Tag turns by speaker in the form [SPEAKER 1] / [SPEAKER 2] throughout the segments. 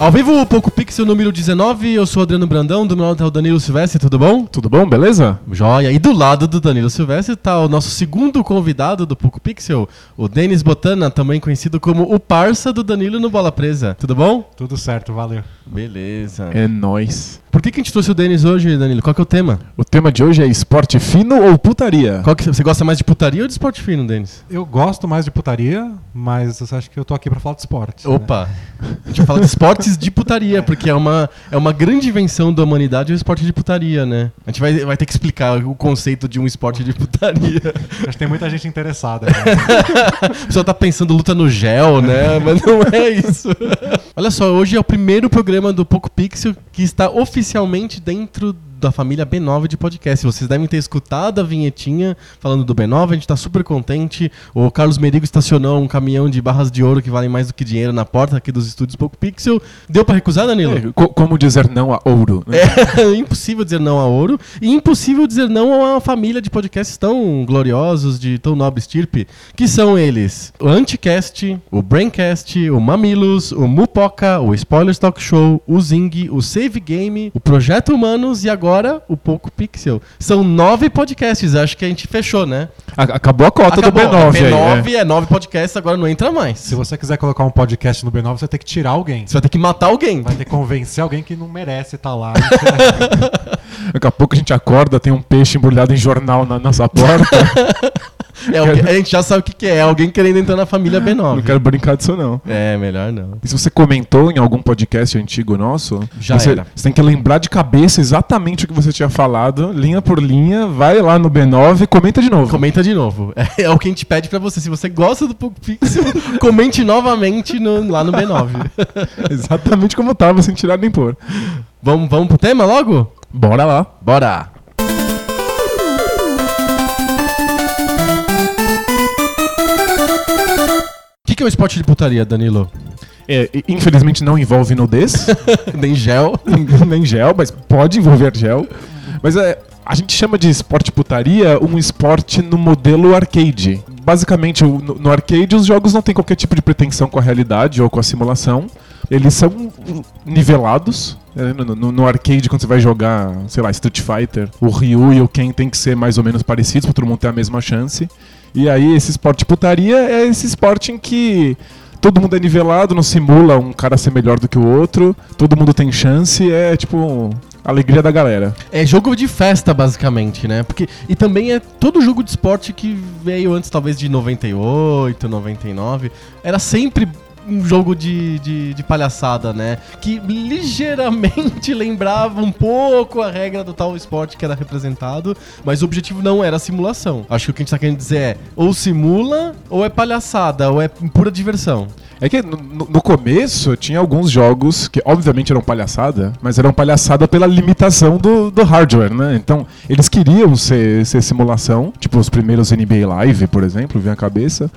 [SPEAKER 1] Ao vivo, Poco Pixel número 19, eu sou Adriano Brandão, do meu lado tá o Danilo Silvestre, tudo bom?
[SPEAKER 2] Tudo bom, beleza?
[SPEAKER 1] Joia! E do lado do Danilo Silvestre tá o nosso segundo convidado do Poco Pixel, o Denis Botana, também conhecido como o parça do Danilo no Bola Presa. Tudo bom?
[SPEAKER 3] Tudo certo, valeu.
[SPEAKER 1] Beleza.
[SPEAKER 2] É nóis.
[SPEAKER 1] Por que, que a gente trouxe o Denis hoje, Danilo? Qual que é o tema?
[SPEAKER 2] O tema de hoje é esporte fino ou putaria?
[SPEAKER 1] Qual que, você gosta mais de putaria ou de esporte fino, Denis?
[SPEAKER 3] Eu gosto mais de putaria, mas eu acho que eu tô aqui pra falar de esporte. né?
[SPEAKER 1] Opa! A gente vai falar de esportes de putaria, porque é uma, é uma grande invenção da humanidade o esporte de putaria, né? A gente vai, vai ter que explicar o conceito de um esporte de putaria.
[SPEAKER 3] Acho que tem muita gente interessada. né?
[SPEAKER 1] O pessoal tá pensando luta no gel, né? Mas não é isso. Olha só, hoje é o primeiro programa do Poco Pixel que está oficialmente dentro da família B9 de podcast. Vocês devem ter escutado a vinhetinha falando do B9, a gente tá super contente. O Carlos Merigo estacionou um caminhão de barras de ouro que valem mais do que dinheiro na porta aqui dos estúdios Poco Pixel. Deu para recusar, Danilo?
[SPEAKER 2] É, co- como dizer não a ouro? né?
[SPEAKER 1] É impossível dizer não a ouro e impossível dizer não a uma família de podcasts tão gloriosos, de tão nobre estirpe, que são eles: o Anticast, o Braincast, o Mamilos, o Mupoca, o Spoilers Talk Show, o Zing, o Save Game, o Projeto Humanos e agora o Poco Pixel. São nove podcasts, acho que a gente fechou, né?
[SPEAKER 2] A- Acabou a cota do B9, aí,
[SPEAKER 1] B9
[SPEAKER 2] né?
[SPEAKER 1] é nove podcasts, agora não entra mais.
[SPEAKER 3] Se você quiser colocar um podcast no B9, você vai ter que tirar alguém.
[SPEAKER 1] Você vai ter que matar alguém.
[SPEAKER 3] Vai ter que convencer alguém que não merece estar lá.
[SPEAKER 2] é. Daqui a pouco a gente acorda, tem um peixe embrulhado em jornal na nossa porta.
[SPEAKER 1] É, alguém- a gente já sabe o que, que é, alguém querendo entrar na família
[SPEAKER 2] não
[SPEAKER 1] B9.
[SPEAKER 2] quero brincar disso, não.
[SPEAKER 1] É, melhor não.
[SPEAKER 2] E se você comentou em algum podcast antigo nosso,
[SPEAKER 1] Já
[SPEAKER 2] você,
[SPEAKER 1] era.
[SPEAKER 2] você tem que lembrar de cabeça exatamente o que você tinha falado, linha por linha, vai lá no B9 e comenta de novo.
[SPEAKER 1] Comenta de novo. É, o que a gente pede pra você. Se você gosta do Poco Pixel, comente novamente no- lá no B9.
[SPEAKER 2] exatamente como tava, sem tirar nem pôr.
[SPEAKER 1] vamos, vamos pro tema logo?
[SPEAKER 2] Bora lá.
[SPEAKER 1] Bora! O que, que é o esporte de putaria, Danilo?
[SPEAKER 2] É, e- infelizmente não envolve nudez,
[SPEAKER 1] Nem gel?
[SPEAKER 2] nem gel, mas pode envolver gel. Mas é, a gente chama de esporte putaria um esporte no modelo arcade. Basicamente, o- no, no arcade, os jogos não têm qualquer tipo de pretensão com a realidade ou com a simulação. Eles são uh, nivelados. né? No, no- no arcade, quando você vai jogar, sei lá, Street Fighter, o Ryu e o Ken tem que ser mais ou menos parecidos pra todo mundo ter a mesma chance. E aí, esse esporte putaria é esse esporte em que todo mundo é nivelado, não simula um cara ser melhor do que o outro, todo mundo tem chance, é tipo a alegria da galera.
[SPEAKER 1] É jogo de festa, basicamente, né? Porque, e também é todo jogo de esporte que veio antes, talvez, de 98, 99. Era sempre um jogo de, de, de palhaçada, né? Que ligeiramente lembrava um pouco a regra do tal esporte que era representado, mas o objetivo não era a simulação. Acho que o que a gente tá querendo dizer é ou simula, ou é palhaçada, ou é pura diversão.
[SPEAKER 2] É que no, no- no começo tinha alguns jogos que obviamente eram palhaçada, mas eram palhaçada pela limitação do, do hardware, né? Então eles queriam ser, ser simulação, tipo os primeiros NBA Live, por exemplo, vem a cabeça.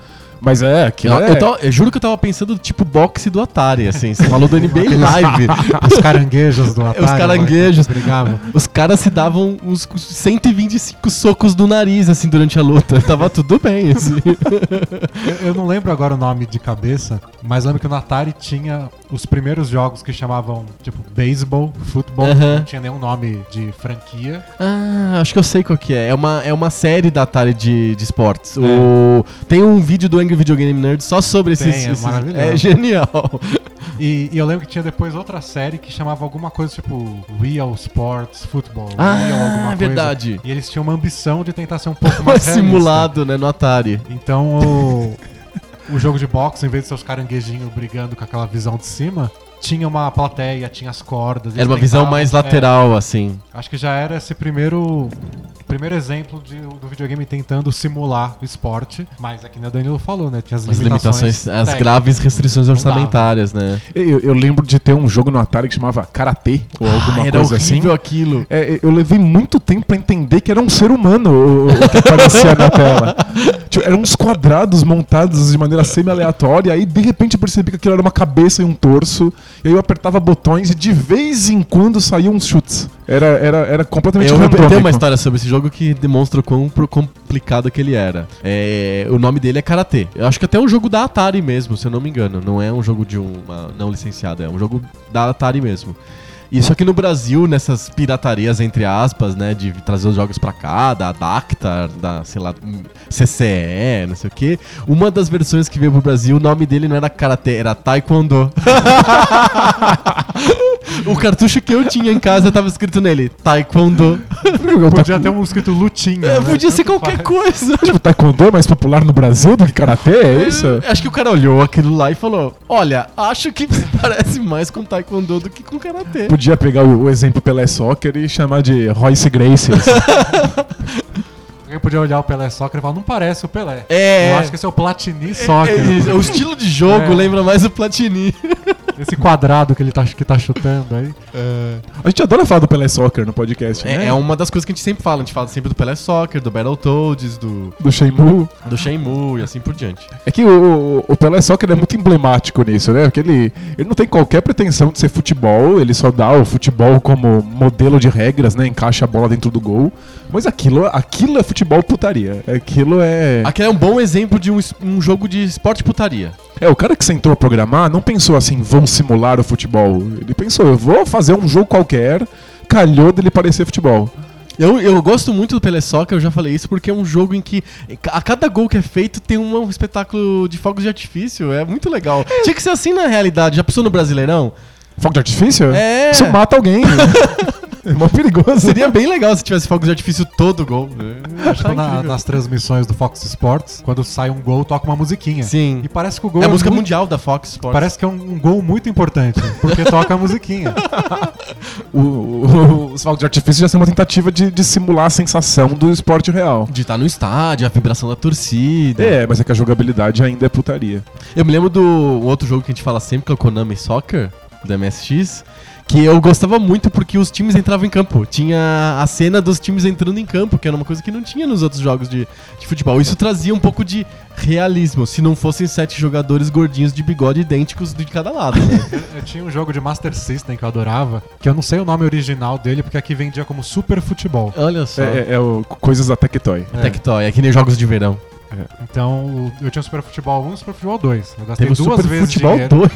[SPEAKER 2] Mas é, aquilo
[SPEAKER 1] eu,
[SPEAKER 2] é...
[SPEAKER 1] eu tava- eu juro que eu tava pensando tipo boxe do Atari, assim. Você falou do NBA Live.
[SPEAKER 3] Os caranguejos do Atari.
[SPEAKER 1] caranguejos.
[SPEAKER 3] né, que Brigavam.
[SPEAKER 1] Os caras se davam uns 125 socos no nariz, assim, durante a luta. Tava tudo bem, assim.
[SPEAKER 3] Eu, eu não lembro agora o nome de cabeça, mas lembro que no Atari tinha os primeiros jogos que chamavam, tipo, beisebol, futebol,
[SPEAKER 1] Aham.
[SPEAKER 3] não tinha nenhum nome de franquia.
[SPEAKER 1] Ah, acho que eu sei qual que é. É uma, é uma série da Atari de, de esportes. O- Tem um vídeo do Angry Video Game Nerd só sobre
[SPEAKER 3] Tem,
[SPEAKER 1] esses...
[SPEAKER 3] é
[SPEAKER 1] esses-
[SPEAKER 3] maravilhoso.
[SPEAKER 1] é genial.
[SPEAKER 3] E, e eu lembro que tinha depois outra série que chamava alguma coisa tipo Real Sports Football.
[SPEAKER 1] Ah,
[SPEAKER 3] Real
[SPEAKER 1] verdade.
[SPEAKER 3] E eles tinham uma ambição de tentar ser um pouco
[SPEAKER 1] Mas
[SPEAKER 3] mais realista.
[SPEAKER 1] simulado, né, no Atari.
[SPEAKER 3] Então o, o jogo de boxe, em vez de ser os caranguejinhos brigando com aquela visão de cima, tinha uma plateia, tinha as cordas.
[SPEAKER 1] Era
[SPEAKER 3] eles
[SPEAKER 1] uma visão
[SPEAKER 3] tentavam-
[SPEAKER 1] mais
[SPEAKER 3] é,
[SPEAKER 1] lateral, assim.
[SPEAKER 3] acho que já era esse primeiro primeiro exemplo de- do videogame tentando simular o esporte, mas aqui o Danilo falou, né? Tinha as,
[SPEAKER 1] As limitações, as
[SPEAKER 3] técnicas.
[SPEAKER 1] graves restrições
[SPEAKER 3] Não dava.
[SPEAKER 1] orçamentárias, né?
[SPEAKER 2] Eu, eu lembro de ter um jogo no Atari que chamava Karatê ou alguma
[SPEAKER 1] Ah, era
[SPEAKER 2] coisa assim.
[SPEAKER 1] horrível aquilo.
[SPEAKER 2] É, eu levei muito tempo pra entender que era um ser humano o, o que aparecia na tela. Tipo, eram uns quadrados montados de maneira semi-aleatória, aí de repente eu percebi que aquilo era uma cabeça e um torso, e aí eu apertava botões e de vez em quando saíam uns chutes. Era, era, era completamente
[SPEAKER 1] Eu tenho uma
[SPEAKER 2] randômico.
[SPEAKER 1] história sobre esse jogo que demonstra o quão pro- complicado que ele era. É, o nome dele é Karatê. Eu acho que até é um jogo da Atari mesmo, se eu não me engano. Não é um jogo de uma não licenciada, é um jogo da Atari mesmo. E só que no Brasil, nessas piratarias, entre aspas, né, de trazer os jogos pra cá, da Dactar, da, sei lá, CCE, não sei o quê, uma das versões que veio pro Brasil, o nome dele não era Karatê, era Taekwondo. o cartucho que eu tinha em casa tava escrito nele, Taekwondo.
[SPEAKER 3] Podia ter um escrito lutinha.
[SPEAKER 1] É,
[SPEAKER 3] né?
[SPEAKER 1] podia ser
[SPEAKER 3] Tanto
[SPEAKER 1] qualquer
[SPEAKER 3] faz.
[SPEAKER 1] coisa.
[SPEAKER 2] Tipo, taekwondo é mais popular no Brasil do que karatê, é isso?
[SPEAKER 1] Acho que o cara olhou aquilo lá e falou: Olha, acho que se parece mais com taekwondo do que com karatê.
[SPEAKER 2] Podia pegar o, o exemplo Pelé Soccer e chamar de Royce Gracie. assim.
[SPEAKER 3] Alguém podia olhar o Pelé Soccer e falar, não parece o Pelé.
[SPEAKER 1] É.
[SPEAKER 3] Eu acho que esse é o Platini
[SPEAKER 1] É,
[SPEAKER 3] Soccer.
[SPEAKER 1] é, o estilo de jogo
[SPEAKER 3] É.
[SPEAKER 1] lembra mais o Platini. É.
[SPEAKER 3] Esse quadrado que ele tá, que tá chutando aí.
[SPEAKER 2] A gente adora falar do Pelé Soccer no podcast, né?
[SPEAKER 1] É, é uma das coisas que a gente sempre fala. A gente fala sempre do Pelé Soccer, do Battletoads, do,
[SPEAKER 2] Do Shenmue.
[SPEAKER 1] do Shenmue e assim por diante.
[SPEAKER 2] É que o, o Pelé Soccer é muito emblemático nisso, né? Porque ele, ele não tem qualquer pretensão de ser futebol, ele só dá o futebol como modelo de regras, né? Encaixa a bola dentro do gol. Mas aquilo, aquilo é futebol putaria. Aquilo é.
[SPEAKER 1] Aquele é um bom exemplo de um, es- um jogo de esporte putaria.
[SPEAKER 2] É, o cara que sentou a programar não pensou assim, vão simular o futebol. Ele pensou, eu vou fazer um jogo qualquer, calhou dele parecer futebol.
[SPEAKER 1] Eu, eu gosto muito do Pelé Soccer, eu já falei isso, porque é um jogo em que a cada gol que é feito tem um, um espetáculo de fogos de artifício. É muito legal. Tinha que ser assim na realidade. Já pensou no Brasileirão?
[SPEAKER 2] Fogo de artifício?
[SPEAKER 1] É.
[SPEAKER 2] Isso mata alguém. é mó perigoso.
[SPEAKER 1] Seria bem legal se tivesse fogos de artifício todo gol. né? Eu ia achar
[SPEAKER 3] Tipo, na-
[SPEAKER 1] incrível.
[SPEAKER 3] nas transmissões do Fox Sports, quando sai um gol, toca uma musiquinha.
[SPEAKER 1] Sim.
[SPEAKER 3] E parece que o gol
[SPEAKER 1] É a música
[SPEAKER 3] muito-
[SPEAKER 1] mundial da Fox Sports.
[SPEAKER 3] Parece que é um, um gol muito importante, porque toca a musiquinha.
[SPEAKER 2] O- o- os fogos de artifício já são uma tentativa de, de simular a sensação do esporte real.
[SPEAKER 1] de estar no estádio, a vibração da torcida.
[SPEAKER 2] É, mas é que a jogabilidade ainda é putaria.
[SPEAKER 1] Eu me lembro do um outro jogo que a gente fala sempre, que é o Konami Soccer, do MSX, que eu gostava muito porque os times entravam em campo. Tinha a cena dos times entrando em campo, que era uma coisa que não tinha nos outros jogos de, de futebol. Isso trazia um pouco de realismo, se não fossem sete jogadores gordinhos de bigode idênticos de cada lado. né?
[SPEAKER 3] Eu, eu tinha um jogo de Master System que eu adorava, que eu não sei o nome original dele, porque aqui vendia como Super Futebol.
[SPEAKER 1] Olha só.
[SPEAKER 2] É, é, é o, coisas da Tectoy.
[SPEAKER 1] É. Tectoy, é que nem jogos de verão.
[SPEAKER 3] Então, eu tinha o Super Futebol 1 e o Super Futebol 2. Eu gastei
[SPEAKER 1] Teve o
[SPEAKER 3] duas
[SPEAKER 1] Super
[SPEAKER 3] vezes
[SPEAKER 1] Futebol
[SPEAKER 3] dinheiro
[SPEAKER 1] 2.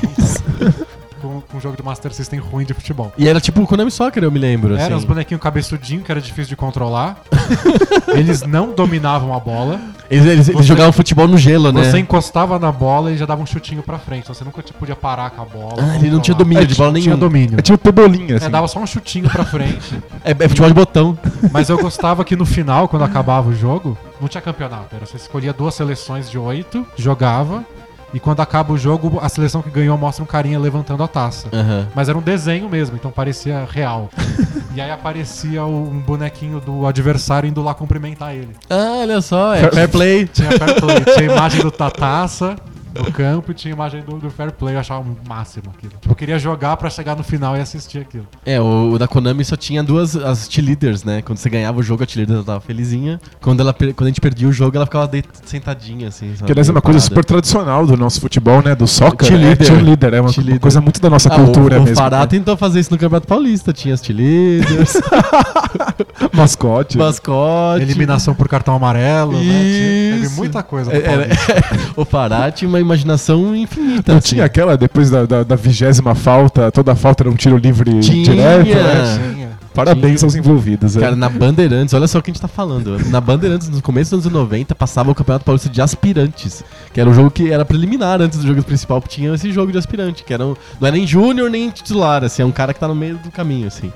[SPEAKER 3] com, com um jogo de Master System ruim de futebol.
[SPEAKER 1] E era tipo o Konami Soccer, eu me lembro.
[SPEAKER 3] Era
[SPEAKER 1] assim.
[SPEAKER 3] uns bonequinhos cabeçudinhos que era difícil de controlar. Eles não dominavam a bola.
[SPEAKER 1] Eles, eles- eles
[SPEAKER 3] Você-
[SPEAKER 1] jogavam futebol no gelo, né?
[SPEAKER 3] Você encostava na bola e já dava um chutinho pra frente. Então você nunca te podia parar com a bola.
[SPEAKER 1] Ah, ele não
[SPEAKER 3] controlar.
[SPEAKER 1] tinha domínio
[SPEAKER 3] É,
[SPEAKER 1] de bola
[SPEAKER 3] não Tinha
[SPEAKER 1] nenhum.
[SPEAKER 3] domínio.
[SPEAKER 2] É tipo pebolinha, assim.
[SPEAKER 3] É, dava só um chutinho pra frente.
[SPEAKER 1] É, é futebol de botão.
[SPEAKER 3] Mas eu gostava que no final, quando acabava o jogo, não tinha campeonato. Era você escolhia duas seleções de oito, jogava, e quando acaba o jogo, a seleção que ganhou mostra um carinha levantando a taça.
[SPEAKER 1] Aham.
[SPEAKER 3] Mas era um desenho mesmo, então parecia real. e aí aparecia o- um bonequinho do adversário indo lá cumprimentar ele.
[SPEAKER 1] Ah, olha só, é fair play.
[SPEAKER 3] Tinha fair play, tinha a imagem do da taça do campo e tinha a imagem do, do fair play. Eu achava o máximo aquilo. Tipo, eu queria jogar pra chegar no final e assistir aquilo.
[SPEAKER 1] É, o, o da Konami só tinha duas as cheerleaders, né? Quando você ganhava o jogo, a cheerleader tava felizinha. Quando, ela, per- quando a gente perdia o jogo, ela ficava deit- sentadinha, assim. sabe,
[SPEAKER 2] Que aliás é uma coisa
[SPEAKER 1] parada.
[SPEAKER 2] super tradicional do nosso futebol, né? Do soccer.
[SPEAKER 1] Cheerleader.
[SPEAKER 2] É, cheerleader. É uma
[SPEAKER 1] Cheerleader.
[SPEAKER 2] coisa muito da nossa
[SPEAKER 1] Ah,
[SPEAKER 2] cultura
[SPEAKER 1] o, o
[SPEAKER 2] mesmo. né?
[SPEAKER 1] Pará tentou fazer isso no Campeonato Paulista. Tinha as cheerleaders,
[SPEAKER 2] Mascote.
[SPEAKER 1] mascote.
[SPEAKER 3] Eliminação por cartão amarelo, né? Tinha- Teve
[SPEAKER 1] Isso.
[SPEAKER 3] muita coisa.
[SPEAKER 1] É,
[SPEAKER 3] pra
[SPEAKER 1] era- o Pará tinha uma imaginação infinita.
[SPEAKER 2] Não
[SPEAKER 1] assim.
[SPEAKER 2] tinha aquela, depois da, da, da vigésima falta, toda falta era um tiro livre
[SPEAKER 1] Tinha.
[SPEAKER 2] direto, né?
[SPEAKER 1] Tinha.
[SPEAKER 3] Tinha.
[SPEAKER 2] Parabéns aos envolvidos. é.
[SPEAKER 1] Cara, na Bandeirantes, olha só o que a gente tá falando. Na Bandeirantes, no começo dos anos 90, passava o Campeonato Paulista de Aspirantes, que era um jogo que era preliminar antes do jogo principal, porque tinha esse jogo de aspirante, que era um- não é nem júnior nem titular, assim, é um cara que tá no meio do caminho, assim.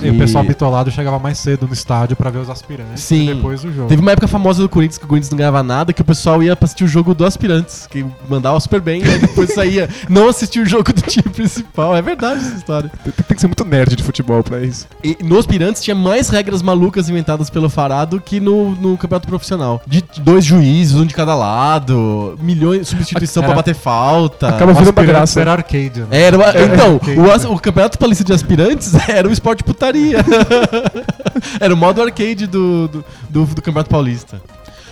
[SPEAKER 3] E, o pessoal bitolado chegava mais cedo no estádio pra ver os aspirantes
[SPEAKER 1] Sim.
[SPEAKER 3] e depois o jogo.
[SPEAKER 1] Teve uma época famosa do Corinthians que o Corinthians não ganhava nada, que o pessoal ia pra assistir o jogo do Aspirantes, que mandava super bem, e depois saía não assistir o jogo do time principal. É verdade essa história.
[SPEAKER 2] Tem, tem que ser muito nerd de futebol pra isso.
[SPEAKER 1] E no Aspirantes tinha mais regras malucas inventadas pelo Farado que no, no campeonato profissional. De dois juízes, um de cada lado, milhões, substituição
[SPEAKER 3] Era-
[SPEAKER 1] pra bater falta.
[SPEAKER 2] Acaba virando uma
[SPEAKER 3] Aspirantes
[SPEAKER 2] graça.
[SPEAKER 3] era arcade, né?
[SPEAKER 1] Era uma- então,
[SPEAKER 3] ok.
[SPEAKER 1] o, as- o Campeonato Paulista de Aspirantes era um esporte putaria. era o modo arcade do, do, do- do Campeonato Paulista.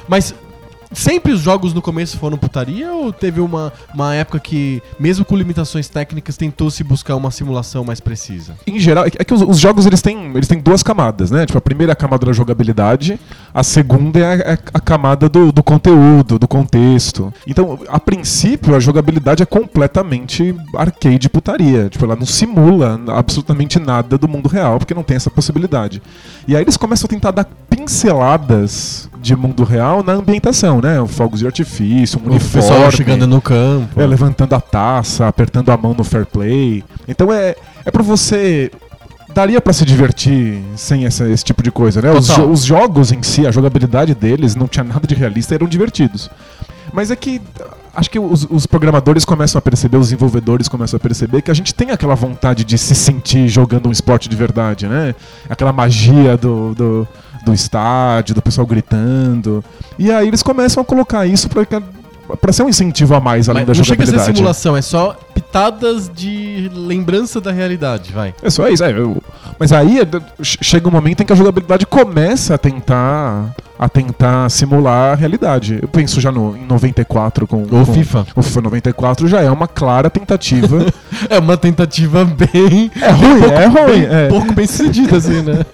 [SPEAKER 1] Mas sempre os jogos no começo foram putaria ou teve uma, uma época que, mesmo com limitações técnicas, tentou-se buscar uma simulação mais precisa?
[SPEAKER 2] Em geral, é que é que os, os jogos eles têm, eles têm duas camadas, né? Tipo, a primeira é a camada da jogabilidade, a segunda é a, é a camada do, do conteúdo, do contexto. Então, a princípio, a jogabilidade é completamente arcade putaria. Tipo, ela não simula absolutamente nada do mundo real, porque não tem essa possibilidade. E aí eles começam a tentar dar pinceladas de mundo real na ambientação, né? Fogos de artifício, um uniforme.
[SPEAKER 1] no campo.
[SPEAKER 2] É, levantando a taça, apertando a mão no fair play. Então é, é pra você. Daria pra se divertir sem essa- esse tipo de coisa, né? Os,
[SPEAKER 1] Total.
[SPEAKER 2] jo- os jogos em si, a jogabilidade deles, não tinha nada de realista, eram divertidos. Mas é que. Acho que os, os programadores começam a perceber, os desenvolvedores começam a perceber que a gente tem aquela vontade de se sentir jogando um esporte de verdade, né? Aquela magia do, do, do estádio, do pessoal gritando. E aí eles começam a colocar isso pra, que- pra ser um incentivo a mais além
[SPEAKER 1] Mas
[SPEAKER 2] da
[SPEAKER 1] não chega a ser
[SPEAKER 2] jogabilidade.
[SPEAKER 1] simulação, é só pitadas de lembrança da realidade, vai.
[SPEAKER 2] É só isso, é, eu- mas aí é, d- che- chega um momento em que a jogabilidade começa a tentar a tentar simular a realidade. Eu penso já no, em 94 com
[SPEAKER 1] Ou
[SPEAKER 2] com-
[SPEAKER 1] FIFA.
[SPEAKER 2] O FIFA 94 já é uma clara tentativa.
[SPEAKER 1] É uma tentativa bem.
[SPEAKER 2] é ruim, é ruim.
[SPEAKER 1] bem-
[SPEAKER 2] é.
[SPEAKER 1] pouco bem sucedida, assim, né?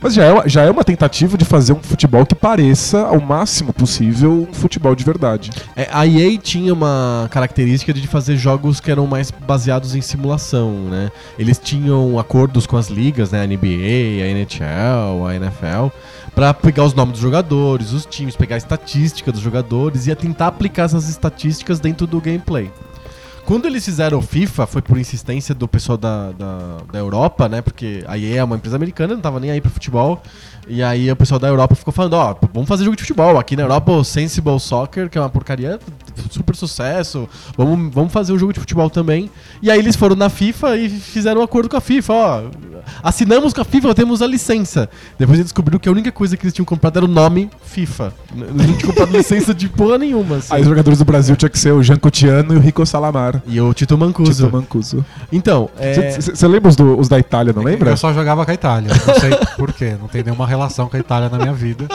[SPEAKER 2] Mas já é, uma- já é uma tentativa de fazer um futebol que pareça ao máximo possível um futebol de verdade.
[SPEAKER 1] É, a EA tinha uma característica de fazer jogos que eram mais baseados em simulação, né? Eles tinham acordos com as ligas, né? A NBA, a NHL, a NFL, pra pegar os nomes dos jogadores, os times, pegar a estatística dos jogadores e tentar aplicar essas estatísticas dentro do gameplay. Quando eles fizeram o FIFA, foi por insistência do pessoal da, da, da Europa, né? Porque a EA é uma empresa americana, não tava nem aí pra futebol. E aí o pessoal da Europa ficou falando, ó, vamos fazer jogo de futebol. Aqui na Europa o Sensible Soccer, que é uma porcaria, super sucesso. Vamos, vamos fazer um jogo de futebol também. E aí eles foram na FIFA e fizeram um acordo com a FIFA, ó. Assinamos com a FIFA, temos a licença. Depois eles descobriram que a única coisa que eles tinham comprado era o nome FIFA. Eles não tinham comprado licença de porra nenhuma, assim.
[SPEAKER 2] Aí os jogadores do Brasil tinha que ser o Jean Cotiano e o Rico Salamar.
[SPEAKER 1] E o Tito Mancuso.
[SPEAKER 2] Tito Mancuso.
[SPEAKER 1] Então, é...
[SPEAKER 2] Você lembra os, do- os da Itália, não lembra?
[SPEAKER 3] Eu só jogava com a Itália. Não sei porquê. Não tem nenhuma relação com a Itália na minha vida.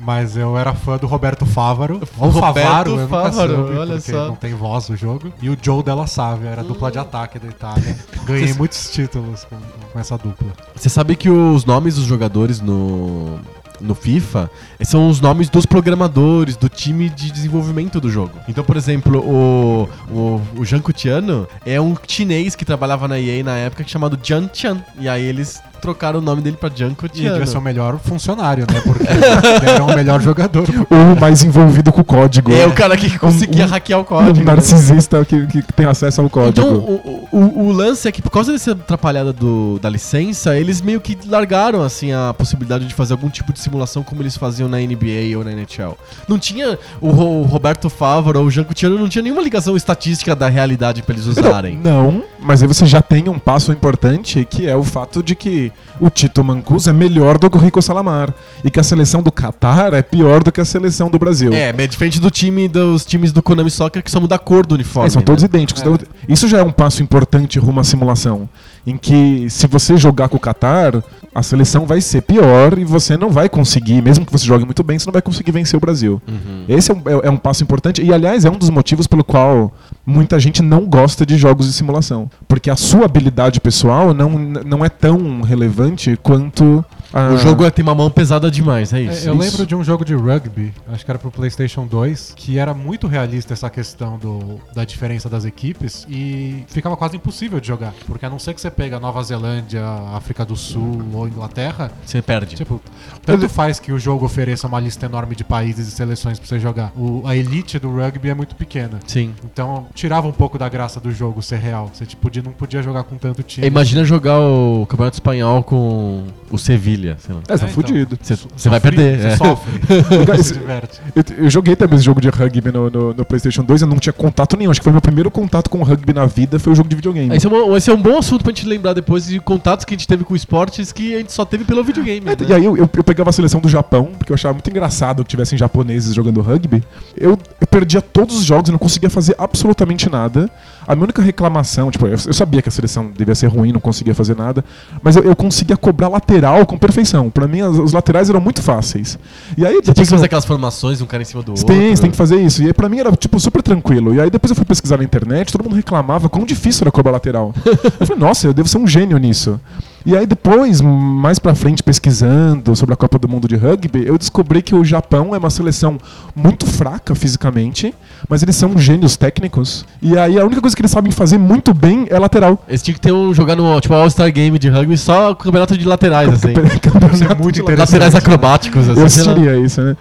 [SPEAKER 3] Mas eu era fã do Roberto Fávaro. Ou
[SPEAKER 1] Roberto
[SPEAKER 3] Favaro, eu nunca
[SPEAKER 1] Fávaro,
[SPEAKER 3] soube,
[SPEAKER 1] olha
[SPEAKER 3] porque
[SPEAKER 1] só.
[SPEAKER 3] não tem voz no jogo. E o Joe Della Sávia, era a dupla de ataque da Itália. Ganhei muitos títulos com, com essa dupla.
[SPEAKER 1] Você sabe que os nomes dos jogadores no, no FIFA eh, são os nomes dos programadores, do time de desenvolvimento do jogo. Então, por exemplo, o, o, o Jean Cutiano é um chinês que trabalhava na EA na época que chamado Jian Chan. E aí eles trocaram o nome dele pra Jean
[SPEAKER 3] E devia ser o
[SPEAKER 1] Cutiano.
[SPEAKER 3] melhor funcionário, né? Porque ele era o melhor jogador.
[SPEAKER 2] O mais envolvido com o código.
[SPEAKER 1] É o cara que conseguia
[SPEAKER 2] Um-
[SPEAKER 1] hackear o
[SPEAKER 2] Um
[SPEAKER 1] código. né?
[SPEAKER 2] narcisista que, que tem acesso ao código.
[SPEAKER 1] Então, o, o- o lance é que por causa dessa atrapalhada do- da licença, eles meio que largaram assim a possibilidade de fazer algum tipo de simulação como eles faziam na NBA ou na NHL. Não tinha o, Ro- o Roberto Favaro ou o Jean Coutinho, não tinha nenhuma ligação estatística da realidade pra eles
[SPEAKER 2] Então,
[SPEAKER 1] usarem.
[SPEAKER 2] não, mas aí você já tem um passo importante que é o fato de que o Tito Mancuso é melhor do que o Rico Salamar e que a seleção do Catar é pior do que a seleção do Brasil.
[SPEAKER 1] É, é diferente do time dos times do Konami Soccer que só muda a cor do uniforme.
[SPEAKER 2] É, são todos
[SPEAKER 1] né?
[SPEAKER 2] idênticos. Então, Isso já é um passo importante rumo à simulação. Em que, se você jogar com o Qatar, a seleção vai ser pior e você não vai conseguir, mesmo que você jogue muito bem, você não vai conseguir vencer o Brasil.
[SPEAKER 1] Uhum.
[SPEAKER 2] Esse é um, é- é um passo importante. E, aliás, é um dos motivos pelo qual muita gente não gosta de jogos de simulação. Porque a sua habilidade pessoal não, não é tão relevante quanto Ah.
[SPEAKER 1] O jogo é- tem uma mão pesada demais, é
[SPEAKER 3] É,
[SPEAKER 1] isso.
[SPEAKER 3] eu
[SPEAKER 1] Isso.
[SPEAKER 3] lembro de um jogo de rugby, acho que era pro PlayStation 2, que era muito realista essa questão do, da diferença das equipes e ficava quase impossível de jogar. Porque a não ser que você pega Nova Zelândia, África do Sul ou Inglaterra,
[SPEAKER 1] Você perde.
[SPEAKER 3] tipo, tanto faz que o jogo ofereça uma lista enorme de países e seleções pra você jogar. O- a elite do rugby é muito pequena.
[SPEAKER 1] Sim.
[SPEAKER 3] Então tirava um pouco da graça do jogo ser real. Você tipo, podia- não podia jogar com tanto time.
[SPEAKER 1] Imagina jogar o Campeonato Espanhol com o Sevilha, sei lá.
[SPEAKER 2] É, tá
[SPEAKER 3] É, então.
[SPEAKER 2] fudido.
[SPEAKER 1] Você
[SPEAKER 3] Sofre-
[SPEAKER 1] vai perder.
[SPEAKER 3] Você
[SPEAKER 1] é.
[SPEAKER 3] sofre. você se diverte.
[SPEAKER 2] Eu, eu joguei também esse jogo de rugby no, no- no PlayStation 2, eu não tinha contato nenhum. Acho que foi meu primeiro contato com rugby na vida, foi o jogo de videogame.
[SPEAKER 1] Esse é, um, esse é um bom assunto pra gente lembrar depois de contatos que a gente teve com esportes que a gente só teve pelo videogame.
[SPEAKER 2] É,
[SPEAKER 1] né?
[SPEAKER 2] E aí eu, eu- eu pegava a seleção do Japão, porque eu achava muito engraçado que tivessem japoneses jogando rugby. Eu, eu perdia todos os jogos, eu não conseguia fazer absolutamente nada. A minha única reclamação, tipo, eu, eu sabia que a seleção devia ser ruim, não conseguia fazer nada, mas eu, eu conseguia cobrar lateral com perfeição. Pra mim, as- os laterais eram muito fáceis. E aí, tipo,
[SPEAKER 1] Você tem
[SPEAKER 2] depois
[SPEAKER 1] que
[SPEAKER 2] eu-
[SPEAKER 1] fazer aquelas formações, um cara em cima do outro.
[SPEAKER 2] Tem, você
[SPEAKER 3] né?
[SPEAKER 2] tem que fazer isso. E aí pra mim era, tipo, super tranquilo. E aí depois eu fui pesquisar na internet, todo mundo reclamava quão difícil era cobrar lateral. eu falei, nossa, eu devo ser um gênio nisso. E aí depois, mais pra frente, pesquisando sobre a Copa do Mundo de Rugby, eu descobri que o Japão é uma seleção muito fraca fisicamente, mas eles são gênios técnicos. E aí a única coisa que eles sabem fazer muito bem é lateral.
[SPEAKER 1] Eles tinham que ter um jogar no tipo All-Star Game de rugby só com campeonato de laterais, assim.
[SPEAKER 3] Isso é muito interessante.
[SPEAKER 1] Laterais acrobáticos, assim.
[SPEAKER 2] Eu
[SPEAKER 1] sei lá.
[SPEAKER 2] assistiria isso, né?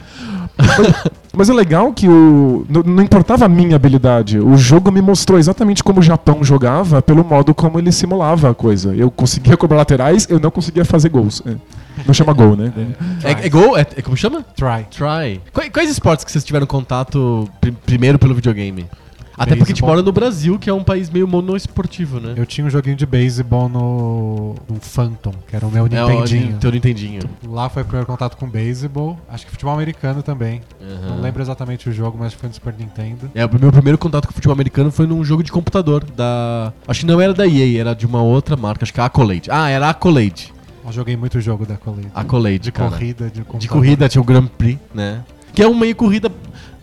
[SPEAKER 2] Mas- Mas é legal que o, n- não importava a minha habilidade, o jogo me mostrou exatamente como o Japão jogava pelo modo como ele simulava a coisa. Eu conseguia cobrar laterais, eu não conseguia fazer gols. É. Não chama gol, né?
[SPEAKER 1] É, é gol? É, é como chama?
[SPEAKER 3] Try.
[SPEAKER 1] Try. Quais, quais esportes que vocês tiveram contato pri- primeiro pelo videogame? Até porque a gente
[SPEAKER 3] Beisebol.
[SPEAKER 1] mora no Brasil, que é um país meio monoesportivo, né?
[SPEAKER 3] Eu tinha um joguinho de beisebol no, no Phantom, que era o meu
[SPEAKER 1] É
[SPEAKER 3] Nintendinho.
[SPEAKER 1] o teu Nintendinho.
[SPEAKER 3] Lá foi o primeiro contato com beisebol. Acho que futebol americano também. Não lembro exatamente o jogo, mas foi no Super Nintendo.
[SPEAKER 1] É, o meu primeiro contato com o futebol americano foi num jogo de computador da... Acho que não era da EA, era de uma outra marca, acho que é a Accolade. Ah, era a Accolade.
[SPEAKER 3] Eu joguei muito jogo da Colade.
[SPEAKER 1] Accolade,
[SPEAKER 3] De
[SPEAKER 1] cara.
[SPEAKER 3] corrida, de
[SPEAKER 1] De
[SPEAKER 3] computador.
[SPEAKER 1] corrida tinha o Grand Prix, né? Que é um meio corrida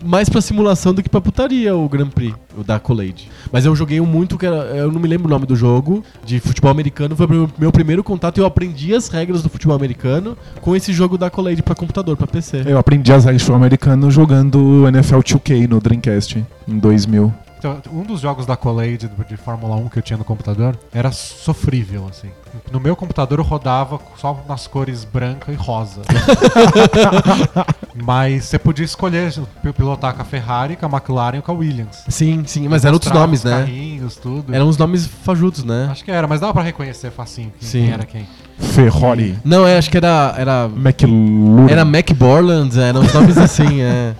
[SPEAKER 1] mais pra simulação do que pra putaria o Grand Prix, o da Accolade. Mas eu joguei um muito que era, eu não me lembro o nome do jogo, de futebol americano, foi o meu- meu primeiro contato e eu aprendi as regras do futebol americano com esse jogo da Accolade pra computador, pra PC.
[SPEAKER 2] Eu aprendi as regras do americano jogando NFL 2K no Dreamcast em 2000.
[SPEAKER 3] Então, um dos jogos da Colade de Fórmula 1 que eu tinha no computador era sofrível, assim. No meu computador eu rodava só nas cores branca e rosa. Mas você podia escolher p- pilotar com a Ferrari, com a McLaren ou com a Williams.
[SPEAKER 1] Sim, sim, mas eram outros
[SPEAKER 3] Mostrava
[SPEAKER 1] nomes,
[SPEAKER 3] os
[SPEAKER 1] né?
[SPEAKER 3] Carrinhos, tudo.
[SPEAKER 1] Eram uns nomes fajutos, né?
[SPEAKER 3] Acho que era, mas dava pra reconhecer facinho quem,
[SPEAKER 1] Sim.
[SPEAKER 3] quem era quem.
[SPEAKER 2] Ferrari,
[SPEAKER 1] Não, é, acho que era era
[SPEAKER 2] McLaren.
[SPEAKER 1] era Mac Borland, eram uns nomes assim, é.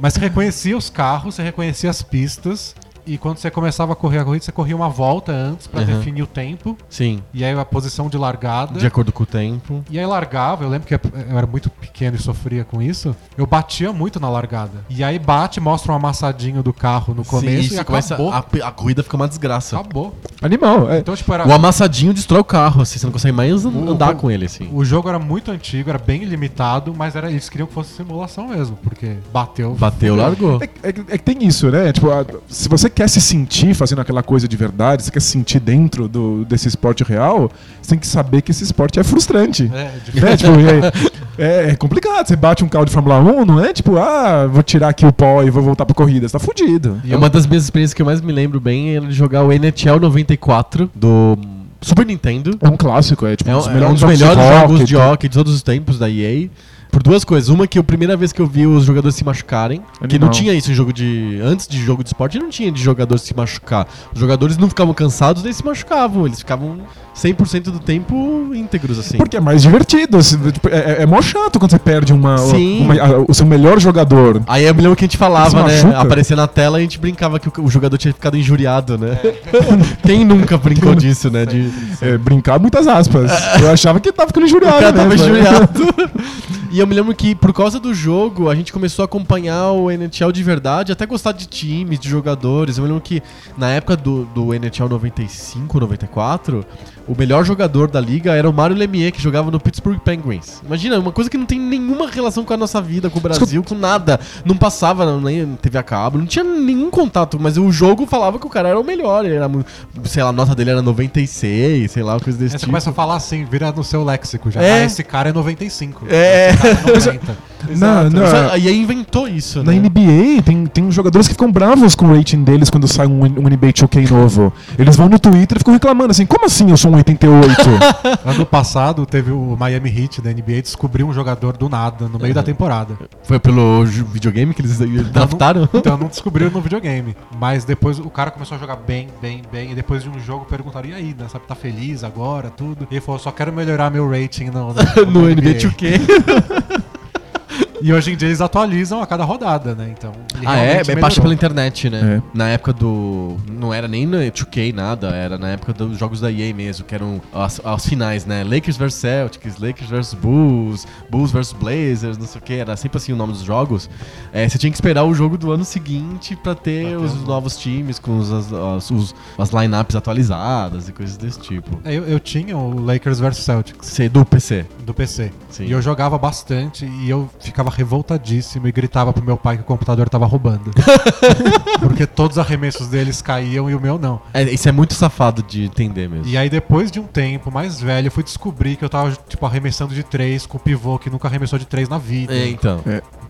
[SPEAKER 3] Mas você reconhecia os carros, você reconhecia as pistas. E quando você começava a correr a corrida, você corria uma volta antes pra
[SPEAKER 1] Uhum.
[SPEAKER 3] definir o tempo.
[SPEAKER 1] Sim,
[SPEAKER 3] E aí a posição de largada.
[SPEAKER 1] de acordo com o tempo.
[SPEAKER 3] E aí largava, eu lembro que eu era muito pequeno e sofria com isso. Eu batia muito na largada. E aí bate, mostra um amassadinho do carro no começo
[SPEAKER 1] Sim,
[SPEAKER 3] e
[SPEAKER 1] isso, começa
[SPEAKER 3] acabou.
[SPEAKER 1] a, a corrida fica uma desgraça.
[SPEAKER 3] Acabou.
[SPEAKER 2] Animal, é.
[SPEAKER 3] Então, tipo, era.
[SPEAKER 1] O amassadinho destrói o carro, assim, você não consegue mais an-
[SPEAKER 3] O-
[SPEAKER 1] andar
[SPEAKER 3] o-
[SPEAKER 1] com ele, assim.
[SPEAKER 3] O jogo era muito antigo, era bem limitado, mas era, eles queriam que fosse simulação mesmo, porque bateu.
[SPEAKER 1] Bateu, largou.
[SPEAKER 2] É, é que- é que tem isso, né? Tipo, a- se você quer se sentir fazendo aquela coisa de verdade, se quer se sentir dentro do, desse esporte real, você tem que saber que esse esporte é frustrante.
[SPEAKER 3] É, de-
[SPEAKER 2] Né? Tipo, é, é- é complicado. Você bate um carro de Fórmula 1, não é tipo, ah, vou tirar aqui o pó e vou voltar pra corrida. Você tá fudido.
[SPEAKER 1] É uma das minhas experiências que eu mais me lembro bem era de jogar o NHL 94 do Super Nintendo.
[SPEAKER 2] É um clássico, é tipo,
[SPEAKER 1] É um, é um dos
[SPEAKER 2] jogos de
[SPEAKER 1] melhores
[SPEAKER 2] hockey,
[SPEAKER 1] jogos de
[SPEAKER 2] tá?
[SPEAKER 1] hockey de todos os tempos da EA. Por duas coisas. Uma que a primeira vez que eu vi os jogadores se machucarem, que não
[SPEAKER 2] Animal.
[SPEAKER 1] tinha isso em jogo de. Antes de jogo de esporte, não tinha de jogador se machucar. Os jogadores não ficavam cansados nem se machucavam. Eles ficavam 100% do tempo íntegros, assim.
[SPEAKER 2] Porque é mais divertido. assim, tipo, é, é, é mó chato quando você perde uma,
[SPEAKER 1] Sim. Ah,
[SPEAKER 2] uma- a- o seu melhor jogador.
[SPEAKER 1] Aí eu me lembro que a gente falava,
[SPEAKER 2] Se
[SPEAKER 1] né?
[SPEAKER 2] machuca?
[SPEAKER 1] Aparecia na tela e a gente brincava que o o jogador tinha ficado injuriado, né? Quem nunca brincou disso, né? De...
[SPEAKER 2] É, brincar muitas aspas. Eu achava que tava ficando
[SPEAKER 1] O
[SPEAKER 2] injuriado
[SPEAKER 1] cara tava
[SPEAKER 2] mesmo, né?
[SPEAKER 1] injuriado. e eu me lembro que por causa do jogo, a gente começou a acompanhar o NHL de verdade, até gostar de times, de jogadores. Eu me lembro que na época do, do NHL 95, 94, o melhor jogador da liga era o Mário Lemieux, que jogava no Pittsburgh Penguins. Imagina, uma coisa que não tem nenhuma relação com a nossa vida, com o Brasil, com nada. Não passava, não, nem teve a cabo, não tinha nenhum contato, mas o jogo falava que o cara era o melhor. Ele era, mu- sei lá, a nota dele era 96, sei lá, coisa
[SPEAKER 3] Aí
[SPEAKER 1] desse
[SPEAKER 3] você
[SPEAKER 1] tipo.
[SPEAKER 3] começa a falar assim, vira no seu léxico já.
[SPEAKER 1] É.
[SPEAKER 3] Ah, esse cara é 95.
[SPEAKER 1] É.
[SPEAKER 3] Esse cara é 90.
[SPEAKER 2] Não, não,
[SPEAKER 1] Isso- é Aí aí inventou isso,
[SPEAKER 2] Na
[SPEAKER 1] né?
[SPEAKER 2] NBA, tem, tem uns jogadores que ficam bravos com o rating deles quando sai um, um NBA 2K novo. Eles vão no Twitter e ficam reclamando assim, como assim eu sou um 88?
[SPEAKER 3] ano passado teve o Miami Heat da NBA descobriu um jogador do nada no meio
[SPEAKER 1] É.
[SPEAKER 3] da temporada.
[SPEAKER 1] Foi pelo ju- videogame que eles draftaram?
[SPEAKER 3] Então não descobriram no videogame. Mas depois o cara começou a jogar bem, bem, bem. E depois de um jogo perguntaram: e aí, né? Sabe, tá feliz agora, tudo? E ele falou: só quero melhorar meu rating no,
[SPEAKER 1] No NBA 2K.
[SPEAKER 3] E hoje em dia eles atualizam a cada rodada, né? Então. ele
[SPEAKER 1] Ah, é?
[SPEAKER 3] realmente
[SPEAKER 1] É baixa pela
[SPEAKER 3] melhorou.
[SPEAKER 1] internet, né?
[SPEAKER 2] É.
[SPEAKER 1] Na época do. Não era nem no 2K, nada. Era na época dos jogos da EA mesmo, que eram as, as finais, né? Lakers vs Celtics, Lakers vs Bulls, Bulls vs Blazers, não sei o que. Era sempre assim o nome dos jogos. É, você tinha que esperar o jogo do ano seguinte pra ter
[SPEAKER 3] Pra ter
[SPEAKER 1] os
[SPEAKER 3] um-
[SPEAKER 1] novos times com os, as, as, os- as lineups atualizadas e coisas desse tipo.
[SPEAKER 3] É, Eu, eu tinha o Lakers vs Celtics
[SPEAKER 1] Você do PC.
[SPEAKER 3] do PC.
[SPEAKER 1] Sim.
[SPEAKER 3] E eu jogava bastante e eu ficava revoltadíssimo e gritava pro meu pai que o computador tava roubando. Porque todos os arremessos deles caíam e o meu não.
[SPEAKER 1] É, isso é muito safado de entender mesmo.
[SPEAKER 3] E aí, depois de um tempo mais velho, eu fui descobrir que eu tava, tipo, arremessando de três com o pivô que nunca arremessou de três na vida.
[SPEAKER 1] É, então.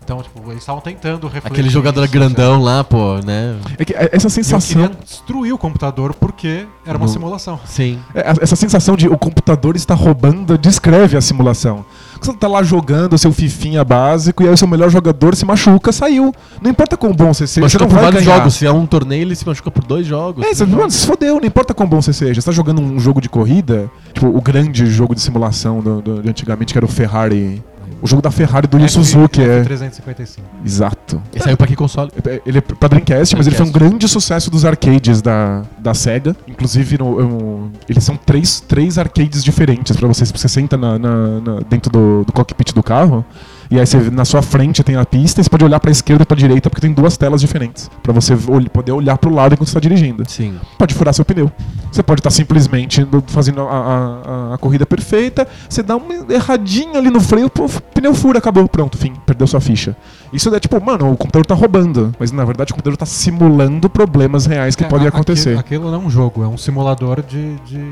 [SPEAKER 3] Então, tipo, eles estavam tentando refletir.
[SPEAKER 1] Aquele jogador
[SPEAKER 3] isso,
[SPEAKER 1] grandão lá, pô, né?
[SPEAKER 2] É que é- essa
[SPEAKER 3] sabe? E Eu queria
[SPEAKER 2] sensação,
[SPEAKER 3] destruir o computador porque era uma
[SPEAKER 1] Não.
[SPEAKER 3] simulação.
[SPEAKER 1] Sim.
[SPEAKER 2] é, essa sensação de o computador está roubando, descreve a simulação. Você tá lá jogando o seu fifinha básico e aí o seu melhor jogador se machuca, saiu. Não importa quão bom você
[SPEAKER 1] Se
[SPEAKER 2] seja,
[SPEAKER 1] machuca
[SPEAKER 2] você não
[SPEAKER 1] por
[SPEAKER 2] vai
[SPEAKER 1] vários
[SPEAKER 2] ganhar.
[SPEAKER 1] jogos. Se é um torneio, ele se machuca por dois jogos.
[SPEAKER 2] É, você, mano, você se fodeu, não importa quão bom você seja. Você tá jogando um jogo de corrida, tipo, o grande jogo de simulação do, do- de antigamente, que era o Ferrari. O jogo da Ferrari do Yu
[SPEAKER 3] um
[SPEAKER 2] Suzuki, é.
[SPEAKER 3] 355.
[SPEAKER 2] Exato.
[SPEAKER 1] E saiu pra que console?
[SPEAKER 2] Ele é pra Dreamcast, mas ele foi um
[SPEAKER 1] Dreamcast.
[SPEAKER 2] grande sucesso dos arcades da, da SEGA. Inclusive, no, um, eles são três, três arcades diferentes pra você. Você senta na, na- na- dentro do, do cockpit do carro, e aí você, na sua frente tem a pista, e você pode olhar pra esquerda e pra direita, porque tem duas telas diferentes. Pra você ol- poder olhar pro lado enquanto você tá dirigindo
[SPEAKER 1] Sim.
[SPEAKER 2] pode furar seu pneu. Você pode estar simplesmente indo- fazendo a, a- a- a corrida perfeita, você dá uma erradinha ali no freio, pô, o pneu fura, acabou, pronto, fim, perdeu sua ficha. Isso é tipo, mano, o computador tá roubando. Mas na verdade o computador tá simulando problemas reais que
[SPEAKER 3] É,
[SPEAKER 2] podem
[SPEAKER 3] a- aquilo-
[SPEAKER 2] acontecer.
[SPEAKER 3] Aquilo não é um jogo, é um simulador de, de,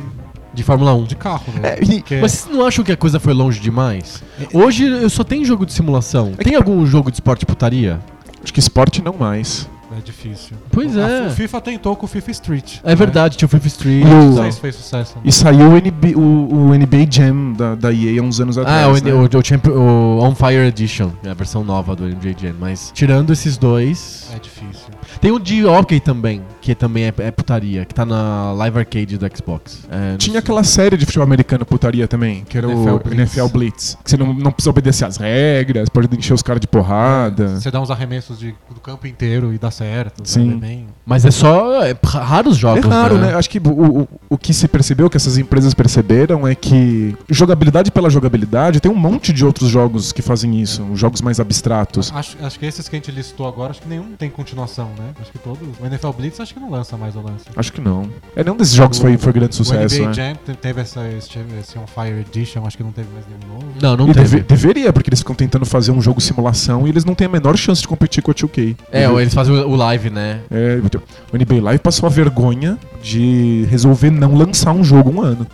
[SPEAKER 1] De Fórmula 1.
[SPEAKER 3] de carro, né?
[SPEAKER 2] É, e-
[SPEAKER 3] Porque-
[SPEAKER 1] Mas vocês não acham que a coisa foi longe demais? Hoje eu só tenho jogo de simulação.
[SPEAKER 2] É, que-
[SPEAKER 1] Tem algum jogo de esporte putaria?
[SPEAKER 2] Acho que esporte não mais.
[SPEAKER 3] É difícil.
[SPEAKER 1] Pois é.
[SPEAKER 3] O FIFA tentou com o FIFA Street.
[SPEAKER 1] É verdade, tinha o Fifth Street.
[SPEAKER 2] E
[SPEAKER 3] Não
[SPEAKER 2] o-
[SPEAKER 3] sei se fez sucesso.
[SPEAKER 2] E saiu o, NB o- o NBA Jam da, da EA há uns anos atrás.
[SPEAKER 1] Ah, o,
[SPEAKER 2] né?
[SPEAKER 1] o, o Champ- o On Fire Edition, é a versão nova do NBA Jam. Mas tirando esses dois.
[SPEAKER 3] É difícil.
[SPEAKER 1] Tem o de hockey também, que também é, é putaria, que tá na Live Arcade do Xbox. É, não
[SPEAKER 2] Tinha
[SPEAKER 1] sei-
[SPEAKER 2] aquela série de futebol americano putaria também, que era
[SPEAKER 3] NFL
[SPEAKER 2] o
[SPEAKER 3] Blitz.
[SPEAKER 2] NFL Blitz. Que você não, não precisa obedecer às regras, pode encher os caras de porrada.
[SPEAKER 3] Você dá uns arremessos de- do campo inteiro e dá certo.
[SPEAKER 2] Sim.
[SPEAKER 3] sabe? É bem-
[SPEAKER 1] Mas é só é, raros
[SPEAKER 2] É
[SPEAKER 1] jogos.
[SPEAKER 2] raro, né? Acho que o, o, o que se percebeu, que essas empresas perceberam, é que jogabilidade pela jogabilidade tem um monte de outros jogos que fazem isso, jogos mais abstratos.
[SPEAKER 3] Acho, acho que esses que a gente listou agora, acho que nenhum tem continuação, né? Acho que todos. O NFL Blitz acho que não lança mais o lance.
[SPEAKER 2] Acho que não. É nenhum desses jogos foi, foi grande
[SPEAKER 3] o
[SPEAKER 2] sucesso,
[SPEAKER 3] NBA
[SPEAKER 2] né?
[SPEAKER 3] Jam te- teve essa, esse, esse On Fire Edition, acho que não teve mais nenhum novo.
[SPEAKER 1] Não, não
[SPEAKER 2] E
[SPEAKER 1] teve.
[SPEAKER 2] deve- deveria, porque eles ficam tentando fazer um jogo simulação e eles não têm a menor chance de competir com a 2K.
[SPEAKER 1] É, ou eles fazem o o live, né?
[SPEAKER 2] É, o NBA Live passou a vergonha de resolver não lançar um jogo um ano.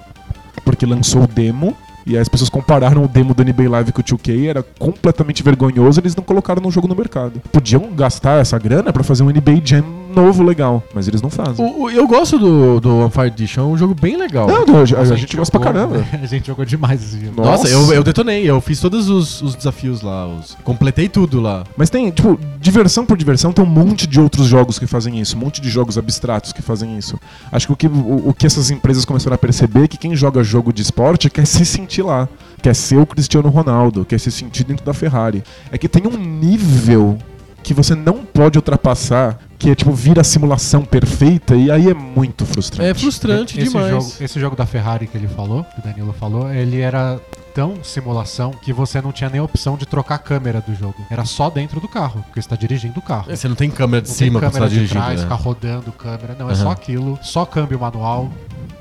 [SPEAKER 2] Porque lançou o demo, e aí as pessoas compararam o demo do NBA Live com o 2K, era completamente vergonhoso, eles não colocaram no jogo no mercado. Podiam gastar essa grana pra fazer um NBA Jam novo legal, mas eles não fazem.
[SPEAKER 1] O- o- eu gosto do, do On Fire Edition, é um jogo bem legal.
[SPEAKER 2] Não, não, a, a
[SPEAKER 3] Nossa,
[SPEAKER 2] gente gosta pra
[SPEAKER 3] jogou,
[SPEAKER 2] caramba.
[SPEAKER 3] né? A gente jogou demais esse jogo.
[SPEAKER 1] Nossa, eu, eu detonei, eu fiz todos os, os desafios lá, os- completei tudo lá.
[SPEAKER 2] Mas tem, tipo, diversão por diversão, tem um monte de outros jogos que fazem isso, um monte de jogos abstratos que fazem isso. Acho que o que, o, o que essas empresas começaram a perceber é que quem joga jogo de esporte quer se sentir lá, quer ser o Cristiano Ronaldo, quer se sentir dentro da Ferrari. É que tem um nível que você não pode ultrapassar, que é tipo vir a simulação perfeita e aí é muito frustrante.
[SPEAKER 1] É frustrante
[SPEAKER 3] esse
[SPEAKER 1] demais.
[SPEAKER 3] Jogo, esse jogo da Ferrari que ele falou, que o Danilo falou, ele era tão simulação que você não tinha nem a opção de trocar a câmera do jogo. Era só dentro do carro, porque você tá dirigindo o carro.
[SPEAKER 1] É, Você não tem câmera de
[SPEAKER 3] Não tem
[SPEAKER 1] cima pra
[SPEAKER 3] câmera
[SPEAKER 1] estar
[SPEAKER 3] de
[SPEAKER 1] dirigindo.
[SPEAKER 3] trás,
[SPEAKER 1] né?
[SPEAKER 3] ficar rodando câmera. Não, é
[SPEAKER 1] Aham.
[SPEAKER 3] só aquilo, só câmbio manual. Tipo,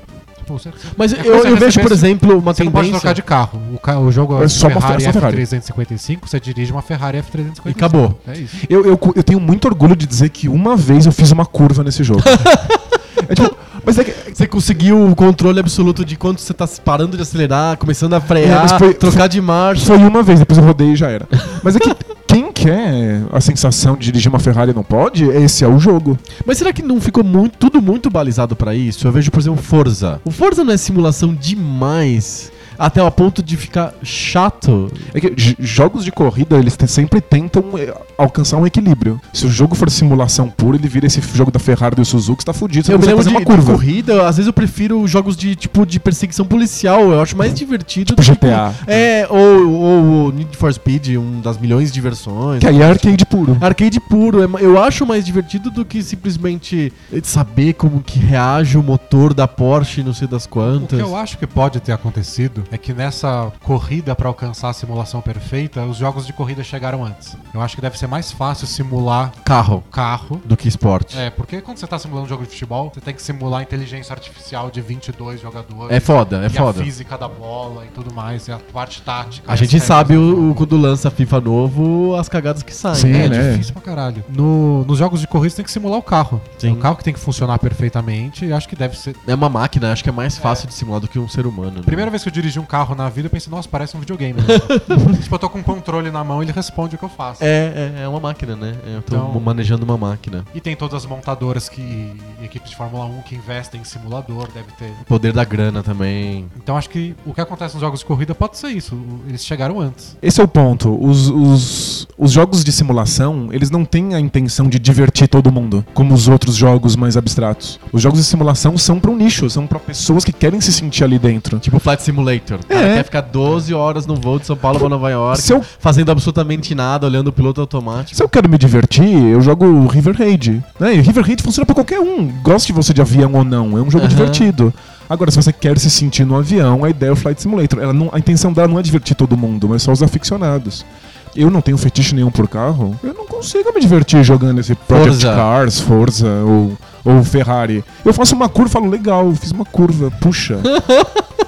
[SPEAKER 3] Pô, você- você-
[SPEAKER 1] Mas
[SPEAKER 3] é
[SPEAKER 1] eu,
[SPEAKER 3] coisa
[SPEAKER 1] eu
[SPEAKER 3] que você
[SPEAKER 1] vejo, por
[SPEAKER 3] pensa-
[SPEAKER 1] exemplo, uma
[SPEAKER 3] Você não pode trocar
[SPEAKER 1] tendência.
[SPEAKER 3] de carro. O, ca- o jogo é
[SPEAKER 2] É só uma
[SPEAKER 3] Ferrari,
[SPEAKER 2] Ferrari.
[SPEAKER 3] F355, você dirige uma Ferrari F355.
[SPEAKER 1] E acabou.
[SPEAKER 3] É isso.
[SPEAKER 2] Eu, eu, eu tenho muito orgulho de dizer que uma vez eu fiz uma curva nesse jogo. é tipo, mas é que.
[SPEAKER 1] Você conseguiu o controle absoluto de quanto você tá parando de acelerar, começando a
[SPEAKER 2] É,
[SPEAKER 1] frear,
[SPEAKER 2] mas foi-
[SPEAKER 1] trocar de marcha.
[SPEAKER 2] Foi uma vez, depois eu rodei e já era. Mas é que quem quer a sensação de dirigir uma Ferrari e não pode, esse é o jogo.
[SPEAKER 1] Mas será que não ficou muito- tudo muito balizado pra isso? Eu vejo, por exemplo, Forza. O Forza não é simulação demais, até o ponto de ficar chato.
[SPEAKER 2] É que j- jogos de corrida, eles te- sempre tentam eh, alcançar um equilíbrio. Se o jogo for simulação pura, ele vira esse jogo da Ferrari do Suzuki, você tá fudido, você
[SPEAKER 1] eu
[SPEAKER 2] não
[SPEAKER 1] me
[SPEAKER 2] consegue
[SPEAKER 1] lembro
[SPEAKER 2] fazer
[SPEAKER 1] de,
[SPEAKER 2] uma
[SPEAKER 1] de
[SPEAKER 2] curva.
[SPEAKER 1] corrida, às vezes eu prefiro jogos de tipo de perseguição policial, eu acho mais divertido.
[SPEAKER 2] Tipo GTA.
[SPEAKER 1] É, ou, ou, ou Need for Speed, um das milhões de versões.
[SPEAKER 2] Que aí é arcade puro.
[SPEAKER 1] Arcade puro, é ma- eu acho mais divertido do que simplesmente saber como que reage o motor da Porsche, não sei das
[SPEAKER 3] O que
[SPEAKER 1] quantas.
[SPEAKER 3] eu acho que pode ter acontecido é que nessa corrida pra alcançar a simulação perfeita, os jogos de corrida chegaram antes. Eu acho que deve ser mais fácil simular
[SPEAKER 1] Carro
[SPEAKER 3] carro.
[SPEAKER 1] do que esporte.
[SPEAKER 3] É, porque quando você tá simulando um jogo de futebol, você tem que simular a inteligência artificial de 22 jogadores.
[SPEAKER 1] É foda, é
[SPEAKER 3] e
[SPEAKER 1] foda.
[SPEAKER 3] a física é da bola e tudo mais, e a parte tática.
[SPEAKER 1] A
[SPEAKER 3] as
[SPEAKER 1] gente
[SPEAKER 3] regras
[SPEAKER 1] sabe
[SPEAKER 3] do
[SPEAKER 1] o,
[SPEAKER 3] jogo.
[SPEAKER 1] o- quando lança FIFA novo, as cagadas que saem.
[SPEAKER 2] Sim.
[SPEAKER 3] É,
[SPEAKER 2] É, né?
[SPEAKER 3] difícil pra caralho. No- nos jogos de corrida você tem que simular o carro.
[SPEAKER 1] Sim.
[SPEAKER 3] O carro que tem que funcionar perfeitamente e acho que deve ser.
[SPEAKER 1] É uma máquina, acho que é mais fácil de simular do que um ser humano. né?
[SPEAKER 3] Primeira vez que eu dirigi um carro na vida, eu pensei, nossa, parece um videogame. né? tipo, eu tô com um controle na mão e ele responde o que eu faço.
[SPEAKER 1] É, é, é uma máquina, né? Eu tô
[SPEAKER 3] Então-
[SPEAKER 1] manejando uma máquina.
[SPEAKER 3] E tem todas as montadoras que, e equipes de Fórmula 1 que investem em simulador, deve ter.
[SPEAKER 1] O poder da grana também.
[SPEAKER 3] Então acho que o que acontece nos jogos de corrida pode ser isso. o- Eles chegaram antes.
[SPEAKER 2] Esse é o ponto. Os, os, os jogos de simulação, eles não têm a intenção de divertir todo mundo, como os outros jogos mais abstratos. Os jogos de simulação são pra um nicho, são pra pessoas que querem se sentir ali dentro.
[SPEAKER 1] Tipo Flight Simulator. O cara
[SPEAKER 2] É.
[SPEAKER 1] quer ficar 12 horas no voo de São Paulo pra Nova York,
[SPEAKER 2] Se eu,
[SPEAKER 1] fazendo absolutamente nada, olhando o piloto automático.
[SPEAKER 2] se eu quero me divertir, eu jogo River Raid. Né? E River Raid funciona pra qualquer um, goste você de avião ou não, é um jogo
[SPEAKER 1] Aham.
[SPEAKER 2] divertido. Agora, se você quer se sentir no avião, a ideia é o Flight Simulator. Ela não, a intenção dela não é divertir todo mundo, mas só os aficionados. Eu não tenho fetiche nenhum por carro. Eu não consigo me divertir jogando esse Project
[SPEAKER 1] Forza.
[SPEAKER 2] Cars, Forza ou, ou Ferrari. Eu faço uma curva e falo, legal, eu fiz uma curva, puxa.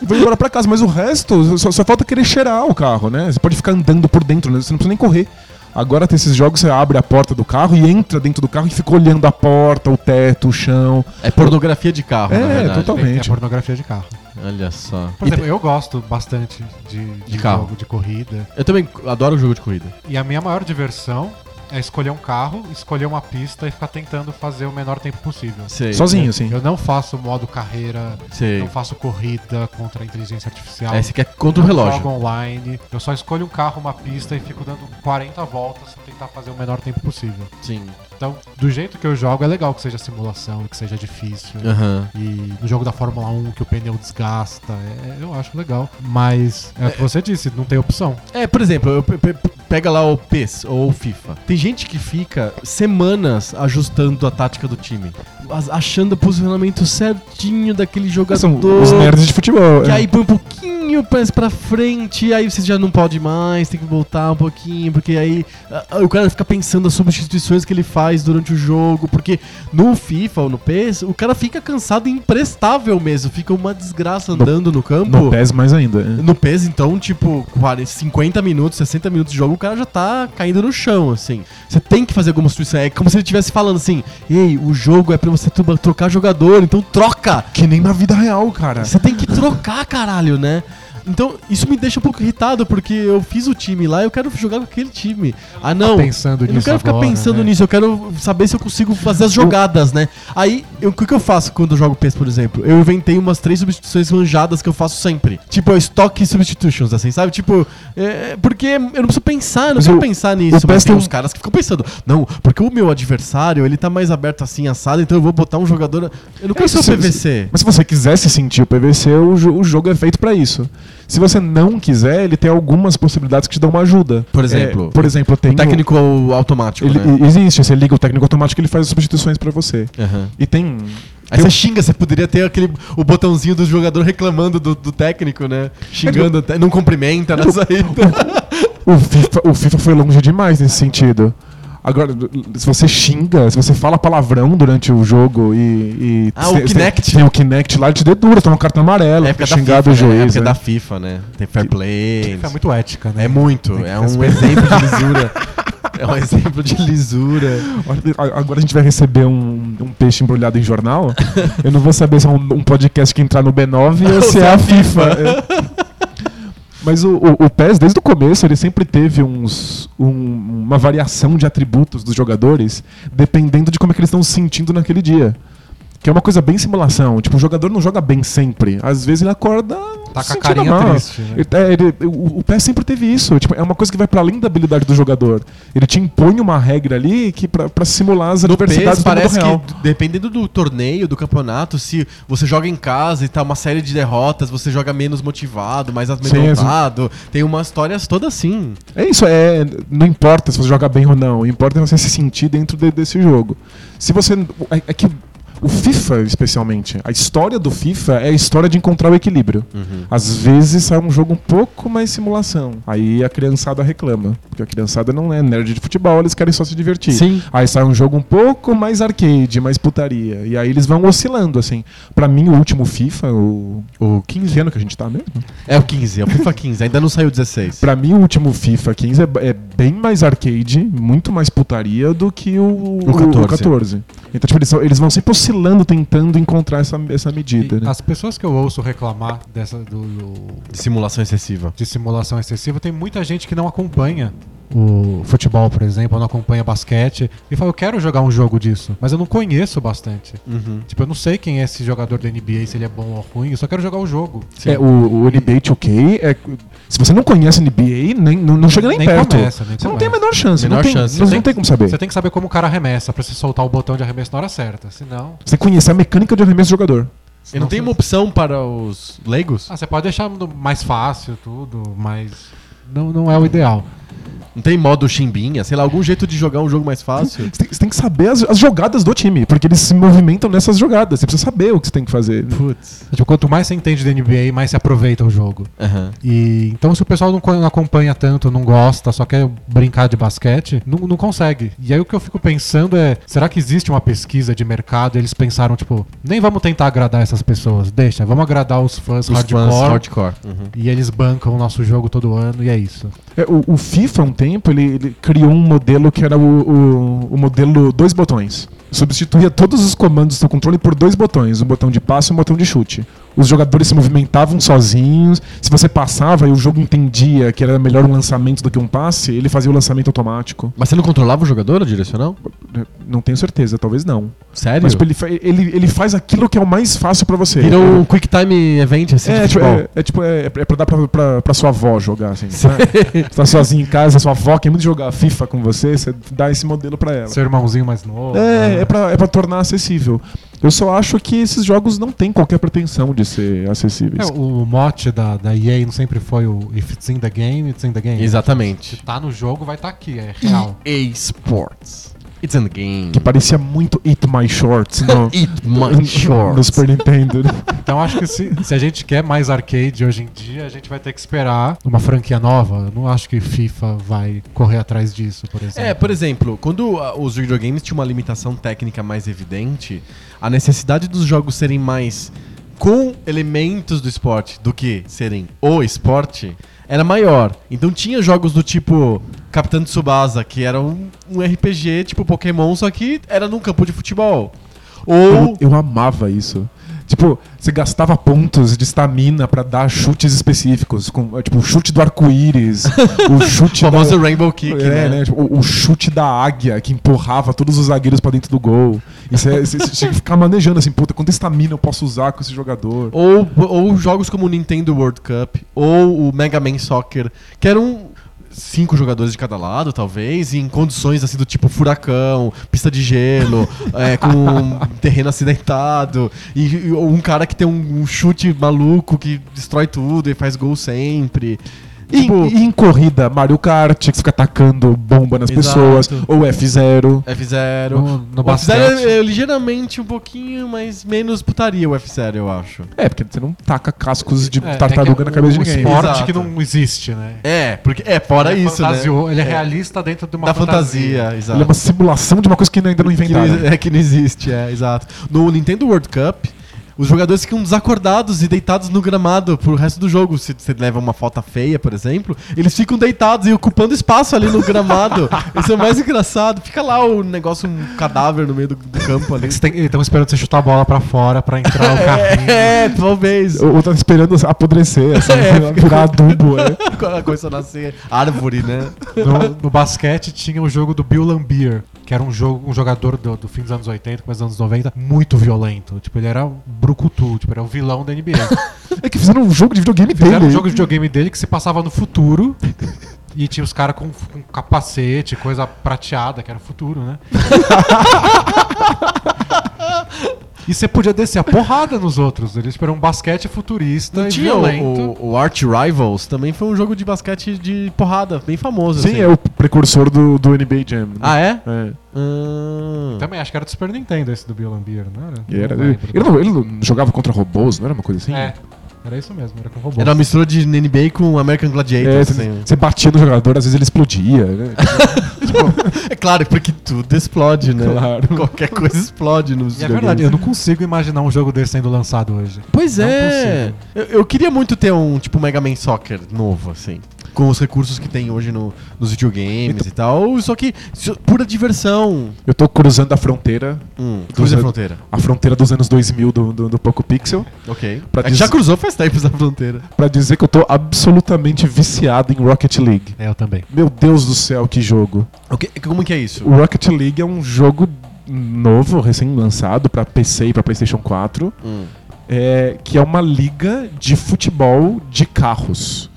[SPEAKER 2] E Vou embora pra casa, mas o resto, só, só falta querer cheirar o carro, né? Você pode ficar andando por dentro, né? você não precisa nem correr. Agora tem esses jogos, você abre a porta do carro e entra dentro do carro e fica olhando a porta, o teto, o chão.
[SPEAKER 1] É pornografia de carro,
[SPEAKER 2] É,
[SPEAKER 1] na verdade.
[SPEAKER 2] total-
[SPEAKER 3] Tem, tem a
[SPEAKER 2] Totalmente.
[SPEAKER 3] pornografia de carro.
[SPEAKER 1] Olha só.
[SPEAKER 3] Por exemplo, eu gosto bastante de, de,
[SPEAKER 1] De carro.
[SPEAKER 3] jogo de corrida.
[SPEAKER 1] Eu também adoro jogo de corrida.
[SPEAKER 3] E a minha maior diversão é escolher um carro, escolher uma pista e ficar tentando fazer o menor tempo possível.
[SPEAKER 1] Sei.
[SPEAKER 2] Sozinho, assim.
[SPEAKER 1] né?
[SPEAKER 3] Eu não faço modo carreira,
[SPEAKER 1] Sei.
[SPEAKER 3] não faço corrida contra a inteligência artificial.
[SPEAKER 1] É, você quer contra o
[SPEAKER 3] não
[SPEAKER 1] relógio.
[SPEAKER 3] jogo online. Eu só escolho um carro, uma pista e fico dando 40 voltas pra tentar fazer o menor tempo possível.
[SPEAKER 1] Sim.
[SPEAKER 3] Então, do jeito que eu jogo, é legal que seja simulação, que seja difícil.
[SPEAKER 1] Aham.
[SPEAKER 3] E no jogo da Fórmula 1, que o pneu desgasta, é- eu acho legal. Mas é o que você disse, não tem opção.
[SPEAKER 1] É, por exemplo, eu pe- pe- pega lá o PES ou o FIFA. Tem gente que fica semanas ajustando a tática do time, as- achando o posicionamento certinho daquele jogador.
[SPEAKER 2] São os nerds de futebol.
[SPEAKER 1] Que
[SPEAKER 2] é.
[SPEAKER 1] aí põe um pouquinho mais pra frente, aí você já não pode mais, tem que voltar um pouquinho, porque aí ah, ah, o cara fica pensando nas substituições que ele faz durante o jogo, porque no FIFA ou no PES, o cara fica cansado e imprestável mesmo, fica uma desgraça andando no campo.
[SPEAKER 2] No PES mais ainda. é.
[SPEAKER 1] No PES, então, tipo, 40, 50 minutos, 60 minutos de jogo, o cara já tá caindo no chão, assim. Você tem que fazer alguma substituição. É como se ele estivesse falando assim: Ei, o jogo é pra você tuba- trocar jogador, então troca!
[SPEAKER 2] Que nem na vida real, cara.
[SPEAKER 1] Você tem que trocar, caralho, né? Então, isso me deixa um pouco irritado, porque eu fiz o time lá e eu quero jogar com aquele time.
[SPEAKER 2] Tá
[SPEAKER 1] Ah, não.
[SPEAKER 3] pensando
[SPEAKER 1] Eu não
[SPEAKER 3] nisso
[SPEAKER 1] quero ficar
[SPEAKER 3] agora,
[SPEAKER 1] pensando
[SPEAKER 3] né?
[SPEAKER 1] nisso, eu quero saber se eu consigo fazer as jogadas, né? Aí, eu- o que, que eu faço quando eu jogo PES, por exemplo? Eu inventei umas três substituições manjadas que eu faço sempre. Tipo, é stock substitutions, assim, sabe? Tipo, é, porque eu não preciso pensar, eu não
[SPEAKER 2] Mas
[SPEAKER 1] preciso
[SPEAKER 2] o-
[SPEAKER 1] pensar nisso.
[SPEAKER 2] o
[SPEAKER 1] Mas
[SPEAKER 2] PES
[SPEAKER 1] tem
[SPEAKER 2] tem
[SPEAKER 1] uns
[SPEAKER 2] um-
[SPEAKER 1] caras que ficam pensando, não, porque o meu adversário, ele tá mais aberto assim, assado, então eu vou botar um jogador... Eu não quero ser o
[SPEAKER 2] É, se-
[SPEAKER 1] PVC.
[SPEAKER 2] Mas se você quiser se sentir o PVC, o, jo- o jogo é feito pra isso. Se você não quiser, ele tem algumas possibilidades que te dão uma ajuda.
[SPEAKER 1] Por exemplo,
[SPEAKER 2] É, por exemplo, tem
[SPEAKER 1] O técnico automático,
[SPEAKER 2] ele,
[SPEAKER 1] né?
[SPEAKER 2] e- Existe, você liga o técnico automático, ele faz as substituições pra você.
[SPEAKER 1] Aham.
[SPEAKER 2] E tem
[SPEAKER 1] Aí você xinga, você poderia ter aquele o botãozinho do jogador reclamando do, do técnico, né? Xingando, até- né? não cumprimenta na saída.
[SPEAKER 2] o FIFA, o FIFA foi longe demais nesse sentido. Agora, se você xinga, se você fala palavrão durante o jogo e. e
[SPEAKER 1] Ah, o
[SPEAKER 2] cê- cê-
[SPEAKER 1] Kinect.
[SPEAKER 2] Tem o Kinect lá, ele te dedura, toma um cartão amarelo,
[SPEAKER 1] É época
[SPEAKER 2] fica
[SPEAKER 1] da
[SPEAKER 2] xingado o
[SPEAKER 1] FIFA, né? É
[SPEAKER 2] juiz.
[SPEAKER 1] época
[SPEAKER 2] né?
[SPEAKER 1] da FIFA, né? Tem fair play.
[SPEAKER 3] É muito ética, né?
[SPEAKER 1] É muito.
[SPEAKER 3] Tem que
[SPEAKER 1] É
[SPEAKER 3] ter
[SPEAKER 1] um exemplo de lisura. É um exemplo de lisura.
[SPEAKER 2] Olha, Agora a gente vai receber um, um peixe embrulhado em jornal. Eu não vou saber se é um, um podcast que entrar no B9 ou se é a FIFA. É. Mas o, o, o PES, desde o começo, ele sempre teve uns, um- uma variação de atributos dos jogadores, dependendo de como é que eles estão se sentindo naquele dia. Que é uma coisa bem simulação. Tipo, o jogador não joga bem sempre. Às vezes ele acorda.
[SPEAKER 3] Tá
[SPEAKER 2] se
[SPEAKER 3] com a
[SPEAKER 2] sentindo
[SPEAKER 3] carinha
[SPEAKER 2] mal.
[SPEAKER 3] triste, né?
[SPEAKER 2] Ele- é, ele- o, o PES sempre teve isso. Tipo, é uma coisa que vai pra além da habilidade do jogador. Ele te impõe uma regra ali que pra, pra simular as
[SPEAKER 1] No
[SPEAKER 2] adversidades
[SPEAKER 1] PES
[SPEAKER 2] do mundo
[SPEAKER 1] parece
[SPEAKER 2] real.
[SPEAKER 1] que, dependendo do torneio, do campeonato, se você joga em casa e tá uma série de derrotas, você joga menos motivado, mais amedrontado. Tem umas histórias todas assim.
[SPEAKER 2] É isso, é. Não importa se você joga bem ou não, importa você se sentir dentro de- desse jogo. Se você. É, é que o FIFA, especialmente, a história do FIFA é a história de encontrar o equilíbrio. Às vezes sai um jogo um pouco mais simulação. Aí a criançada reclama. Porque a criançada não é nerd de futebol, eles querem só se divertir.
[SPEAKER 1] Sim.
[SPEAKER 2] Aí sai um jogo um pouco mais arcade, mais putaria. E aí eles vão oscilando, assim. Pra mim, o último FIFA, o, o 15 ano que a gente tá mesmo.
[SPEAKER 1] É o 15, é o FIFA 15. Ainda não saiu o 16.
[SPEAKER 2] Pra mim, o último FIFA 15 é, é bem mais arcade, muito mais putaria do que o,
[SPEAKER 1] O 14.
[SPEAKER 2] 14. Então, tipo, eles, são- eles vão sempre oscilando, tentando encontrar essa, essa medida, né?
[SPEAKER 3] As pessoas que eu ouço reclamar dessa do- do,
[SPEAKER 1] De simulação excessiva.
[SPEAKER 3] de simulação excessiva, tem muita gente que não acompanha o futebol, por exemplo, ou não acompanha basquete e fala, eu quero jogar um jogo disso, mas eu não conheço bastante.
[SPEAKER 2] Uhum.
[SPEAKER 3] Tipo, eu não sei quem é esse jogador da NBA, se ele é bom ou ruim, eu só quero jogar o jogo.
[SPEAKER 2] É, o, o NBA 2K, é, se você não conhece NBA, nem, não, não chega nem,
[SPEAKER 3] Nem
[SPEAKER 2] perto.
[SPEAKER 3] começa, nem
[SPEAKER 2] você não
[SPEAKER 3] começa.
[SPEAKER 2] tem a menor chance.
[SPEAKER 1] Menor
[SPEAKER 2] não tem,
[SPEAKER 1] chance.
[SPEAKER 2] Não,
[SPEAKER 1] Você
[SPEAKER 2] não tem como saber.
[SPEAKER 3] Você tem que saber como o cara arremessa pra você soltar o botão de arremesso na hora certa, senão...
[SPEAKER 2] Você tem que conhecer a mecânica de arremesso do jogador.
[SPEAKER 1] E não tem uma opção para os leigos?
[SPEAKER 3] Ah, você pode deixar no- mais fácil tudo, mas não, não é o ideal.
[SPEAKER 1] Não tem modo chimbinha? Sei lá, algum jeito de jogar um jogo mais fácil?
[SPEAKER 2] Você tem, você tem que saber as, as jogadas do time, porque eles se movimentam nessas jogadas. Você precisa saber o que você tem que fazer.
[SPEAKER 1] Putz.
[SPEAKER 3] Tipo, quanto mais você entende da NBA, mais você aproveita o jogo.
[SPEAKER 1] Aham.
[SPEAKER 3] E então se o pessoal não, co- não acompanha tanto, não gosta, só quer brincar de basquete, não, não consegue. E aí o que eu fico pensando é, será que existe uma pesquisa de mercado? e Eles pensaram, tipo, nem vamos tentar agradar essas pessoas, deixa, vamos agradar os fãs
[SPEAKER 1] Os
[SPEAKER 3] hardcore.
[SPEAKER 1] fãs hardcore. Uhum.
[SPEAKER 3] E eles bancam o nosso jogo todo ano e é isso.
[SPEAKER 2] É, o, o FIFA, um tempo, ele, ele criou um modelo que era o, o- o modelo dois botões. Substituía todos os comandos do controle por dois botões, um botão de passe e um botão de chute. Os jogadores se movimentavam sozinhos. Se você passava e o jogo entendia que era melhor um lançamento do que um passe, ele fazia o lançamento automático.
[SPEAKER 1] Mas você não controlava o jogador, o direcional?
[SPEAKER 2] Não tenho certeza, talvez não.
[SPEAKER 1] Sério?
[SPEAKER 2] Mas tipo, ele, fa- ele, ele faz aquilo que é o mais fácil pra você.
[SPEAKER 1] Virou um quick time event, assim,
[SPEAKER 2] É,
[SPEAKER 1] de
[SPEAKER 2] tipo,
[SPEAKER 1] futebol.
[SPEAKER 2] é, é tipo, é, é pra dar pra, pra, pra sua avó jogar, assim. Né? Você tá sozinho em casa, sua avó quer muito jogar FIFA com você, você dá esse modelo pra ela.
[SPEAKER 3] Seu irmãozinho mais novo.
[SPEAKER 2] É,
[SPEAKER 3] né?
[SPEAKER 2] é pra, é pra tornar acessível. Eu só acho que esses jogos não têm qualquer pretensão de ser
[SPEAKER 3] É,
[SPEAKER 2] acessíveis.
[SPEAKER 3] o mote da, da EA não sempre foi o If it's in the game, it's in the game.
[SPEAKER 1] Exatamente.
[SPEAKER 3] Tá no jogo, vai tá aqui, é real.
[SPEAKER 1] EA Sports. It's in the game.
[SPEAKER 2] Que parecia muito Eat My Shorts no,
[SPEAKER 1] Eat
[SPEAKER 2] no-
[SPEAKER 1] my
[SPEAKER 2] no
[SPEAKER 1] shorts.
[SPEAKER 2] Super Nintendo. né?
[SPEAKER 3] Então acho que se, se a gente quer mais arcade hoje em dia, a gente vai ter que esperar uma franquia nova. Eu não acho que FIFA vai correr atrás disso, por exemplo.
[SPEAKER 1] É, por exemplo, quando ah, os videogames tinham uma limitação técnica mais evidente, a necessidade dos jogos serem mais com elementos do esporte do que serem o esporte era maior. Então tinha jogos do tipo Capitão Tsubasa, que era um, um RPG tipo Pokémon, só que era num campo de futebol. Ou
[SPEAKER 2] Eu, eu amava isso. Tipo, você gastava pontos de estamina pra dar chutes específicos, com, tipo, o chute do arco-íris, o
[SPEAKER 1] o
[SPEAKER 2] chute
[SPEAKER 1] famoso Rainbow Kick,
[SPEAKER 2] É,
[SPEAKER 1] né?
[SPEAKER 2] né? Tipo, O, o chute da águia que empurrava todos os zagueiros pra dentro do gol. E você você- você tinha que ficar manejando assim, puta, quanta estamina eu posso usar com esse jogador.
[SPEAKER 1] Ou, ou jogos como o Nintendo World Cup, ou o Mega Man Soccer, que eram cinco jogadores de cada lado, talvez, e em condições assim do tipo furacão, pista de gelo, é, com um terreno acidentado, e, e um cara que tem um, um chute maluco que destrói tudo e faz gol sempre.
[SPEAKER 2] E,
[SPEAKER 1] Tipo-
[SPEAKER 2] e em corrida, Mario Kart, que fica atacando bomba nas
[SPEAKER 1] Exato.
[SPEAKER 2] pessoas, ou F0.
[SPEAKER 1] F0.
[SPEAKER 3] No- no
[SPEAKER 1] o F0 é,
[SPEAKER 3] basquete.
[SPEAKER 1] é ligeiramente um pouquinho, mas menos putaria o F0, eu acho.
[SPEAKER 2] É, porque você não taca cascos de
[SPEAKER 3] É, é
[SPEAKER 2] tartaruga
[SPEAKER 3] que é
[SPEAKER 2] na cabeça de
[SPEAKER 3] um
[SPEAKER 2] ninguém.
[SPEAKER 3] esporte
[SPEAKER 1] Exato.
[SPEAKER 3] que não existe, né?
[SPEAKER 1] É, porque é fora
[SPEAKER 3] Ele é
[SPEAKER 1] isso,
[SPEAKER 3] fantasio-
[SPEAKER 1] né?
[SPEAKER 3] Ele é
[SPEAKER 1] É.
[SPEAKER 3] realista dentro de uma
[SPEAKER 1] da fantasia, exato.
[SPEAKER 2] Ele é uma simulação de uma coisa que ainda não
[SPEAKER 1] que não,
[SPEAKER 2] inventaram.
[SPEAKER 1] é que não existe, é, exato. No Nintendo World Cup, os jogadores ficam desacordados e deitados no gramado pro resto do jogo. Se você leva uma falta feia, por exemplo, eles ficam deitados e ocupando espaço ali no gramado. Isso é o mais engraçado. Fica lá o negócio, um cadáver no meio do, do campo ali.
[SPEAKER 3] Eles têm- eles estão esperando você chutar a bola pra fora pra entrar o carrinho.
[SPEAKER 1] É, talvez.
[SPEAKER 2] Ou tá esperando apodrecer, assim,
[SPEAKER 1] É,
[SPEAKER 2] virar adubo. é.
[SPEAKER 1] Quando a coisa nascer árvore, né?
[SPEAKER 3] No, no basquete tinha o jogo do Bill Lambier, que era um, jogo, um jogador do, do fim dos anos 80, começo dos anos 90, muito violento. Tipo, ele era um brucutu, tipo, era o vilão da NBA.
[SPEAKER 2] É que fizeram um jogo de videogame
[SPEAKER 3] Fizeram
[SPEAKER 2] dele.
[SPEAKER 3] um jogo de videogame dele que se passava no futuro. E tinha os caras com, com capacete, coisa prateada, que era o futuro, né? e você podia descer a porrada nos outros. Eles eram um basquete futurista e
[SPEAKER 1] Tinha
[SPEAKER 3] violento.
[SPEAKER 1] o, o, o Arch Rivals, também foi um jogo de basquete de porrada, bem famoso.
[SPEAKER 2] Sim,
[SPEAKER 1] assim.
[SPEAKER 2] é o precursor do, do NBA Jam. né?
[SPEAKER 1] Ah, é?
[SPEAKER 2] É.
[SPEAKER 1] Hum.
[SPEAKER 3] Também acho que era do Super Nintendo esse do Bill Lambier, não era?
[SPEAKER 2] E era-
[SPEAKER 3] Não
[SPEAKER 2] ele,
[SPEAKER 3] lembro.
[SPEAKER 2] ele não, ele não jogava contra robôs, não era uma coisa assim?
[SPEAKER 3] É, era isso mesmo, era com é robô.
[SPEAKER 1] Era uma mistura de NBA com American Gladiator.
[SPEAKER 2] É, você,
[SPEAKER 1] assim.
[SPEAKER 2] você batia no jogador, às vezes ele explodia. Né?
[SPEAKER 1] É claro, porque tudo explode, né?
[SPEAKER 2] Claro.
[SPEAKER 1] Qualquer coisa explode nos
[SPEAKER 3] E é
[SPEAKER 1] videogames.
[SPEAKER 3] verdade, eu não consigo imaginar um jogo desse sendo lançado hoje.
[SPEAKER 1] Pois
[SPEAKER 3] Não
[SPEAKER 1] é.
[SPEAKER 3] consigo.
[SPEAKER 1] Eu, eu queria muito ter um tipo Mega Man Soccer novo, assim. Com os recursos que tem hoje no- nos videogames e tal. Só que isso- pura diversão.
[SPEAKER 2] Eu tô cruzando a fronteira,
[SPEAKER 1] Hum, cruza a fronteira.
[SPEAKER 2] a fronteira dos anos 2000 do, do, do Poco Pixel,
[SPEAKER 1] Ok.
[SPEAKER 2] Pra
[SPEAKER 1] É que já
[SPEAKER 2] diz-
[SPEAKER 1] cruzou faz tempo essa fronteira.
[SPEAKER 2] pra dizer que eu tô absolutamente viciado em Rocket League.
[SPEAKER 3] É, eu também.
[SPEAKER 2] Meu Deus do céu, que jogo.
[SPEAKER 1] Ok, Como que é isso?
[SPEAKER 2] O Rocket League é um jogo novo, recém-lançado pra PC e pra PlayStation 4.
[SPEAKER 1] Hum.
[SPEAKER 2] é, que é uma liga de futebol de carros.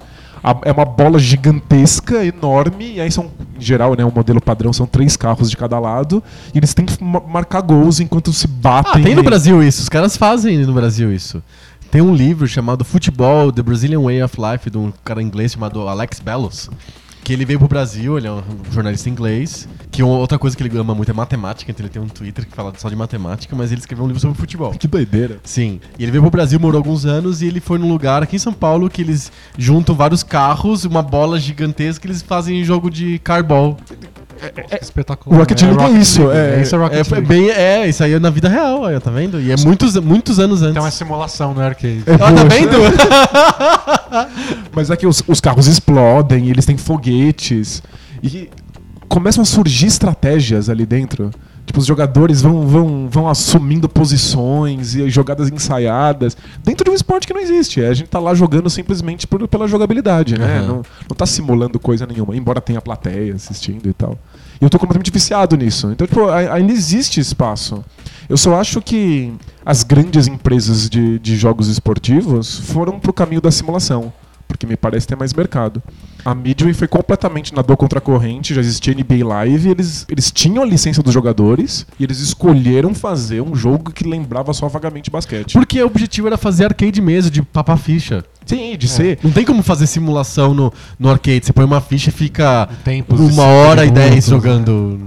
[SPEAKER 2] A- É uma bola gigantesca, enorme, e aí são, em geral, né, o modelo padrão são três carros de cada lado, e eles têm que ma- marcar gols enquanto se batem.
[SPEAKER 1] Ah, tem no
[SPEAKER 2] e-
[SPEAKER 1] Brasil isso. Os caras fazem no Brasil isso. Tem um livro chamado Futebol, The Brazilian Way of Life, de um cara inglês chamado Alex Bellos. Que ele veio pro Brasil, ele é um jornalista inglês. Que uma- outra coisa que ele ama muito é matemática, então ele tem um Twitter que fala só de matemática, mas ele escreveu um livro sobre futebol.
[SPEAKER 2] Que doideira.
[SPEAKER 1] Sim. E ele veio pro Brasil, morou alguns anos, e ele foi num lugar aqui em São Paulo que eles juntam vários carros, uma bola gigantesca, e eles fazem jogo de carball.
[SPEAKER 3] É, espetacular.
[SPEAKER 2] o Rocket League é isso, é-
[SPEAKER 3] isso é Rocket
[SPEAKER 1] É, foi
[SPEAKER 3] League.
[SPEAKER 1] bem, é, isso aí é na vida real, aí, ó, tá vendo? E é muitos, muitos anos antes.
[SPEAKER 3] Então é né? simulação no arcade.
[SPEAKER 2] É
[SPEAKER 1] Ó, tá
[SPEAKER 2] boa.
[SPEAKER 1] vendo?
[SPEAKER 2] Mas é que os, os carros explodem, eles têm foguetes, e começam a surgir estratégias ali dentro. Tipo, os jogadores vão, vão, vão assumindo posições e jogadas ensaiadas dentro de um esporte que não existe. A gente tá lá jogando simplesmente por- pela jogabilidade, né?
[SPEAKER 1] Aham.
[SPEAKER 2] Não, não tá simulando coisa nenhuma, embora tenha plateia assistindo e tal. E eu tô completamente viciado nisso. Então, tipo, a- ainda existe espaço. Eu só acho que as grandes empresas de, de jogos esportivos foram pro caminho da simulação. Porque me parece ter mais mercado. A Midway foi completamente nadou contra a corrente, já existia NBA Live, e eles, eles tinham a licença dos jogadores e eles escolheram fazer um jogo que lembrava só vagamente basquete.
[SPEAKER 1] Porque o objetivo era fazer arcade mesmo, de papar ficha.
[SPEAKER 2] Sim, de ser.
[SPEAKER 1] Não tem como fazer simulação no, no arcade. Você põe uma ficha e fica
[SPEAKER 3] Tempos
[SPEAKER 1] uma hora e dez
[SPEAKER 3] minutos, né?
[SPEAKER 1] jogando.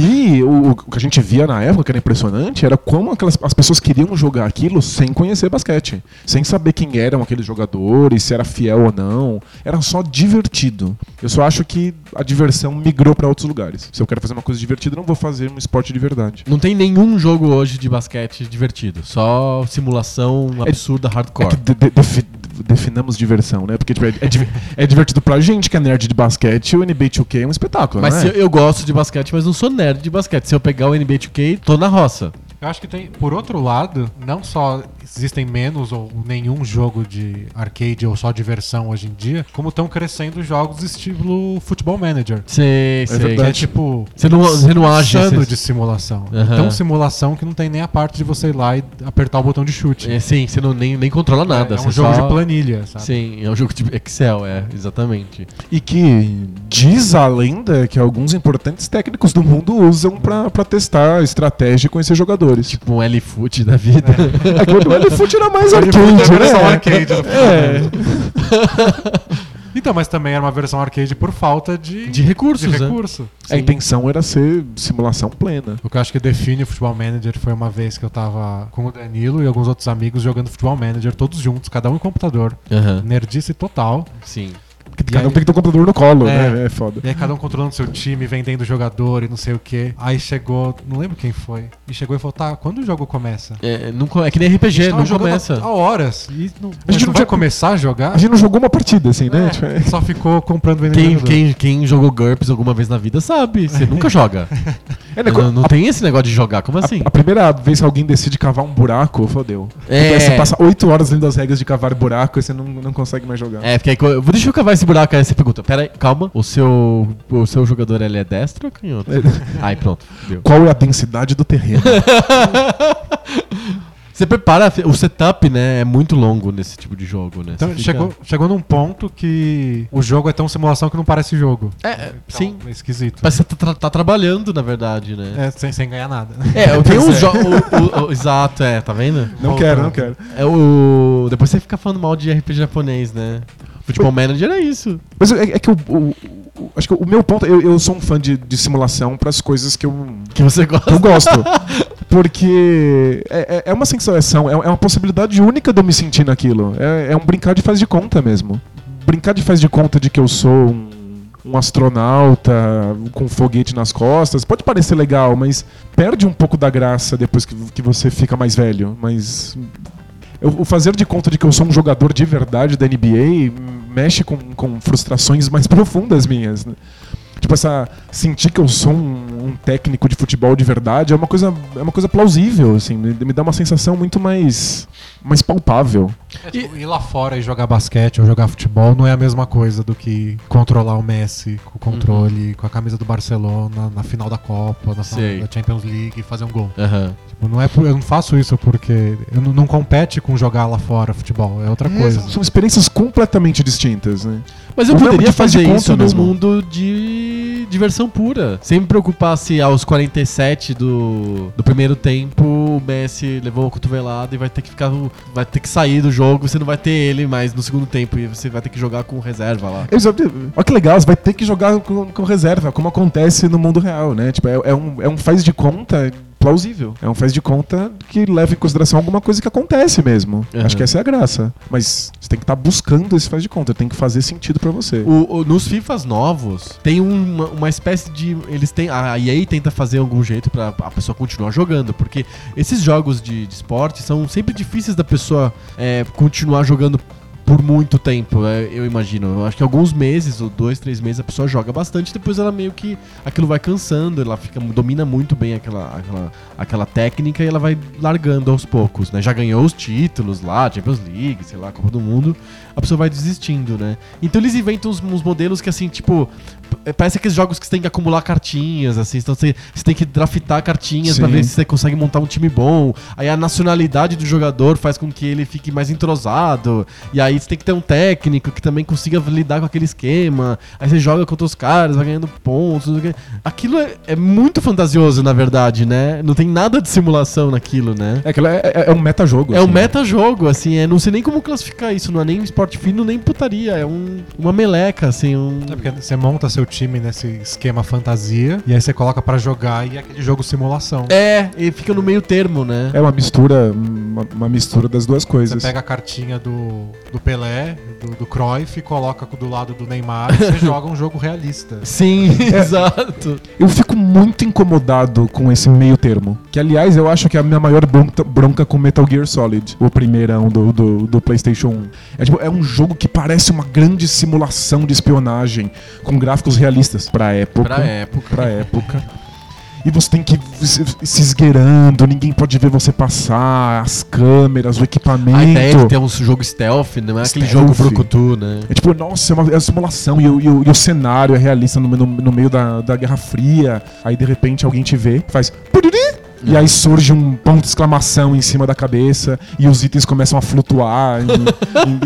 [SPEAKER 2] E o, o que a gente via na época, que era impressionante, era como aquelas, as pessoas queriam jogar aquilo sem conhecer basquete. Sem saber quem eram aqueles jogadores, se era fiel ou não. Era só divertido. Eu só acho que a diversão migrou pra outros lugares. Se eu quero fazer uma coisa divertida, eu não vou fazer um esporte de verdade.
[SPEAKER 1] Não tem nenhum jogo hoje de basquete divertido. Só simulação absurda,
[SPEAKER 2] É
[SPEAKER 1] hardcore.
[SPEAKER 2] que de- de- defi- definamos diversão, né? Porque tipo, é, é div- é divertido pra gente que é nerd de basquete e o NBA 2K é um espetáculo,
[SPEAKER 1] Mas
[SPEAKER 2] né?
[SPEAKER 1] se eu, eu gosto de basquete, mas não sou nerd de basquete. Se eu pegar o NBA 2K, tô na roça.
[SPEAKER 3] Eu acho que tem, por outro lado, não só existem menos ou nenhum jogo de arcade ou só diversão hoje em dia, como estão crescendo jogos estilo Futebol Manager.
[SPEAKER 1] Sei, sei.
[SPEAKER 3] Que é
[SPEAKER 2] verdade.
[SPEAKER 3] tipo.
[SPEAKER 1] Você não, você não age.
[SPEAKER 3] Insano
[SPEAKER 1] Você,
[SPEAKER 3] de simulação.
[SPEAKER 1] Aham.
[SPEAKER 3] Então, simulação que não tem nem a parte de você ir lá e apertar o botão de chute.
[SPEAKER 1] é, sim, você não, nem, nem controla nada.
[SPEAKER 3] é um
[SPEAKER 1] você
[SPEAKER 3] jogo
[SPEAKER 1] só-
[SPEAKER 3] de planilha, sabe?
[SPEAKER 1] Sim, é um jogo de Excel, é, exatamente.
[SPEAKER 2] E que diz a lenda que alguns importantes técnicos do mundo usam pra pra testar a estratégia e conhecer jogadores.
[SPEAKER 1] Tipo um L-Foot da vida.
[SPEAKER 2] É
[SPEAKER 1] né?
[SPEAKER 2] que o LFoot era mais né?
[SPEAKER 3] Ele
[SPEAKER 2] arcade,
[SPEAKER 3] foi o
[SPEAKER 2] né?
[SPEAKER 3] só arcade.
[SPEAKER 2] É.
[SPEAKER 3] Então, mas também era uma versão arcade por falta de,
[SPEAKER 1] De recursos,
[SPEAKER 3] de
[SPEAKER 1] né?
[SPEAKER 3] recurso.
[SPEAKER 2] A intenção era ser simulação plena.
[SPEAKER 3] O que eu acho que define o Futebol Manager foi uma vez que eu tava com o Danilo e alguns outros amigos jogando Futebol Manager, todos juntos, cada um em computador.
[SPEAKER 1] Aham.
[SPEAKER 3] Nerdice total.
[SPEAKER 1] Sim.
[SPEAKER 3] E
[SPEAKER 2] Cada um
[SPEAKER 3] aí-
[SPEAKER 2] tem que ter um computador no colo,
[SPEAKER 3] É.
[SPEAKER 2] né? É foda.
[SPEAKER 3] E aí cada um controlando seu time, vendendo jogador e não sei o quê. Aí chegou, não lembro quem foi, e chegou e falou, tá, quando o jogo começa? "Tá,
[SPEAKER 1] É, não co- é que nem RPG,
[SPEAKER 3] Tava
[SPEAKER 1] não
[SPEAKER 3] jogando
[SPEAKER 1] começa.
[SPEAKER 3] Há horas. E
[SPEAKER 2] A
[SPEAKER 3] não,
[SPEAKER 2] gente
[SPEAKER 3] mas
[SPEAKER 2] não
[SPEAKER 3] não vai
[SPEAKER 2] tinha-
[SPEAKER 3] começar a jogar?
[SPEAKER 2] A gente não jogou uma partida, assim, né?
[SPEAKER 3] É,
[SPEAKER 2] Tipo, é-
[SPEAKER 3] Só ficou comprando vendendo
[SPEAKER 1] Quem,
[SPEAKER 3] jogador.
[SPEAKER 1] quem, quem jogou GURPS alguma vez na vida sabe, você nunca joga.
[SPEAKER 2] é, né,
[SPEAKER 1] não, não tem esse negócio de jogar, como assim?
[SPEAKER 2] A primeira vez que alguém decide cavar um buraco, fodeu.
[SPEAKER 1] É.
[SPEAKER 2] Então, Você passa oito horas lendo as regras de cavar buraco e você não, não consegue mais jogar.
[SPEAKER 1] É, porque aí, co- eu vou deixa eu cavar esse buraco aí, você pergunta, pera aí, calma, o seu, o seu jogador, ele é destro ou canhoto? aí pronto, deu.
[SPEAKER 2] Qual é a densidade do terreno?
[SPEAKER 1] Você prepara, o setup, né, é muito longo nesse tipo de jogo, né?
[SPEAKER 3] Então
[SPEAKER 1] Você fica-
[SPEAKER 3] chegou, chegou num ponto que o jogo é tão simulação que não parece jogo.
[SPEAKER 1] É, é,
[SPEAKER 3] Então,
[SPEAKER 1] sim.
[SPEAKER 3] É esquisito.
[SPEAKER 1] Mas você tá, tra- tá trabalhando, na verdade, né?
[SPEAKER 3] É, sem, sem ganhar nada.
[SPEAKER 1] É, eu tenho uns jogos... Exato, é, tá vendo?
[SPEAKER 2] Não
[SPEAKER 3] Voltando.
[SPEAKER 2] quero, não quero.
[SPEAKER 1] É o... Depois você fica falando mal de RPG japonês, né? Futebol Manager é isso.
[SPEAKER 2] Mas é, é que o, o- o- Acho que o meu ponto. Eu, eu sou um fã de, de simulação para as coisas que eu
[SPEAKER 1] Que você gosta.
[SPEAKER 2] Eu gosto. Porque é, é- é uma sensação, é, é uma possibilidade única de eu me sentir naquilo. É, é um brincar de faz de conta mesmo. Brincar de faz de conta de que eu sou um, um astronauta com um foguete nas costas pode parecer legal, mas perde um pouco da graça depois que, que você fica mais velho. Mas eu- o fazer de conta de que eu sou um jogador de verdade da NBA mexe com, com frustrações mais profundas minhas. Né? Tipo, essa. Sentir que eu sou um, um técnico de futebol de verdade é uma coisa, é uma coisa plausível, assim. Me, me dá uma sensação muito mais. mais palpável.
[SPEAKER 3] E... Tipo, Ir lá fora e jogar basquete ou jogar futebol não é a mesma coisa do que controlar o Messi com o controle, com a camisa do Barcelona, na final da Copa, na final
[SPEAKER 1] Sei.
[SPEAKER 3] da Champions League e fazer um gol.
[SPEAKER 1] Aham.
[SPEAKER 3] Tipo, não é por- eu não faço isso porque eu não, não compete com jogar lá fora futebol, é outra coisa.
[SPEAKER 2] são experiências completamente distintas, né?
[SPEAKER 1] Mas eu
[SPEAKER 2] Não,
[SPEAKER 1] poderia
[SPEAKER 2] de faz tipo de
[SPEAKER 1] fazer
[SPEAKER 2] conta
[SPEAKER 1] isso no
[SPEAKER 2] mesmo.
[SPEAKER 1] mundo de diversão pura. Sem me preocupar se aos 47 do, do primeiro tempo o Messi levou uma cotovelada e vai ter que ficar. Vai ter que sair do jogo, você não vai ter ele mais no segundo tempo e você vai ter que jogar com reserva lá.
[SPEAKER 2] Exato. Olha que legal, você vai ter que jogar com, com reserva, como acontece no mundo real, né? Tipo, é, é um, é um faz de conta plausível. É um faz de conta que leva em consideração alguma coisa que acontece mesmo.
[SPEAKER 1] Uhum.
[SPEAKER 2] Acho que essa é a graça. Mas você tem que estar buscando esse faz de conta, tem que fazer sentido pra você.
[SPEAKER 1] O- o- nos FIFAs novos, tem uma, uma espécie de. Eles têm. A EA tenta fazer algum jeito pra a pessoa continuar jogando. Porque esses jogos de, de esporte são sempre difíceis da pessoa é, continuar jogando por muito tempo, é, eu imagino. Eu acho que alguns meses, ou dois, três meses, a pessoa joga bastante, depois ela meio que. aquilo vai cansando, ela fica, domina muito bem aquela, aquela, aquela técnica e ela vai largando aos poucos, né? Já ganhou os títulos lá, Champions League, sei lá, Copa do Mundo. A pessoa vai desistindo, né? Então eles inventam uns, uns modelos que, assim, tipo. p- Parece aqueles jogos que você tem que acumular cartinhas, assim. Então você, você tem que draftar cartinhas pra
[SPEAKER 2] Sim.
[SPEAKER 1] ver se você consegue montar um time bom. Aí a nacionalidade do jogador faz com que ele fique mais entrosado. E aí você tem que ter um técnico que também consiga lidar com aquele esquema. Aí você joga contra os caras, vai ganhando pontos. não sei o quê. Aquilo é, é muito fantasioso, na verdade, né? Não tem nada de simulação naquilo, né?
[SPEAKER 2] É, aquilo é, é, é um metajogo.
[SPEAKER 1] É um
[SPEAKER 2] assim.
[SPEAKER 1] metajogo, assim, é, não sei nem como classificar isso, não é nem esporte fino, nem putaria, é um, uma meleca, assim, um...
[SPEAKER 3] É porque você monta seu time nesse esquema fantasia e aí você coloca pra jogar e é aquele jogo simulação.
[SPEAKER 1] É, e fica no meio termo, né?
[SPEAKER 2] É uma mistura, uma, uma mistura das duas
[SPEAKER 3] Você
[SPEAKER 2] coisas.
[SPEAKER 3] pega a cartinha do, do Pelé, do, do Cruyff, coloca do lado do Neymar e você joga um jogo realista.
[SPEAKER 1] Sim, exato.
[SPEAKER 2] Eu fico muito incomodado com esse meio termo. Que, aliás, eu acho que é a minha maior bronca, bronca com Metal Gear Solid, o primeirão do, do, do PlayStation 1. É, tipo, é um jogo que parece uma grande simulação de espionagem, com gráficos realistas pra época.
[SPEAKER 3] é-
[SPEAKER 1] época.
[SPEAKER 2] pra época. E você tem que ir se se esgueirando, ninguém pode ver você passar, as câmeras, o equipamento.
[SPEAKER 1] A ideia de ter um jogo stealth, não é aquele
[SPEAKER 2] Stealth.
[SPEAKER 1] jogo brucutu, né?
[SPEAKER 2] É tipo, nossa, é uma, é uma simulação e o, e o- e o cenário é realista no, no- no meio da, da Guerra Fria. Aí de repente alguém te vê, faz. "Puriri", E aí surge um ponto de exclamação em cima da cabeça e os itens começam a flutuar em,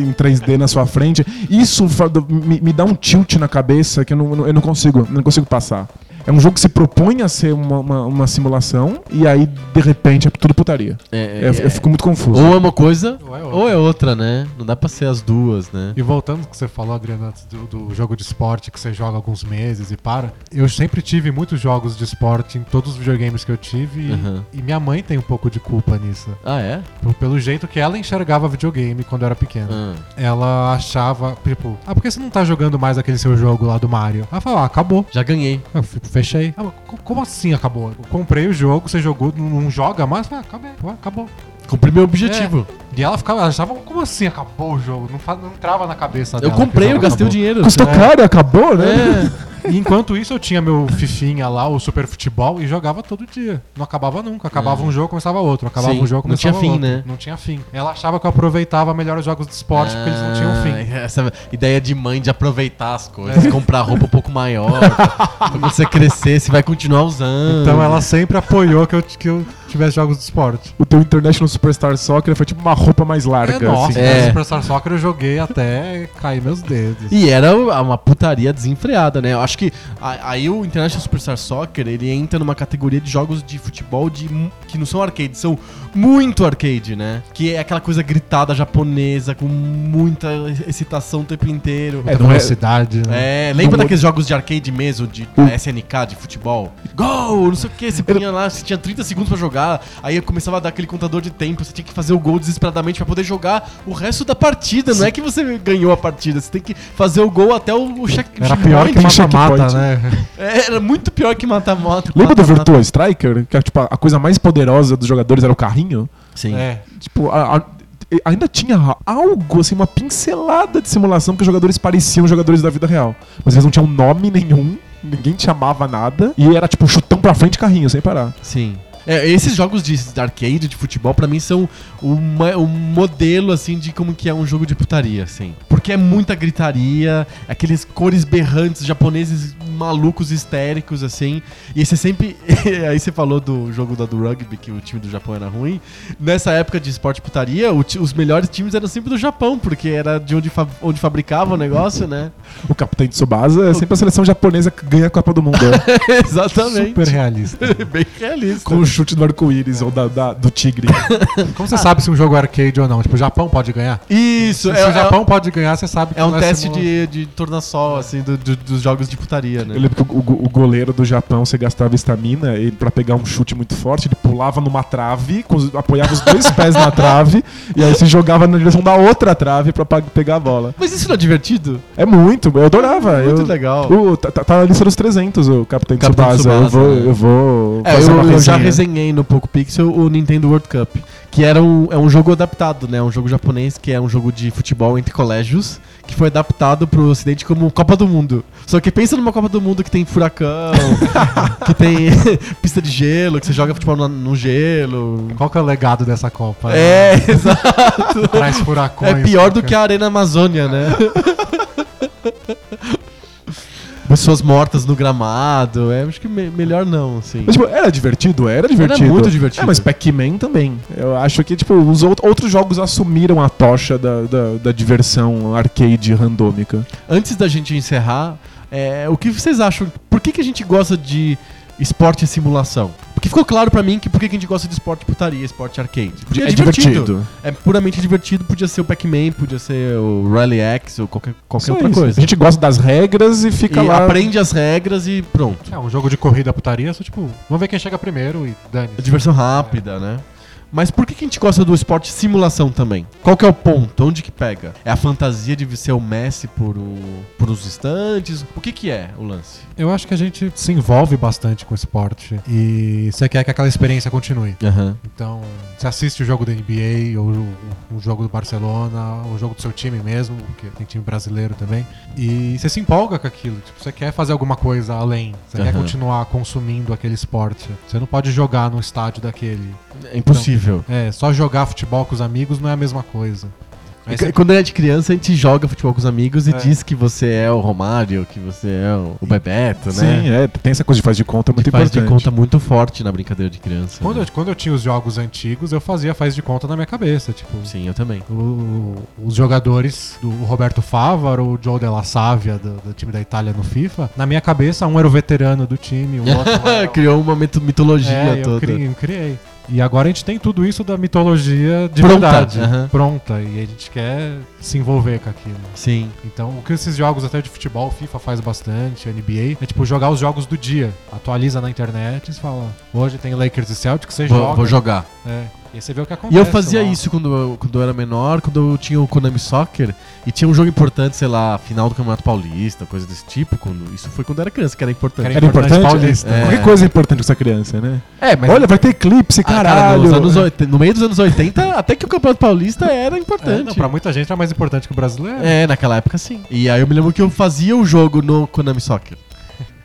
[SPEAKER 2] em- em 3D na sua frente. Isso fa- do- me, me dá um tilt na cabeça que eu não, eu não consigo, não consigo passar. É um jogo que se propõe a ser uma, uma, uma simulação e aí, de repente, é tudo putaria.
[SPEAKER 1] É,
[SPEAKER 2] Eu, eu fico muito confuso.
[SPEAKER 1] Ou é uma coisa,
[SPEAKER 3] Ou é outra.
[SPEAKER 1] ou é outra, né? Não dá pra ser as duas, né?
[SPEAKER 3] E voltando ao que você falou, Adriano, antes do, do jogo de esporte que você joga alguns meses e para. Eu sempre tive muitos jogos de esporte em todos os videogames que eu tive e-
[SPEAKER 1] Uhum.
[SPEAKER 3] e, minha mãe tem um pouco de culpa nisso.
[SPEAKER 1] Ah, é?
[SPEAKER 3] P- Pelo jeito que ela enxergava videogame quando eu era pequena.
[SPEAKER 1] Ah.
[SPEAKER 3] Ela achava, tipo, ah, por que você não tá jogando mais aquele seu jogo lá do Mario? Ela falou, ah, acabou.
[SPEAKER 1] Já ganhei.
[SPEAKER 3] Eu fico, fechei. Ah, mas co- como assim acabou? Eu comprei o jogo, você jogou, não não joga mais? Ah, acabei, ué, acabou.
[SPEAKER 1] Cumpri meu objetivo.
[SPEAKER 3] E ela ficava, ela achava, como assim acabou o jogo? Não, fa- não entrava na cabeça
[SPEAKER 1] Eu
[SPEAKER 3] dela. que
[SPEAKER 1] comprei,
[SPEAKER 3] o
[SPEAKER 1] eu
[SPEAKER 3] jogo
[SPEAKER 1] gastei o
[SPEAKER 3] acabou.
[SPEAKER 1] dinheiro.
[SPEAKER 2] Custou
[SPEAKER 1] É.
[SPEAKER 2] caro e acabou, né?
[SPEAKER 1] É.
[SPEAKER 3] E enquanto isso, eu tinha meu Fifinha lá, o Super Futebol, e jogava todo dia. Não acabava nunca. Acabava um jogo, começava outro. Acabava
[SPEAKER 1] Uhum. Sim,
[SPEAKER 3] um jogo,
[SPEAKER 1] não
[SPEAKER 3] começava
[SPEAKER 1] tinha fim,
[SPEAKER 3] outro.
[SPEAKER 1] né?
[SPEAKER 3] Não tinha fim. Ela achava que eu aproveitava melhor os jogos de esporte, porque eles não tinham
[SPEAKER 1] Ah,
[SPEAKER 3] fim. É.
[SPEAKER 1] Essa ideia de mãe de aproveitar as coisas, comprar roupa um pouco maior. pra quando você crescer, você vai continuar usando.
[SPEAKER 3] Então ela sempre apoiou que eu, que eu tivesse jogos de esporte.
[SPEAKER 2] O teu International Superstar Soccer foi tipo uma roupa mais larga.
[SPEAKER 3] é, nossa,
[SPEAKER 2] assim.
[SPEAKER 1] É.
[SPEAKER 3] é. Super Star Soccer eu joguei até cair meus dedos.
[SPEAKER 1] E era uma putaria desenfreada, né? Eu acho que a- aí o International Superstar Soccer, ele entra numa categoria de jogos de futebol de, mu- que não são arcade, são muito arcade, né? Que é aquela coisa gritada japonesa, com muita excitação o tempo inteiro.
[SPEAKER 3] É,
[SPEAKER 2] não é-
[SPEAKER 3] velocidade, né?
[SPEAKER 1] É, lembra
[SPEAKER 2] Não,
[SPEAKER 1] daqueles jogos de arcade mesmo, de
[SPEAKER 3] Hum.
[SPEAKER 1] da SNK, de futebol? Gol, não sei o que, você punha lá, você tinha 30 segundos pra jogar, aí eu começava a dar aquele contador de tempo, você tinha que fazer o gol desesperadamente pra poder jogar o resto da partida. Não é que você ganhou a partida, você tem que fazer o gol até o, o check-
[SPEAKER 3] Era
[SPEAKER 1] checkpoint.
[SPEAKER 3] pior que mata-mata,
[SPEAKER 2] checkpoint.
[SPEAKER 3] né?
[SPEAKER 1] É, era muito pior que mata-mata.
[SPEAKER 2] Lembra do
[SPEAKER 1] mata-mata.
[SPEAKER 2] Virtua Striker? Que era, tipo, a- a coisa mais poderosa dos jogadores era o carrinho?
[SPEAKER 1] Sim.
[SPEAKER 3] É.
[SPEAKER 2] Tipo, a- a- e- ainda tinha algo, assim, uma pincelada de simulação que os jogadores pareciam jogadores da vida real. Mas eles não tinham nome nenhum, ninguém te chamava nada. E era tipo chutão pra frente e carrinho, sem parar.
[SPEAKER 1] Sim. É, esses jogos de de arcade, de futebol, pra mim são uma- um modelo, assim, de como que é um jogo de putaria, assim. Porque é muita gritaria, aqueles cores berrantes japoneses malucos, histéricos, assim. E você sempre... Aí você falou do jogo da, do rugby, que o time do Japão era ruim. Nessa época de esporte putaria, o ti- os melhores times eram sempre do Japão, porque era de onde, fa- onde fabricava o negócio, né?
[SPEAKER 2] O capitão de Tsubasa é sempre a seleção japonesa que ganha a Copa do Mundo. né?
[SPEAKER 1] Exatamente.
[SPEAKER 3] Super realista.
[SPEAKER 1] Bem realista.
[SPEAKER 2] com o chute do arco-íris ou da, da- do tigre.
[SPEAKER 3] Como você sabe se um jogo é arcade ou não? Tipo, o Japão pode ganhar?
[SPEAKER 1] Isso, um-
[SPEAKER 3] Se o Japão pode ganhar, você sabe que
[SPEAKER 1] É um
[SPEAKER 3] não
[SPEAKER 1] teste
[SPEAKER 3] simula-
[SPEAKER 1] de, de tornassol, assim, do- do- dos jogos de putaria, né?
[SPEAKER 2] Eu lembro que o, o go- o goleiro do Japão, você gastava estamina, ele pra pegar um chute muito forte, ele pulava numa trave, com os- apoiava os dois pés na trave, e aí se jogava na direção da outra trave pra pa- pegar a bola.
[SPEAKER 1] Mas isso não é divertido?
[SPEAKER 2] É muito, eu adorava.
[SPEAKER 1] Muito
[SPEAKER 2] eu-
[SPEAKER 1] legal.
[SPEAKER 2] O, tá, tá- tá na lista dos 300, o Capitão
[SPEAKER 1] Capitão
[SPEAKER 2] Tsubasa.
[SPEAKER 1] Tsubasa,
[SPEAKER 2] Eu vou,
[SPEAKER 1] né?
[SPEAKER 2] eu vou
[SPEAKER 1] É, eu,
[SPEAKER 2] uma
[SPEAKER 1] eu já
[SPEAKER 2] resenha.
[SPEAKER 1] resenhei no Poco Pixel o Nintendo World Cup, que era um, é um jogo adaptado, né? Um jogo japonês que é um jogo de futebol entre colégios, que foi adaptado pro ocidente como Copa do Mundo. Só que pensa numa Copa do Mundo que tem furacão, que tem pista de gelo, que você joga futebol no, no gelo.
[SPEAKER 3] Qual que é o legado dessa Copa?
[SPEAKER 1] É, exato.
[SPEAKER 3] Traz furacões.
[SPEAKER 1] É pior do que a Arena Amazônia, né? Pessoas mortas no gramado. É, acho que me- melhor não, assim.
[SPEAKER 2] Mas, tipo, era divertido, era divertido.
[SPEAKER 1] muito divertido.
[SPEAKER 2] É, mas Pac-Man também. Eu acho que, tipo, os out- outros jogos assumiram a tocha da, da, da diversão arcade randômica.
[SPEAKER 1] Antes da gente encerrar, é, o que vocês acham? Por que, que a gente gosta de esporte e simulação? Porque ficou claro pra mim que por que que a gente gosta de esporte putaria, esporte arcade.
[SPEAKER 2] É
[SPEAKER 1] Porque É puramente divertido. Podia ser o Pac-Man, podia ser o Rally X ou qualquer, qualquer
[SPEAKER 2] Só
[SPEAKER 1] outra
[SPEAKER 2] isso.
[SPEAKER 1] coisa.
[SPEAKER 2] A gente gosta das regras e fica
[SPEAKER 1] E
[SPEAKER 2] lá.
[SPEAKER 1] aprende as regras e pronto.
[SPEAKER 3] É um jogo de corrida putaria, só tipo, vamos ver quem chega primeiro e dane.
[SPEAKER 1] É diversão rápida, né? Mas por que que a gente gosta do esporte simulação também? Qual que é o ponto? Onde que pega? É a fantasia de ser o Messi por, o, por os instantes? O que que é o lance?
[SPEAKER 3] Eu acho que a gente se envolve bastante com o esporte e você quer que aquela experiência continue.
[SPEAKER 1] Aham.
[SPEAKER 3] Então, você assiste o jogo da NBA, ou o, o jogo do Barcelona, ou o jogo do seu time mesmo, porque tem time brasileiro também. E você se empolga com aquilo. Tipo, você quer fazer alguma coisa além. Você quer
[SPEAKER 1] Aham.
[SPEAKER 3] continuar consumindo aquele esporte. Você não pode jogar num estádio daquele.
[SPEAKER 1] É impossível.
[SPEAKER 3] É, só jogar futebol com os amigos não é a mesma coisa.
[SPEAKER 1] E c- Quando ele é de criança, a gente joga futebol com os amigos e diz que você é o Romário, que você é o o Bebeto,
[SPEAKER 2] Sim,
[SPEAKER 1] né?
[SPEAKER 2] é, tem essa coisa de faz de conta é muito
[SPEAKER 1] Que faz de
[SPEAKER 2] importante.
[SPEAKER 1] conta muito forte na brincadeira de criança.
[SPEAKER 3] Quando
[SPEAKER 1] né?
[SPEAKER 3] eu, quando eu tinha os jogos antigos, eu fazia faz de conta na minha cabeça. Tipo,
[SPEAKER 1] Sim, eu também.
[SPEAKER 3] o- os jogadores, do o Roberto Favaro, o Joe Della Savia, do, do time da Itália no FIFA, na minha cabeça, um era o veterano do time, o outro era o-
[SPEAKER 1] Criou uma mito- mitologia
[SPEAKER 3] é, Eu
[SPEAKER 1] toda.
[SPEAKER 3] criei, eu criei. E agora a gente tem tudo isso da mitologia de
[SPEAKER 1] Pronta,
[SPEAKER 3] verdade.
[SPEAKER 1] aham.
[SPEAKER 3] Pronta. E a gente quer se envolver com aquilo.
[SPEAKER 1] Sim.
[SPEAKER 3] Então, o que esses jogos até de futebol, FIFA faz bastante, NBA, é tipo jogar os jogos do dia. Atualiza na internet e você fala, hoje tem Lakers e Celtics, você
[SPEAKER 1] Vou,
[SPEAKER 3] joga.
[SPEAKER 1] vou jogar.
[SPEAKER 3] É. E aí você vê o que acontece.
[SPEAKER 1] E eu fazia
[SPEAKER 3] lá.
[SPEAKER 1] isso quando eu, quando eu era menor, quando eu tinha o Konami Soccer e tinha um jogo importante, sei lá, final do Campeonato Paulista, coisa desse tipo. Quando, isso foi quando eu era criança, que era importante.
[SPEAKER 3] Era
[SPEAKER 2] Era importante?
[SPEAKER 3] Paulista.
[SPEAKER 2] É.
[SPEAKER 1] É.
[SPEAKER 2] Qualquer coisa é importante pra essa criança, né?
[SPEAKER 1] É, mas
[SPEAKER 2] Olha, vai ter eclipse,
[SPEAKER 1] Ah, cara, nos
[SPEAKER 2] caralho. É.
[SPEAKER 1] anos 80 no meio dos anos 80, até que o Campeonato Paulista era
[SPEAKER 3] É,
[SPEAKER 1] importante.
[SPEAKER 3] não, pra muita gente era mais importante que o brasileiro.
[SPEAKER 1] É, naquela época sim. E aí eu me lembro que eu fazia o jogo no Konami Soccer.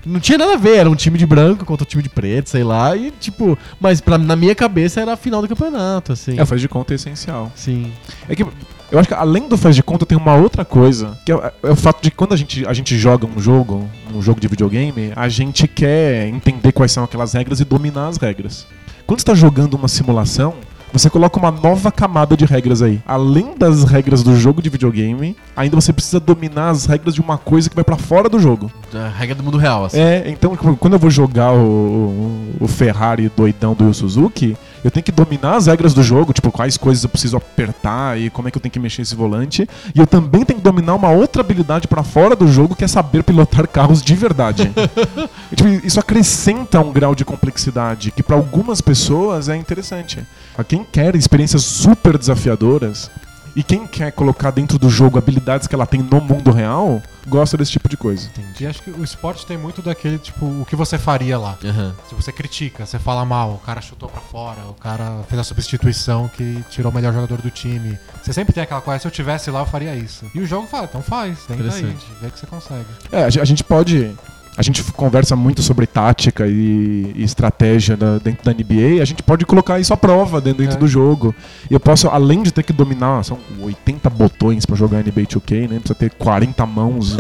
[SPEAKER 1] Não tinha nada a ver, era um time de branco contra um time de preto, sei lá, e tipo, mas pra, na minha cabeça era a final do campeonato, assim.
[SPEAKER 2] É, faz de conta é essencial.
[SPEAKER 1] Sim.
[SPEAKER 2] É que eu acho que além do faz de conta tem uma outra coisa, que é, é o fato de que quando a gente, a gente joga um jogo, um jogo de videogame, a gente quer entender quais são aquelas regras e dominar as regras. Quando você tá jogando uma simulação, você coloca uma nova camada de regras aí. Além das regras do jogo de videogame, ainda você precisa dominar as regras de uma coisa que vai pra fora do jogo.
[SPEAKER 1] A regra do mundo real, assim.
[SPEAKER 2] É, então tipo, quando eu vou jogar o, o- o Ferrari doidão do Yu Suzuki, eu tenho que dominar as regras do jogo, tipo, quais coisas eu preciso apertar e como é que eu tenho que mexer esse volante. E eu também tenho que dominar uma outra habilidade pra fora do jogo, que é saber pilotar carros de verdade. E, tipo, isso acrescenta um grau de complexidade que pra algumas pessoas é interessante. Pra quem quer experiências super desafiadoras e quem quer colocar dentro do jogo habilidades que ela tem no mundo real, gosta desse tipo de coisa.
[SPEAKER 3] E acho que o esporte tem muito daquele, tipo, o que você faria lá.
[SPEAKER 1] Aham.
[SPEAKER 3] Se você critica, você fala mal, o cara chutou pra fora, o cara fez a substituição que tirou o melhor jogador do time. Você sempre tem aquela coisa, se eu tivesse lá, eu faria isso. E o jogo fala, então faz, tenta aí,
[SPEAKER 1] Interessante.
[SPEAKER 3] vê que você consegue.
[SPEAKER 2] É, a ge- a gente pode. A gente f- conversa muito sobre tática e, e estratégia na- dentro da NBA. A gente pode colocar isso à prova dentro, dentro
[SPEAKER 3] É.
[SPEAKER 2] do jogo. E eu posso, além de ter que dominar, são 80 botões pra jogar NBA 2K, né? Precisa ter 40 mãos,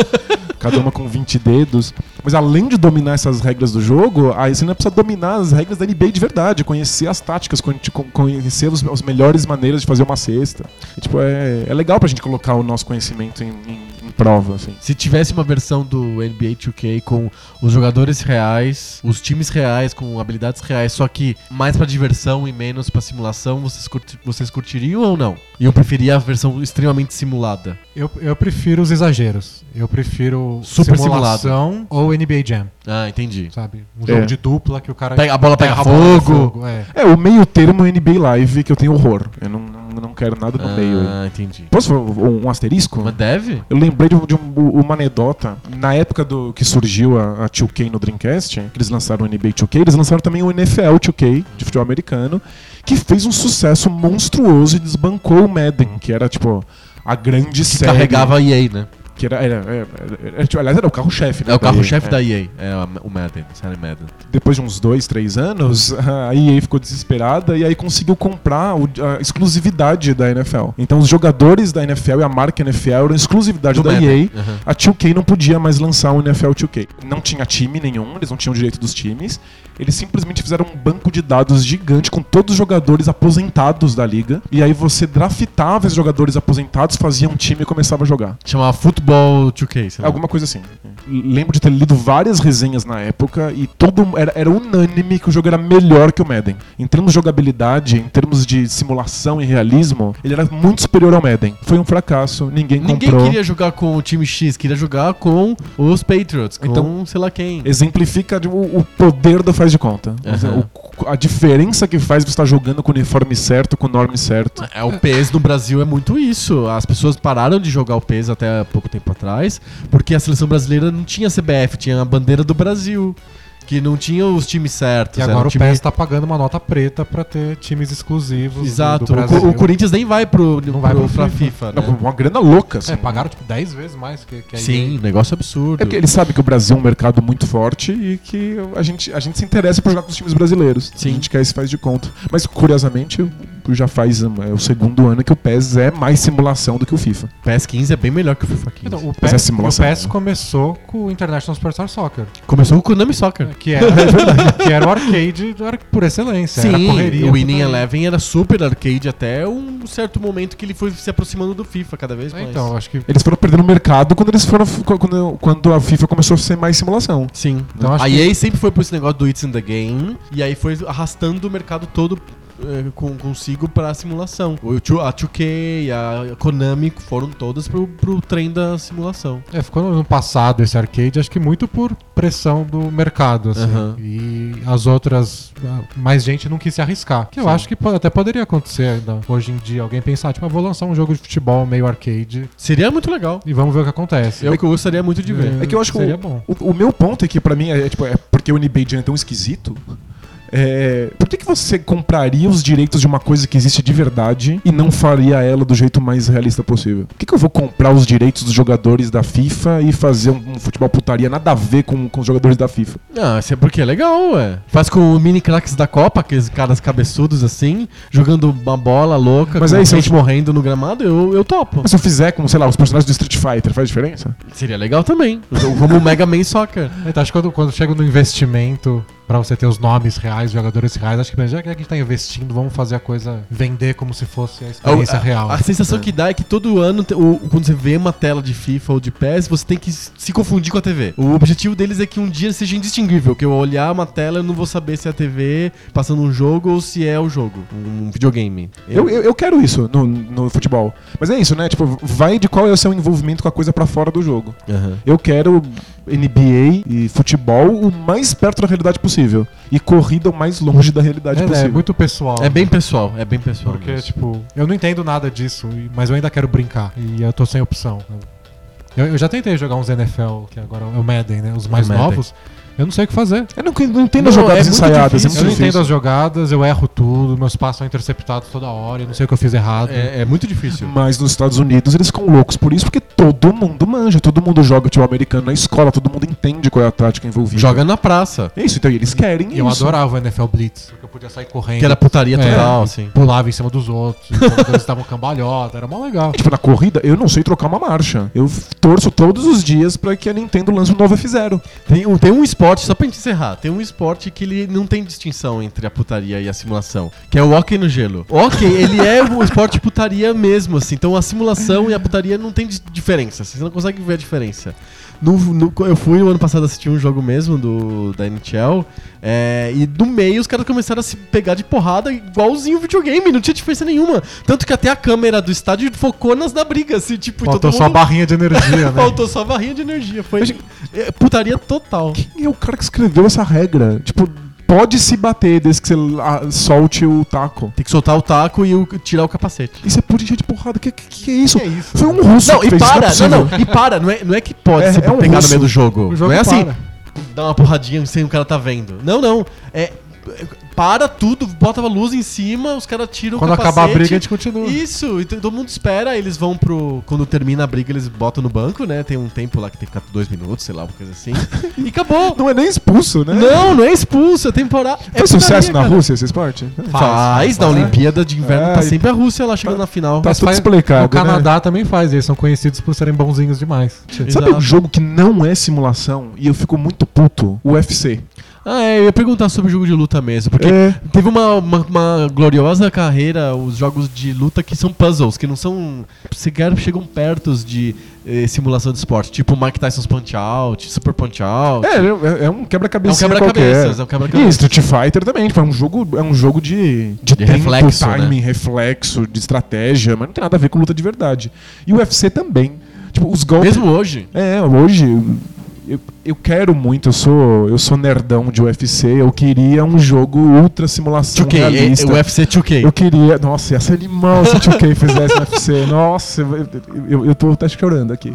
[SPEAKER 2] cada uma com 20 dedos. Mas além de dominar essas regras do jogo, aí você ainda precisa dominar as regras da NBA de verdade, conhecer as táticas, con- con- conhecer os, as melhores maneiras de fazer uma cesta. E, tipo, é, é legal pra gente colocar o nosso conhecimento em, em- em prova, assim.
[SPEAKER 1] Se tivesse uma versão do NBA 2K com os jogadores reais, os times reais, com habilidades reais, só que mais pra diversão e menos pra simulação, vocês, curti- vocês curtiriam ou não? E eu preferia a versão extremamente simulada.
[SPEAKER 3] Eu, eu prefiro os exageros. Eu prefiro
[SPEAKER 1] Super
[SPEAKER 3] simulação ou NBA Jam,
[SPEAKER 1] Ah, entendi.
[SPEAKER 3] sabe? Um
[SPEAKER 2] É.
[SPEAKER 3] jogo de dupla que o cara
[SPEAKER 1] Pega- a bola pega
[SPEAKER 3] a bola no
[SPEAKER 1] fogo.
[SPEAKER 3] é.
[SPEAKER 2] É, o meio termo NBA Live que eu tenho horror. Eu não, não, não quero nada no meio. aí.
[SPEAKER 1] Ah, entendi.
[SPEAKER 2] Posso falar um, um asterisco?
[SPEAKER 1] Mas deve?
[SPEAKER 2] Eu lembrei de, um- de um- uma anedota. Na época do que surgiu a, a 2K no Dreamcast, que eles lançaram o NBA 2K, eles lançaram também o NFL 2K, de futebol americano, que fez um sucesso monstruoso e desbancou o Madden, que era tipo a grande
[SPEAKER 1] Que
[SPEAKER 2] série.
[SPEAKER 1] carregava a EA, né?
[SPEAKER 2] Que era, era, era- era- era- tipo, aliás, era o carro-chefe. né,
[SPEAKER 1] É o carro-chefe
[SPEAKER 2] EA.
[SPEAKER 1] da EA. É a- o Madden, série Madden.
[SPEAKER 2] depois de uns dois, três anos, a EA ficou desesperada e aí conseguiu comprar o- a exclusividade da NFL. Então os jogadores da NFL e a marca NFL eram exclusividade
[SPEAKER 1] Do
[SPEAKER 2] da
[SPEAKER 1] Madden,
[SPEAKER 2] EA.
[SPEAKER 1] aham.
[SPEAKER 2] A 2K não podia mais lançar o NFL 2K. Não tinha time nenhum, eles não tinham direito dos times. Eles simplesmente fizeram um banco de dados gigante com todos os jogadores aposentados da liga. E aí você draftava esses jogadores aposentados, fazia um time e começava a jogar.
[SPEAKER 1] Chamava Football 2K, sei lá.
[SPEAKER 2] Alguma coisa assim. Lembro de ter lido várias resenhas na época e todo era, era unânime que o jogo era melhor que o Madden. Em termos de jogabilidade, em termos de simulação e realismo, ele era muito superior ao Madden. Foi um fracasso, ninguém,
[SPEAKER 1] Ninguém
[SPEAKER 2] comprou.
[SPEAKER 1] queria jogar com o time X, queria jogar com os Patriots, com
[SPEAKER 2] Então-
[SPEAKER 1] sei lá quem.
[SPEAKER 2] Exemplifica de- o, o poder do faz de conta.
[SPEAKER 1] Aham.
[SPEAKER 2] O- a diferença que faz você estar jogando com o uniforme certo, com o norme certo.
[SPEAKER 1] É, o PES no Brasil é muito isso. As pessoas pararam de jogar o PES até pouco tempo atrás, porque a seleção brasileira não tinha CBF, tinha a bandeira do Brasil, que não tinha os times certos.
[SPEAKER 3] E
[SPEAKER 1] era
[SPEAKER 3] agora
[SPEAKER 1] um
[SPEAKER 3] o
[SPEAKER 1] time-
[SPEAKER 3] PES tá pagando uma nota preta pra ter times exclusivos do-
[SPEAKER 1] Exato.
[SPEAKER 3] do
[SPEAKER 1] O,
[SPEAKER 3] Brasil.
[SPEAKER 1] Cu- o Corinthians nem vai pro,
[SPEAKER 3] Não vai
[SPEAKER 1] pro-
[SPEAKER 3] pro
[SPEAKER 1] é pra
[SPEAKER 3] FIFA.
[SPEAKER 1] FIFA,
[SPEAKER 2] Não,
[SPEAKER 1] né?
[SPEAKER 2] Uma grana louca, assim.
[SPEAKER 3] É, pagaram tipo 10 vezes mais que, que a
[SPEAKER 1] Sim, um
[SPEAKER 3] EA.
[SPEAKER 1] negócio absurdo.
[SPEAKER 2] É porque eles sabem que o Brasil é um mercado muito forte e que a gente, a gente se interessa por jogar com os times brasileiros.
[SPEAKER 1] Sim.
[SPEAKER 2] A gente quer esse faz de conta. Mas, curiosamente, o já faz hum, é, o segundo ano que o PES é mais simulação do que o FIFA.
[SPEAKER 1] PS15 é bem melhor que o FIFA 15.
[SPEAKER 3] Então, o
[SPEAKER 2] Mas é
[SPEAKER 3] PES, o
[SPEAKER 2] simulação,
[SPEAKER 3] PES
[SPEAKER 2] né?
[SPEAKER 3] começou com o International Superstar Soccer,
[SPEAKER 1] Começou com o Konami Soccer.
[SPEAKER 3] que era, que era o arcade do ar- por excelência. era
[SPEAKER 1] Sim,
[SPEAKER 3] correria,
[SPEAKER 1] o Winning
[SPEAKER 3] tudo.
[SPEAKER 1] Eleven era super arcade até um certo momento que ele foi se aproximando do FIFA cada vez
[SPEAKER 3] É,
[SPEAKER 1] mais.
[SPEAKER 3] Então, acho que
[SPEAKER 2] Eles foram perdendo o mercado quando eles foram quando, quando a FIFA começou a ser mais simulação.
[SPEAKER 1] Sim.
[SPEAKER 3] Então, acho
[SPEAKER 1] a
[SPEAKER 3] que-
[SPEAKER 1] EA sempre foi por esse negócio do It's in the Game, e aí foi arrastando o mercado todo eh, com, consigo pra simulação. O, tio- a 2K, a Konami foram todas pro, pro trem da simulação.
[SPEAKER 3] É, ficou no passado esse arcade, acho que muito por pressão do mercado, assim.
[SPEAKER 1] Aham.
[SPEAKER 3] E as outras, ah, mais gente não quis se arriscar. Que eu
[SPEAKER 1] Sim.
[SPEAKER 3] acho que po- até poderia acontecer ainda. Hoje em dia, alguém pensar, tipo, ah, vou lançar um jogo de futebol meio arcade
[SPEAKER 1] Seria muito legal.
[SPEAKER 3] e vamos ver o que acontece.
[SPEAKER 1] Eu que eu gostaria muito de ver.
[SPEAKER 2] É que eu acho que
[SPEAKER 3] Seria bom.
[SPEAKER 2] O, o meu ponto é que pra mim é, é, tipo, é porque o Unibade é tão esquisito. É, por que, que você compraria os direitos de uma coisa que existe de verdade e não faria ela do jeito mais realista possível? Por que, que eu vou comprar os direitos dos jogadores da FIFA e fazer um, um futebol putaria nada a ver com, com os jogadores da FIFA?
[SPEAKER 1] Não, isso é porque é legal, ué. Faz com o mini cracks da Copa, aqueles caras cabeçudos assim, jogando uma bola louca,
[SPEAKER 2] Mas
[SPEAKER 1] com
[SPEAKER 2] é isso,
[SPEAKER 1] gente morrendo no gramado, eu, eu topo.
[SPEAKER 2] Mas se eu fizer com, sei lá, os personagens do Street Fighter, faz diferença?
[SPEAKER 1] Seria legal também. Como o Mega Man Soccer.
[SPEAKER 3] Então, acho que quando, quando chega no investimento pra você ter os nomes reais, jogadores reais, acho que já que a gente tá investindo, vamos fazer a coisa vender como se fosse a
[SPEAKER 1] É
[SPEAKER 3] experiência
[SPEAKER 1] a,
[SPEAKER 3] real.
[SPEAKER 1] A sensação que dá é que todo ano, te- o- o- quando você vê uma tela de FIFA ou de PES, você tem que s- se confundir com a TV. O objetivo deles é que um dia seja indistinguível, que eu olhar uma tela eu não vou saber se é a TV passando um jogo ou se é o jogo, um videogame.
[SPEAKER 2] Eu, eu, eu quero isso no, no futebol. Mas é isso, né? Tipo, vai de qual é o seu envolvimento com a coisa pra fora do jogo.
[SPEAKER 1] Aham.
[SPEAKER 2] Eu quero NBA e futebol o mais perto da realidade possível. E corrida o mais longe da realidade
[SPEAKER 3] é,
[SPEAKER 2] possível.
[SPEAKER 3] é muito pessoal.
[SPEAKER 1] É bem pessoal, é bem pessoal.
[SPEAKER 3] Porque,
[SPEAKER 1] mesmo.
[SPEAKER 3] tipo, eu não entendo nada disso, e- mas eu ainda quero brincar. E eu tô sem opção. Eu, eu já tentei jogar uns NFL, que agora é o Madden, né? Os mais
[SPEAKER 1] Madden.
[SPEAKER 3] novos. Eu não sei o que fazer.
[SPEAKER 2] Eu não, não entendo
[SPEAKER 1] Não,
[SPEAKER 2] as jogadas
[SPEAKER 1] é muito
[SPEAKER 2] ensaiadas,
[SPEAKER 1] difícil.
[SPEAKER 2] é
[SPEAKER 3] eu não
[SPEAKER 2] muito
[SPEAKER 3] entendo
[SPEAKER 2] difícil.
[SPEAKER 3] as jogadas, eu erro tudo, meus passos são interceptados toda hora, eu não sei o que eu fiz errado.
[SPEAKER 1] é, é muito difícil.
[SPEAKER 2] Mas nos Estados Unidos eles ficam loucos por isso, porque todo mundo manja, todo mundo joga futebol americano na escola, todo mundo entende qual é a tática envolvida.
[SPEAKER 1] Joga na praça,
[SPEAKER 2] É Isso, então e eles querem
[SPEAKER 3] E eu
[SPEAKER 2] isso.
[SPEAKER 3] adorava o NFL Blitz, porque eu podia sair correndo,
[SPEAKER 1] que era putaria
[SPEAKER 3] É.
[SPEAKER 1] total, assim.
[SPEAKER 3] pulava em cima dos outros, os jogadores estavam cambalhota, era mó legal.
[SPEAKER 2] Tipo, na corrida, eu não sei trocar uma marcha. Eu f- torço todos os dias pra que a Nintendo lance um novo F0.
[SPEAKER 1] Tem um, tem um esporte, só pra gente encerrar, tem um esporte que ele não tem distinção entre a putaria e a simulação, que é o hockey no gelo. O hockey, ele é um esporte putaria mesmo, assim, então a simulação e a putaria não tem di- diferença, assim, você não consegue ver a diferença. No, no- eu fui no ano passado assistir um jogo mesmo do, da NHL, é, e do meio os caras começaram a se pegar de porrada igualzinho o videogame, não tinha diferença nenhuma. Tanto que até a câmera do estádio focou nas da briga, assim, tipo, e
[SPEAKER 3] Faltou
[SPEAKER 1] todo
[SPEAKER 3] só a
[SPEAKER 1] mundo-
[SPEAKER 3] barrinha de energia, né?
[SPEAKER 1] Faltou só a barrinha de energia, foi é, putaria total.
[SPEAKER 2] Quem é o cara que escreveu essa regra? Tipo, pode se bater desde que você ah, solte o taco.
[SPEAKER 1] Tem que soltar o taco e o- tirar o capacete.
[SPEAKER 2] Isso é por dia de porrada. Que, que, que é isso?
[SPEAKER 3] Que é isso?
[SPEAKER 2] Foi um russo
[SPEAKER 1] Não,
[SPEAKER 2] que
[SPEAKER 1] e
[SPEAKER 2] fez
[SPEAKER 1] para,
[SPEAKER 2] isso.
[SPEAKER 1] não, não, e para, não é, não é que pode
[SPEAKER 2] É-
[SPEAKER 1] se
[SPEAKER 2] é um
[SPEAKER 1] pegar no
[SPEAKER 2] russo.
[SPEAKER 1] meio do jogo.
[SPEAKER 3] O jogo
[SPEAKER 1] não é assim,
[SPEAKER 3] para.
[SPEAKER 1] dá uma porradinha sem o cara tá vendo. Não, não, é para tudo, bota a luz em cima, os caras tiram
[SPEAKER 3] Quando
[SPEAKER 1] o capacete.
[SPEAKER 3] acabar a briga, a gente continua.
[SPEAKER 1] Isso, e t- todo mundo espera, eles vão pro. Quando termina a briga, eles botam no banco, né? Tem um tempo lá que tem que ficar dois minutos, sei lá, uma coisa assim. E acabou!
[SPEAKER 2] Não é nem expulso, né?
[SPEAKER 1] Não, não é expulso, é temporada.
[SPEAKER 2] Foi
[SPEAKER 1] é
[SPEAKER 2] sucesso
[SPEAKER 1] putaria,
[SPEAKER 2] na
[SPEAKER 1] cara.
[SPEAKER 2] Rússia esse esporte?
[SPEAKER 1] Faz, na Olimpíada de Inverno
[SPEAKER 2] É,
[SPEAKER 1] tá
[SPEAKER 2] e-
[SPEAKER 1] sempre a Rússia lá chegando na final.
[SPEAKER 2] Tá
[SPEAKER 3] Mas
[SPEAKER 2] tudo
[SPEAKER 3] faz-
[SPEAKER 2] explicado, né?
[SPEAKER 3] O
[SPEAKER 1] né?
[SPEAKER 3] Canadá também faz, eles são conhecidos por serem bonzinhos demais.
[SPEAKER 2] Sabe
[SPEAKER 1] Exato.
[SPEAKER 2] um jogo que não é simulação e eu fico muito puto? O UFC.
[SPEAKER 1] Ah, é, eu ia perguntar sobre jogo de luta mesmo, porque
[SPEAKER 2] É.
[SPEAKER 1] teve uma, uma- uma gloriosa carreira, os jogos de luta que são puzzles, que não são. sequer chegam perto de eh, simulação de esporte, tipo Mike Tyson's Punch Out, Super Punch Out.
[SPEAKER 2] É, é, é um quebra-cabeça.
[SPEAKER 1] É um quebra-cabeças, é um
[SPEAKER 2] E
[SPEAKER 1] quebra-cabeças.
[SPEAKER 2] Street Fighter também, tipo, é um jogo, é um jogo de, de, tempo,
[SPEAKER 1] reflexo, né?
[SPEAKER 2] timing, reflexo, de estratégia, mas não tem nada a ver com luta de verdade. E o UFC também. Tipo, os golpes.
[SPEAKER 1] Mesmo hoje.
[SPEAKER 2] É, hoje eu, eu quero muito, eu sou, eu sou nerdão de UFC, eu queria um jogo ultra simulação
[SPEAKER 1] 2K, é-
[SPEAKER 2] um realista.
[SPEAKER 1] é o UFC 2K.
[SPEAKER 2] Eu queria. Nossa, ia ser animal se o 2K fizesse no UFC. Nossa, eu, eu, eu tô até chorando aqui.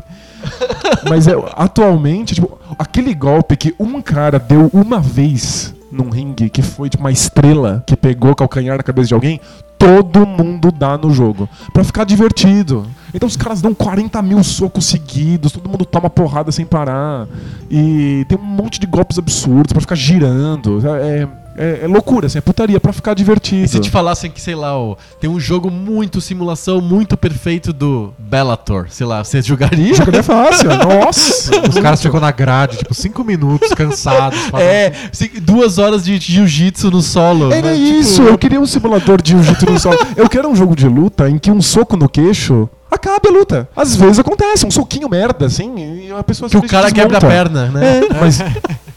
[SPEAKER 2] Mas é, atualmente, tipo, aquele golpe que um cara deu uma vez num ringue, que foi tipo uma estrela que pegou o calcanhar na cabeça de alguém, todo mundo dá no jogo. Pra ficar divertido. Então os caras dão 40 mil socos seguidos, todo mundo toma porrada sem parar. E tem um monte de golpes absurdos pra ficar girando. É, é- é, é loucura, assim, é putaria pra ficar divertido.
[SPEAKER 1] E se te falassem que, sei lá, ó, tem um jogo muito simulação, muito perfeito do Bellator, sei lá, você jogaria?
[SPEAKER 2] Jogaria fácil, é nossa.
[SPEAKER 3] Os caras ficam na grade, tipo, cinco minutos, cansados. falando-
[SPEAKER 1] É, se- duas horas de jiu-jitsu no solo.
[SPEAKER 2] Era
[SPEAKER 1] né? Tipo,
[SPEAKER 2] isso, eu queria um simulador de jiu-jitsu no solo. Eu quero um jogo de luta em que um soco no queixo acabe a luta. Às vezes acontece, um soquinho merda, assim, e a pessoa
[SPEAKER 1] Que o cara quebra
[SPEAKER 2] simplesmente
[SPEAKER 1] a
[SPEAKER 2] desmonta.
[SPEAKER 1] perna, né?
[SPEAKER 2] É, mas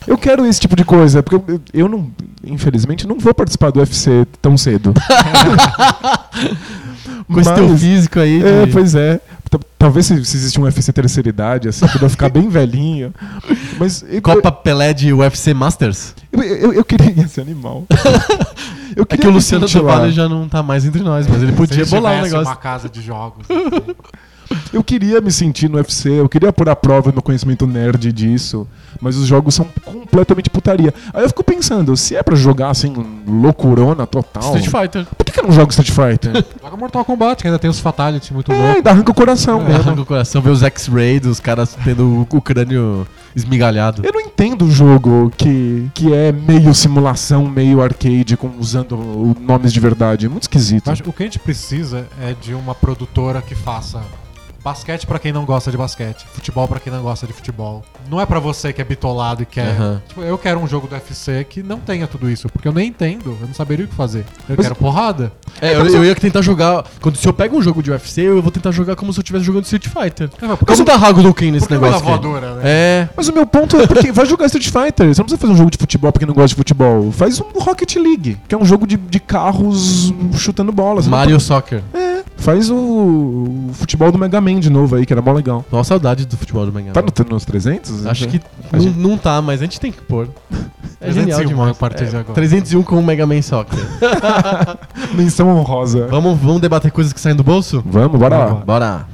[SPEAKER 2] eu quero esse tipo de coisa, porque eu, eu não, infelizmente, não vou participar do UFC tão cedo.
[SPEAKER 1] Com esse teu
[SPEAKER 2] mas-
[SPEAKER 1] físico aí. de-
[SPEAKER 2] É, pois é. Ta- Talvez se, se existisse um UFC terceira idade, assim, quando eu ficar bem velhinho. Mas eu-
[SPEAKER 1] Copa Pelé de UFC Masters.
[SPEAKER 2] Eu, eu, eu queria esse animal. Eu
[SPEAKER 1] É que o
[SPEAKER 2] me
[SPEAKER 1] Luciano
[SPEAKER 2] sentir lá.
[SPEAKER 1] Trabalho já não tá mais entre nós, mas ele podia
[SPEAKER 3] Se
[SPEAKER 1] bolar um
[SPEAKER 3] tivesse
[SPEAKER 1] negócio.
[SPEAKER 3] uma casa de jogos. né?
[SPEAKER 2] Eu queria me sentir no UFC, eu queria pôr à prova meu conhecimento nerd disso, mas os jogos são completamente putaria. Aí eu fico pensando, se é pra jogar assim, loucurona total,
[SPEAKER 1] Street Fighter.
[SPEAKER 2] por que, que eu não jogo Street Fighter?
[SPEAKER 3] Joga Mortal Kombat, que ainda tem os Fatality muito
[SPEAKER 2] é,
[SPEAKER 3] louco.
[SPEAKER 2] ainda arranca o coração mesmo.
[SPEAKER 1] Arranca o coração, vê os X-Ray dos caras tendo o o crânio esmigalhado.
[SPEAKER 2] Eu não entendo o jogo que, que é meio simulação, meio arcade, com, usando o- nomes de verdade. É muito esquisito.
[SPEAKER 3] Eu acho que o que a gente precisa é de uma produtora que faça basquete pra quem não gosta de basquete, futebol pra quem não gosta de futebol. Não é pra você que é bitolado e quer.
[SPEAKER 1] Aham.
[SPEAKER 3] Tipo, eu quero um jogo do UFC que não tenha tudo isso, porque eu nem entendo, eu não saberia o que fazer. Eu
[SPEAKER 2] Mas-
[SPEAKER 3] quero porrada.
[SPEAKER 1] É, eu, eu ia tentar jogar. Quando se eu pego um jogo de UFC, eu vou tentar jogar como se eu estivesse jogando Street Fighter.
[SPEAKER 3] É, mas por que
[SPEAKER 1] Como tá Hago Ken nesse
[SPEAKER 3] por que não é
[SPEAKER 1] negócio? aqui?
[SPEAKER 3] voadora, né?
[SPEAKER 1] É.
[SPEAKER 2] Mas o meu ponto é porque vai jogar Street Fighter. Você não precisa fazer um jogo de futebol pra quem não gosta de futebol. Faz um Rocket League, que é um jogo de, de carros chutando bolas.
[SPEAKER 1] Mario Soccer.
[SPEAKER 3] É.
[SPEAKER 2] Faz o, o futebol do Mega Man de novo aí, que era mó legal.
[SPEAKER 1] Nossa saudade do futebol do Mengão.
[SPEAKER 2] Tá no, nos 300?
[SPEAKER 1] Acho que
[SPEAKER 2] A
[SPEAKER 1] não,
[SPEAKER 2] gente-
[SPEAKER 1] não tá, mas a gente tem que pôr. É genial
[SPEAKER 3] 301
[SPEAKER 1] demais.
[SPEAKER 3] a partir de
[SPEAKER 1] É,
[SPEAKER 3] agora.
[SPEAKER 1] 301 com o Mega Man Soccer.
[SPEAKER 2] Menção honrosa.
[SPEAKER 1] vamos, vamos debater coisas que saem do bolso?
[SPEAKER 2] Vamos, bora lá.
[SPEAKER 3] Vamos
[SPEAKER 1] Bora.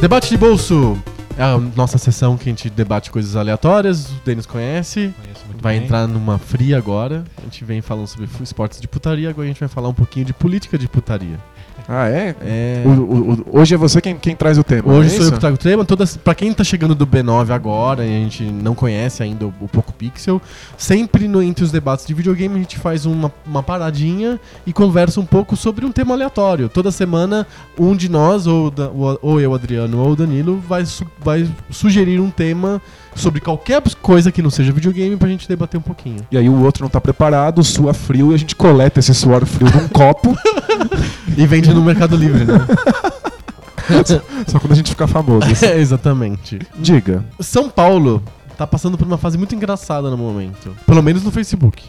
[SPEAKER 1] Debate de bolso é a nossa sessão que a gente debate coisas aleatórias. O Denis conhece.
[SPEAKER 3] Conheço é muito
[SPEAKER 1] Vai
[SPEAKER 3] bem.
[SPEAKER 1] entrar numa fria agora. A gente vem falando sobre fu- esportes de putaria. Agora a gente vai falar um pouquinho de política de putaria.
[SPEAKER 2] Ah, é?
[SPEAKER 1] É.
[SPEAKER 2] O- o- o- hoje é você quem, quem traz o tema.
[SPEAKER 1] Hoje
[SPEAKER 2] é
[SPEAKER 1] sou eu
[SPEAKER 2] isso?
[SPEAKER 1] que trago o tema. Todas, pra quem tá chegando do B9 agora e a gente não conhece ainda o, o Poco Pixel, sempre no, entre os debates de videogame a gente faz uma, uma paradinha e conversa um pouco sobre um tema aleatório. Toda semana um de nós, ou, da- ou- ou eu, Adriano, ou o Danilo, vai, su- vai sugerir um tema sobre qualquer coisa que não seja videogame pra gente debater um pouquinho.
[SPEAKER 2] E aí o outro não tá preparado, sua frio, e a gente coleta esse suor frio num copo,
[SPEAKER 1] E vende no Mercado Livre, né?
[SPEAKER 2] só quando a gente ficar famoso.
[SPEAKER 1] É, exatamente.
[SPEAKER 2] Diga.
[SPEAKER 1] São Paulo tá passando por uma fase muito engraçada no momento. Pelo menos no Facebook.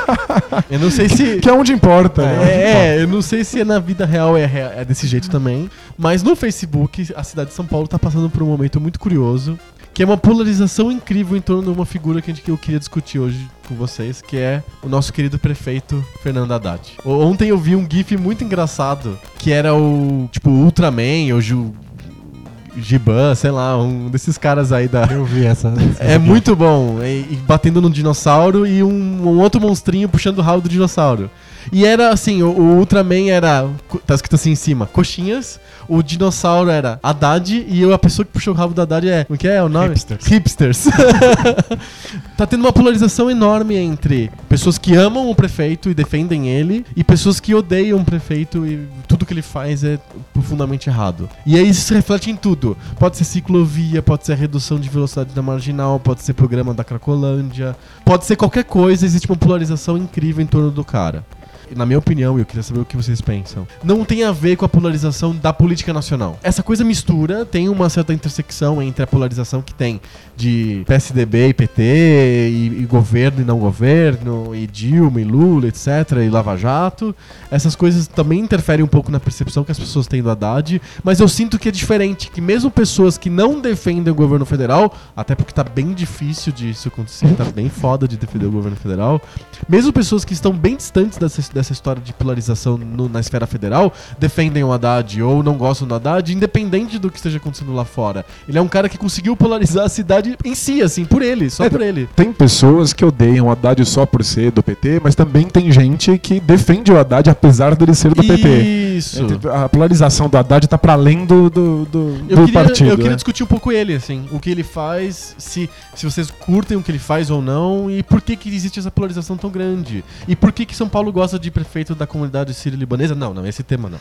[SPEAKER 1] eu não sei se.
[SPEAKER 2] Que é onde importa, né?
[SPEAKER 1] É, eu não sei se na vida real é, rea- é desse jeito também. Mas no Facebook, a cidade de São Paulo tá passando por um momento muito curioso. Que é uma polarização incrível em torno de uma figura que, a gente, que eu queria discutir hoje com vocês, que é o nosso querido prefeito Fernando Haddad. O- Ontem eu vi um GIF muito engraçado, que era o tipo Ultraman, ou Ju, Giban, sei lá, um desses caras aí da,
[SPEAKER 3] Eu vi essa.
[SPEAKER 1] é muito bom. E, e batendo num dinossauro e um, um outro monstrinho puxando o rabo do dinossauro. E era assim, o, o Ultraman era. co- Tá escrito assim em cima, coxinhas. O dinossauro era Haddad e eu, a pessoa que puxou o rabo do Haddad é. Como que é o nome?
[SPEAKER 3] Hipsters.
[SPEAKER 1] Hipsters. tá tendo uma polarização enorme entre pessoas que amam o prefeito e defendem ele e pessoas que odeiam o prefeito e tudo que ele faz é profundamente errado. E aí isso se reflete em tudo. Pode ser ciclovia, pode ser a redução de velocidade da marginal, pode ser programa da Cracolândia, pode ser qualquer coisa, existe uma polarização incrível em torno do cara. Na minha opinião, e eu queria saber o que vocês pensam, não tem a ver com a polarização da política nacional. Essa coisa mistura, tem uma certa intersecção entre a polarização que tem de PSDB e PT, e, e governo e não governo, e Dilma e Lula, etc., e Lava Jato. Essas coisas também interferem um pouco na percepção que as pessoas têm do Haddad, mas eu sinto que é diferente, que mesmo pessoas que não defendem o governo federal, até porque tá bem difícil disso acontecer, tá bem foda de defender o governo federal, mesmo pessoas que estão bem distantes dessa, dessa história de polarização no- na esfera federal, defendem o Haddad ou não gostam do Haddad, independente do que esteja acontecendo lá fora. Ele é um cara que conseguiu polarizar a cidade em si, assim, por ele, só
[SPEAKER 2] É,
[SPEAKER 1] por ele.
[SPEAKER 2] Tem pessoas que odeiam o Haddad só por ser do PT, mas também tem gente que defende o Haddad apesar dele ser do PT.
[SPEAKER 1] Isso.
[SPEAKER 2] Entre- A polarização do Haddad tá pra além do, do, do-
[SPEAKER 1] Eu
[SPEAKER 2] do
[SPEAKER 1] queria,
[SPEAKER 2] partido.
[SPEAKER 1] eu queria
[SPEAKER 2] né?
[SPEAKER 1] discutir um pouco ele, assim, o que ele faz, se, se vocês curtem o que ele faz ou não, e por que, que existe essa polarização tão grande. E por que, que São Paulo gosta de prefeito da comunidade sírio-libanesa? Não, não, esse tema não.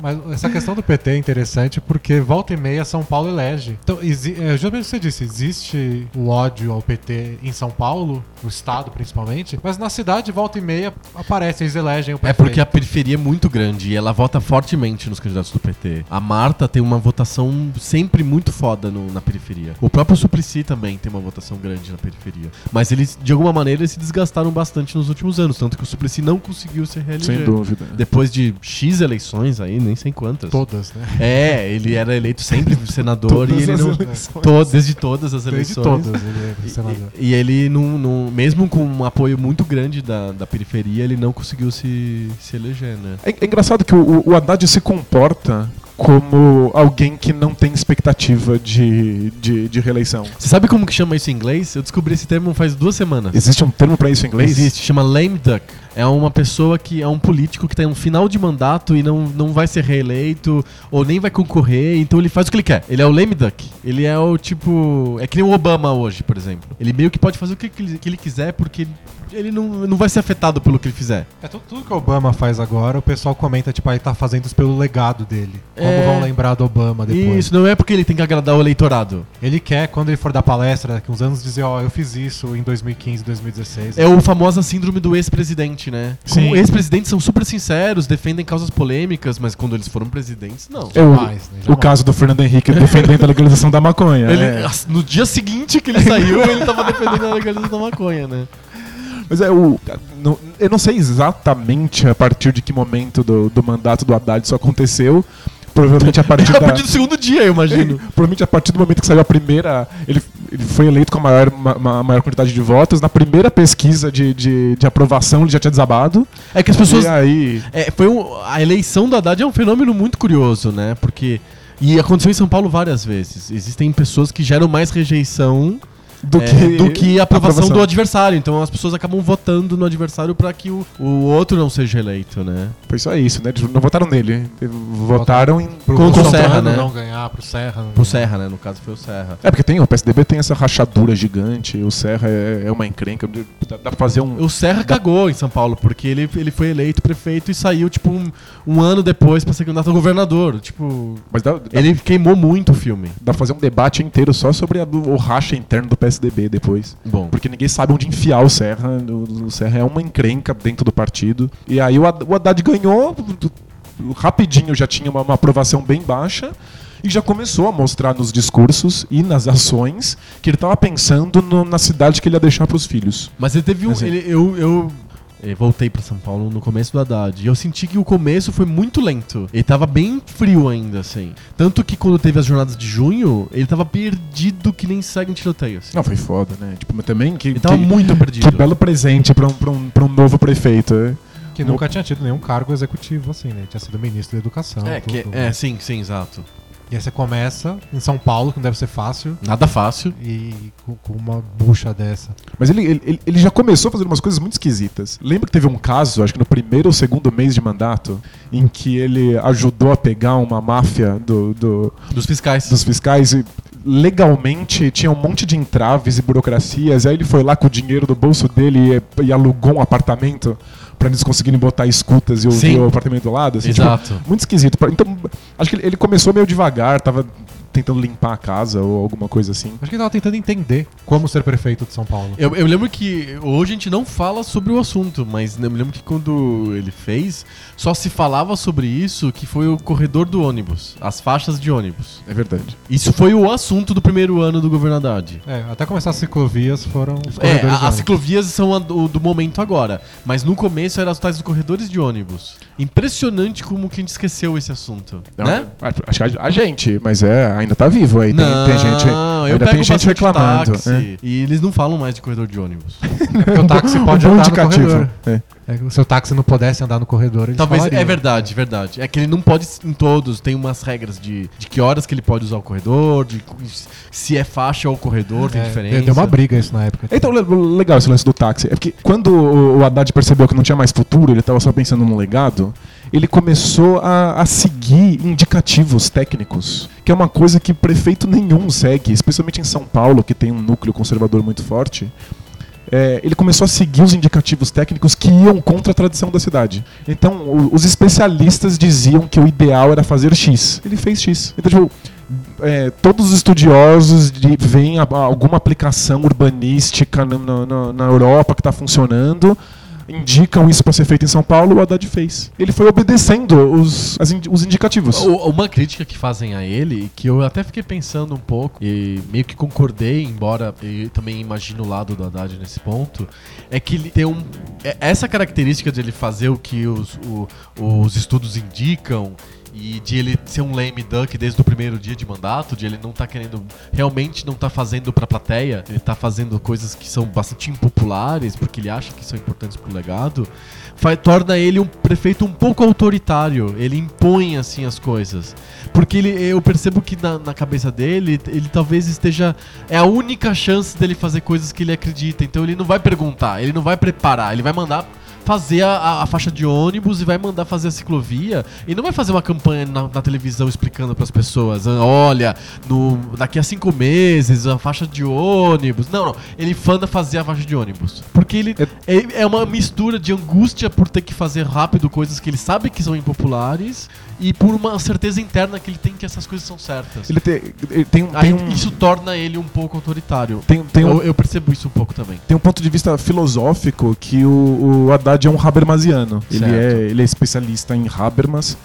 [SPEAKER 3] Mas essa questão do PT é interessante porque volta e meia São Paulo elege. Então, exi- é, justamente o que você disse, existe o ódio ao PT em São Paulo, no estado principalmente, mas na cidade volta e meia aparece, eles elegem o PT.
[SPEAKER 1] É porque a periferia é muito grande e ela vota fortemente nos candidatos do PT. A Marta tem uma votação sempre muito foda no- na periferia. O próprio Suplicy também tem uma votação grande na periferia. Mas eles, de alguma maneira, eles se desgastaram bastante nos últimos anos, tanto que o Suplicy não conseguiu se reeleger.
[SPEAKER 2] Sem dúvida.
[SPEAKER 1] Depois de X eleições aí, nem sei quantas.
[SPEAKER 3] Todas, né?
[SPEAKER 1] É, ele era eleito sempre senador e
[SPEAKER 2] Todas
[SPEAKER 1] ele
[SPEAKER 2] as
[SPEAKER 1] não.
[SPEAKER 2] eleições.
[SPEAKER 1] To- desde todas as eleições.
[SPEAKER 3] Desde todas, ele é senador.
[SPEAKER 1] E, e ele, não, não- mesmo com um apoio muito grande da, da periferia, ele não conseguiu se, se eleger, né?
[SPEAKER 2] É, é engraçado que o, o Haddad se comporta como alguém que não tem expectativa de, de, de reeleição.
[SPEAKER 1] Você sabe como que chama isso em inglês? Eu descobri esse termo faz duas semanas.
[SPEAKER 2] Existe um termo pra isso em inglês?
[SPEAKER 1] Existe, chama lame duck. É uma pessoa que é um político que tem um final de mandato e não, não vai ser reeleito ou nem vai concorrer, então ele faz o que ele quer. Ele é o lame duck. Ele é o tipo. É que nem o Obama hoje, por exemplo. Ele meio que pode fazer o que, que ele- que ele quiser porque ele não, não vai ser afetado pelo que ele fizer.
[SPEAKER 3] É tudo, tudo que o Obama faz agora, o pessoal comenta, tipo, aí tá fazendo isso pelo legado dele. Como
[SPEAKER 1] É.
[SPEAKER 3] vão lembrar do Obama depois.
[SPEAKER 1] Isso, não é porque ele tem que agradar o eleitorado.
[SPEAKER 3] Ele quer, quando ele for dar palestra daqui uns anos, dizer, ó, eu fiz isso em 2015, 2016.
[SPEAKER 1] É o famosa síndrome do ex-presidente, né?
[SPEAKER 2] Sim.
[SPEAKER 1] Como ex-presidentes são super sinceros, defendem causas polêmicas, mas quando eles foram presidentes, não.
[SPEAKER 2] É o,
[SPEAKER 3] Jamais, né?
[SPEAKER 2] o caso do Fernando Henrique defendendo a legalização da maconha.
[SPEAKER 1] Ele-
[SPEAKER 2] é.
[SPEAKER 1] as- No dia seguinte que ele saiu, ele tava defendendo a legalização da maconha, né?
[SPEAKER 2] Mas é o. não- eu não sei exatamente a partir de que momento do, do mandato do Haddad isso aconteceu. Provavelmente a partir
[SPEAKER 1] A
[SPEAKER 2] da.
[SPEAKER 1] partir do segundo dia, eu imagino.
[SPEAKER 2] Provavelmente a partir do momento que saiu a primeira. Ele, ele foi eleito com a maior, ma- ma- maior quantidade de votos. Na primeira pesquisa de, de, de aprovação ele já tinha desabado.
[SPEAKER 1] É que as pessoas.
[SPEAKER 2] E aí.
[SPEAKER 1] É, foi um- a eleição do Haddad é um fenômeno muito curioso, né? Porque. E aconteceu em São Paulo várias vezes. Existem pessoas que geram mais rejeição
[SPEAKER 2] Do,
[SPEAKER 1] é,
[SPEAKER 2] que,
[SPEAKER 1] do que a aprovação, do adversário. Então as pessoas acabam votando no adversário pra que o, o outro não seja eleito, né?
[SPEAKER 2] Foi só isso, né? Eles não votaram nele. Votaram em.
[SPEAKER 3] Pro
[SPEAKER 1] Contra o
[SPEAKER 3] Bolsonaro
[SPEAKER 1] Serra, né?
[SPEAKER 3] não ganhar, pro Serra.
[SPEAKER 1] Pro Serra, né? No caso foi o Serra.
[SPEAKER 2] É, porque tem, o PSDB tem essa rachadura gigante, o Serra é, é uma encrenca, dá, dá pra fazer um,
[SPEAKER 1] O Serra cagou em São Paulo, porque ele, ele foi eleito prefeito e saiu, tipo, um, um ano depois pra ser candidato a governador. Tipo,
[SPEAKER 2] Mas dá, dá,
[SPEAKER 1] ele queimou muito o filme.
[SPEAKER 2] dá pra fazer um debate inteiro só sobre a, do- o racha interno do PSDB depois.
[SPEAKER 1] Bom.
[SPEAKER 2] Porque ninguém sabe onde enfiar o Serra. O, o Serra é uma encrenca dentro do partido. E aí o, Hadd- o Haddad ganhou do- rapidinho, já tinha uma, uma aprovação bem baixa. E já começou a mostrar nos discursos e nas ações que ele tava pensando no- na cidade que ele ia deixar pros filhos.
[SPEAKER 1] Mas ele teve um.
[SPEAKER 2] Assim.
[SPEAKER 1] ele- eu, eu, eh, voltei pra São Paulo no começo do Haddad. E eu senti que o começo foi muito lento. Ele tava bem frio ainda, assim. Tanto que quando teve as jornadas de junho, ele tava perdido que nem segue em tiroteio. assim.
[SPEAKER 2] Não, foi foda, né? Tipo, mas também que,
[SPEAKER 1] Ele tava
[SPEAKER 2] que,
[SPEAKER 1] muito perdido.
[SPEAKER 2] que belo presente pra um, pra um, pra um novo prefeito. né?
[SPEAKER 3] Que nunca tinha tido nenhum cargo executivo assim, né? Tinha sido ministro da educação.
[SPEAKER 1] É, que,
[SPEAKER 3] tudo. né?
[SPEAKER 1] é, sim, sim, exato.
[SPEAKER 3] E aí você começa em São Paulo, que não deve ser fácil,
[SPEAKER 1] Nada fácil.
[SPEAKER 3] e com, com uma bucha dessa.
[SPEAKER 2] Mas ele, ele- ele, ele já começou fazendo umas coisas muito esquisitas. Lembra que teve um caso, acho que no primeiro ou segundo mês de mandato, em que ele ajudou a pegar uma máfia do- do,
[SPEAKER 1] Dos fiscais.
[SPEAKER 2] dos fiscais e legalmente tinha um monte de entraves e burocracias. E aí ele foi lá com o dinheiro do bolso dele e, e alugou um apartamento pra eles conseguirem botar escutas e ouvir
[SPEAKER 1] Sim.
[SPEAKER 2] o apartamento do lado. assim,
[SPEAKER 1] Exato.
[SPEAKER 2] tipo, muito esquisito. Pra- Então, acho que ele- ele começou meio devagar, tava tentando limpar a casa ou alguma coisa assim.
[SPEAKER 3] Acho que ele tava tentando entender como ser prefeito de São Paulo.
[SPEAKER 1] Eu, eu lembro que hoje a gente não fala sobre o assunto, mas eu me lembro que quando ele fez, só se falava sobre isso que foi o corredor do ônibus, as faixas de ônibus.
[SPEAKER 2] É verdade.
[SPEAKER 1] Isso foi o assunto do primeiro ano do governo Haddad.
[SPEAKER 3] É, até começar as ciclovias foram os
[SPEAKER 1] É, a-
[SPEAKER 3] corredores né?
[SPEAKER 1] as
[SPEAKER 3] de ônibus.
[SPEAKER 1] ciclovias são a do, do momento agora, mas no começo eram os tais dos corredores de ônibus. Impressionante como que a gente esqueceu esse assunto,
[SPEAKER 2] Não,
[SPEAKER 1] né?
[SPEAKER 2] a- Acho que a, a gente, mas é, ainda tá vivo aí. Tem,
[SPEAKER 1] Não,
[SPEAKER 2] tem gente,
[SPEAKER 1] eu
[SPEAKER 2] ainda
[SPEAKER 1] pego
[SPEAKER 2] tem gente
[SPEAKER 1] bastante
[SPEAKER 2] reclamando.
[SPEAKER 1] táxi,
[SPEAKER 2] é.
[SPEAKER 1] E eles não falam mais de corredor de ônibus.
[SPEAKER 3] Porque o táxi pode
[SPEAKER 2] Um bom
[SPEAKER 3] andar no corredor.
[SPEAKER 2] É.
[SPEAKER 3] É, que o seu táxi não pudesse andar no corredor, eles
[SPEAKER 1] Talvez,
[SPEAKER 3] falariam.
[SPEAKER 1] é verdade, verdade. É que ele não pode em todos, tem umas regras de, de que horas que ele pode usar o corredor, de cu- se é faixa ou corredor, tem
[SPEAKER 3] É,
[SPEAKER 1] diferença.
[SPEAKER 3] Deu uma briga isso na época.
[SPEAKER 2] Então, le- legal esse lance do táxi. É porque quando o o Haddad percebeu que não tinha mais futuro, ele estava só pensando num legado, ele começou a, a seguir indicativos técnicos, que é uma coisa que prefeito nenhum segue, especialmente em São Paulo, que tem um núcleo conservador muito forte. É, ele começou a seguir os indicativos técnicos que iam contra a tradição da cidade. Então, o- os especialistas diziam que o ideal era fazer X. Ele fez X. Então, tipo, é, todos os estudiosos de- veem a- alguma aplicação urbanística na, na- na- na Europa que está funcionando, indicam isso para ser feito em São Paulo, o Haddad fez. Ele foi obedecendo os, as in- os indicativos.
[SPEAKER 1] O- Uma crítica que fazem a ele, que eu até fiquei pensando um pouco, e meio que concordei, embora eu também imagino o lado do Haddad nesse ponto, é que ele tem um. é- Essa característica de ele fazer o que os, o- os estudos indicam. E de ele ser um lame duck desde o primeiro dia de mandato, de ele não tá querendo. Realmente não tá fazendo pra plateia, ele tá fazendo coisas que são bastante impopulares, porque ele acha que são importantes pro legado fa- torna ele um prefeito um pouco autoritário. Ele impõe assim as coisas. Porque ele, eu percebo que na, na cabeça dele, ele talvez esteja. É a única chance dele fazer coisas que ele acredita. Então ele não vai perguntar, ele não vai preparar, ele vai mandar. Fazer a- a, a faixa de ônibus e vai mandar fazer a ciclovia e não vai fazer uma campanha na, na televisão explicando pras pessoas: "Ah, olha, no, daqui a cinco meses a faixa de ônibus. Não, não. Ele fanda fazer a faixa de ônibus. Porque ele é, é uma mistura de angústia por ter que fazer rápido coisas que ele sabe que são impopulares e por uma certeza interna que ele tem que essas coisas são certas.
[SPEAKER 2] Ele, te- ele tem, um-
[SPEAKER 1] Aí
[SPEAKER 2] tem um-
[SPEAKER 1] isso torna ele um pouco autoritário.
[SPEAKER 2] tem- tem um
[SPEAKER 1] Eu, eu percebo isso um pouco também.
[SPEAKER 2] tem um ponto de vista filosófico que o, o Haddad é um Habermasiano. Ele
[SPEAKER 1] Certo.
[SPEAKER 2] é, ele é especialista em Habermas.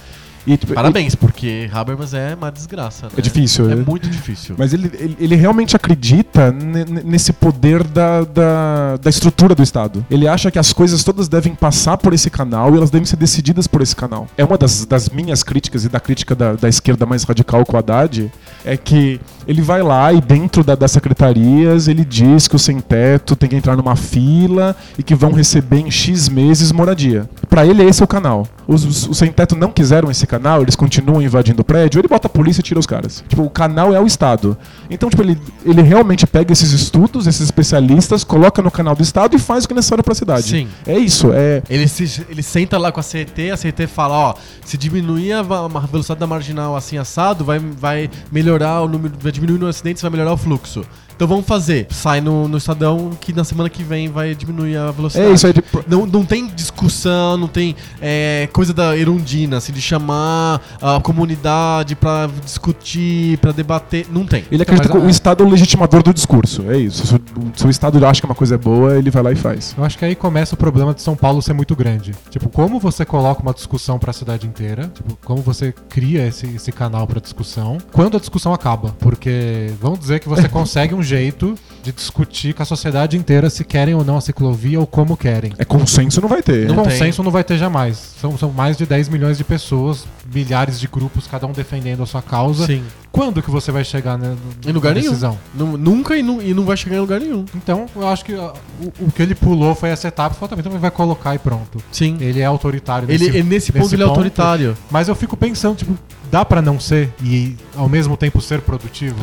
[SPEAKER 2] E, tipo,
[SPEAKER 1] Parabéns, porque Habermas é uma desgraça, né?
[SPEAKER 2] É difícil,
[SPEAKER 1] É
[SPEAKER 2] né?
[SPEAKER 1] muito difícil.
[SPEAKER 2] Mas ele, ele, ele realmente acredita ne- ne- nesse poder da, da, da estrutura do Estado. Ele acha que as coisas todas devem passar por esse canal e elas devem ser decididas por esse canal. É uma das, das minhas críticas e da crítica da, da esquerda mais radical com o Haddad, é que ele vai lá e dentro da, das secretarias ele diz que o sem-teto tem que entrar numa fila e que vão receber em X meses moradia. Pra ele esse é o canal. Os, os- os sem-teto não quiseram esse canal, eles continuam invadindo o prédio, ele bota a polícia e tira os caras. Tipo, o canal é o Estado. Então, tipo, ele, ele realmente pega esses estudos, esses especialistas, coloca no canal do Estado e faz o que é necessário pra cidade.
[SPEAKER 1] Sim.
[SPEAKER 2] É isso, é...
[SPEAKER 1] Ele, se, ele senta lá com a CET, a CET fala, ó, se diminuir a, va- a velocidade da marginal assim assado, vai, vai melhorar o número, vai diminuir no acidente, vai melhorar o fluxo. Então vamos fazer. Sai no, no Estadão que na semana que vem vai diminuir a velocidade.
[SPEAKER 2] É isso aí, tipo,
[SPEAKER 1] Não, não tem discussão, não tem é, coisa da Erundina, assim, de chamar a comunidade pra discutir, pra debater. Não tem.
[SPEAKER 2] Ele acredita
[SPEAKER 3] Então, mas
[SPEAKER 2] que o
[SPEAKER 3] a-
[SPEAKER 2] Estado é o legitimador do discurso. É isso. Se o- Se o Estado acha que uma coisa é boa, ele vai lá e faz.
[SPEAKER 3] Eu acho que aí começa o problema de São Paulo ser muito grande. Tipo, como você coloca uma discussão pra cidade inteira? Tipo, como você cria esse, esse canal pra discussão? Quando a discussão acaba? Porque vamos dizer que você consegue um jeito de discutir com a sociedade inteira se querem ou não a ciclovia ou como querem.
[SPEAKER 2] É consenso, não vai ter.
[SPEAKER 1] Não
[SPEAKER 3] O
[SPEAKER 1] tem.
[SPEAKER 3] consenso não vai ter jamais. São, são mais de 10 milhões de pessoas, milhares de grupos, cada um defendendo a sua causa.
[SPEAKER 1] Sim.
[SPEAKER 3] Quando que você vai chegar né,
[SPEAKER 1] Em lugar
[SPEAKER 3] na
[SPEAKER 1] nenhum.
[SPEAKER 3] decisão?
[SPEAKER 1] Nu- nunca e, nu- e não vai chegar em lugar nenhum.
[SPEAKER 3] Então, eu acho que ah, o, o que ele pulou foi essa etapa e falou, também, então vai colocar e pronto.
[SPEAKER 1] Sim.
[SPEAKER 3] Ele é autoritário
[SPEAKER 1] Ele, ele- nesse ponto ele é autoritário.
[SPEAKER 3] Mas eu fico pensando, tipo, dá pra não ser e ao mesmo tempo ser produtivo?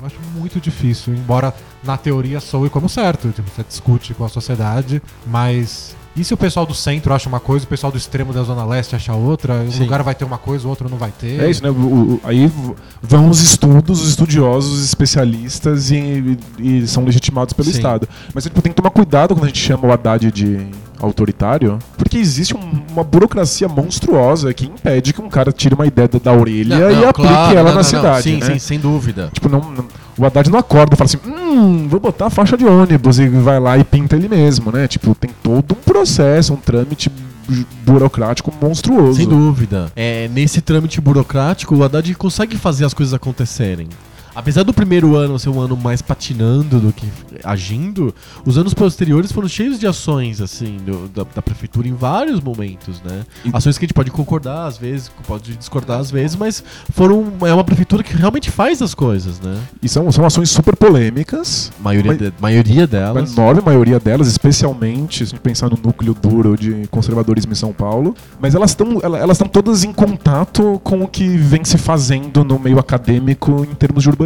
[SPEAKER 3] Eu acho muito difícil, embora na teoria soe como certo. Tipo, você discute com a sociedade, mas. E se o pessoal do centro acha uma coisa, o pessoal do extremo da Zona Leste acha outra? Um
[SPEAKER 1] Sim.
[SPEAKER 3] lugar vai ter uma coisa, o outro não vai ter.
[SPEAKER 2] É isso, né? O- o- aí v- vão os estudos, os estudiosos, os especialistas e, e são legitimados pelo
[SPEAKER 1] Sim.
[SPEAKER 2] Estado. Mas tipo, tem que tomar cuidado quando a gente chama o Haddad de autoritário, porque existe um- uma burocracia monstruosa que impede que um cara tire uma ideia da, da orelha
[SPEAKER 1] Não,
[SPEAKER 2] e
[SPEAKER 1] não,
[SPEAKER 2] aplique
[SPEAKER 1] claro,
[SPEAKER 2] ela
[SPEAKER 1] não,
[SPEAKER 2] na
[SPEAKER 1] não, não.
[SPEAKER 2] cidade.
[SPEAKER 1] Sim,
[SPEAKER 2] né?
[SPEAKER 1] sim, sem dúvida.
[SPEAKER 2] Tipo, não, não- o Haddad não acorda e fala assim, hum, vou botar a faixa de ônibus e vai lá e pinta ele mesmo, né? Tipo, tem todo um processo, um trâmite bu- burocrático monstruoso.
[SPEAKER 1] Sem dúvida. É, nesse trâmite burocrático, o Haddad consegue fazer as coisas acontecerem. Apesar do primeiro ano ser um ano mais patinando do que agindo, os anos posteriores foram cheios de ações, assim, do- da, da prefeitura em vários momentos, né? Ações que a gente pode concordar às vezes, pode discordar às vezes, mas foram. É uma prefeitura que realmente faz as coisas, né?
[SPEAKER 2] E são, são ações super polêmicas.
[SPEAKER 1] Maioria,
[SPEAKER 2] Mas-
[SPEAKER 1] de- maioria
[SPEAKER 2] A
[SPEAKER 1] delas.
[SPEAKER 2] enorme maioria delas, especialmente se a gente pensar no núcleo duro de conservadorismo em São Paulo, mas elas estão ela- elas estão todas em contato com o que vem se fazendo no meio acadêmico em termos de urbanismo.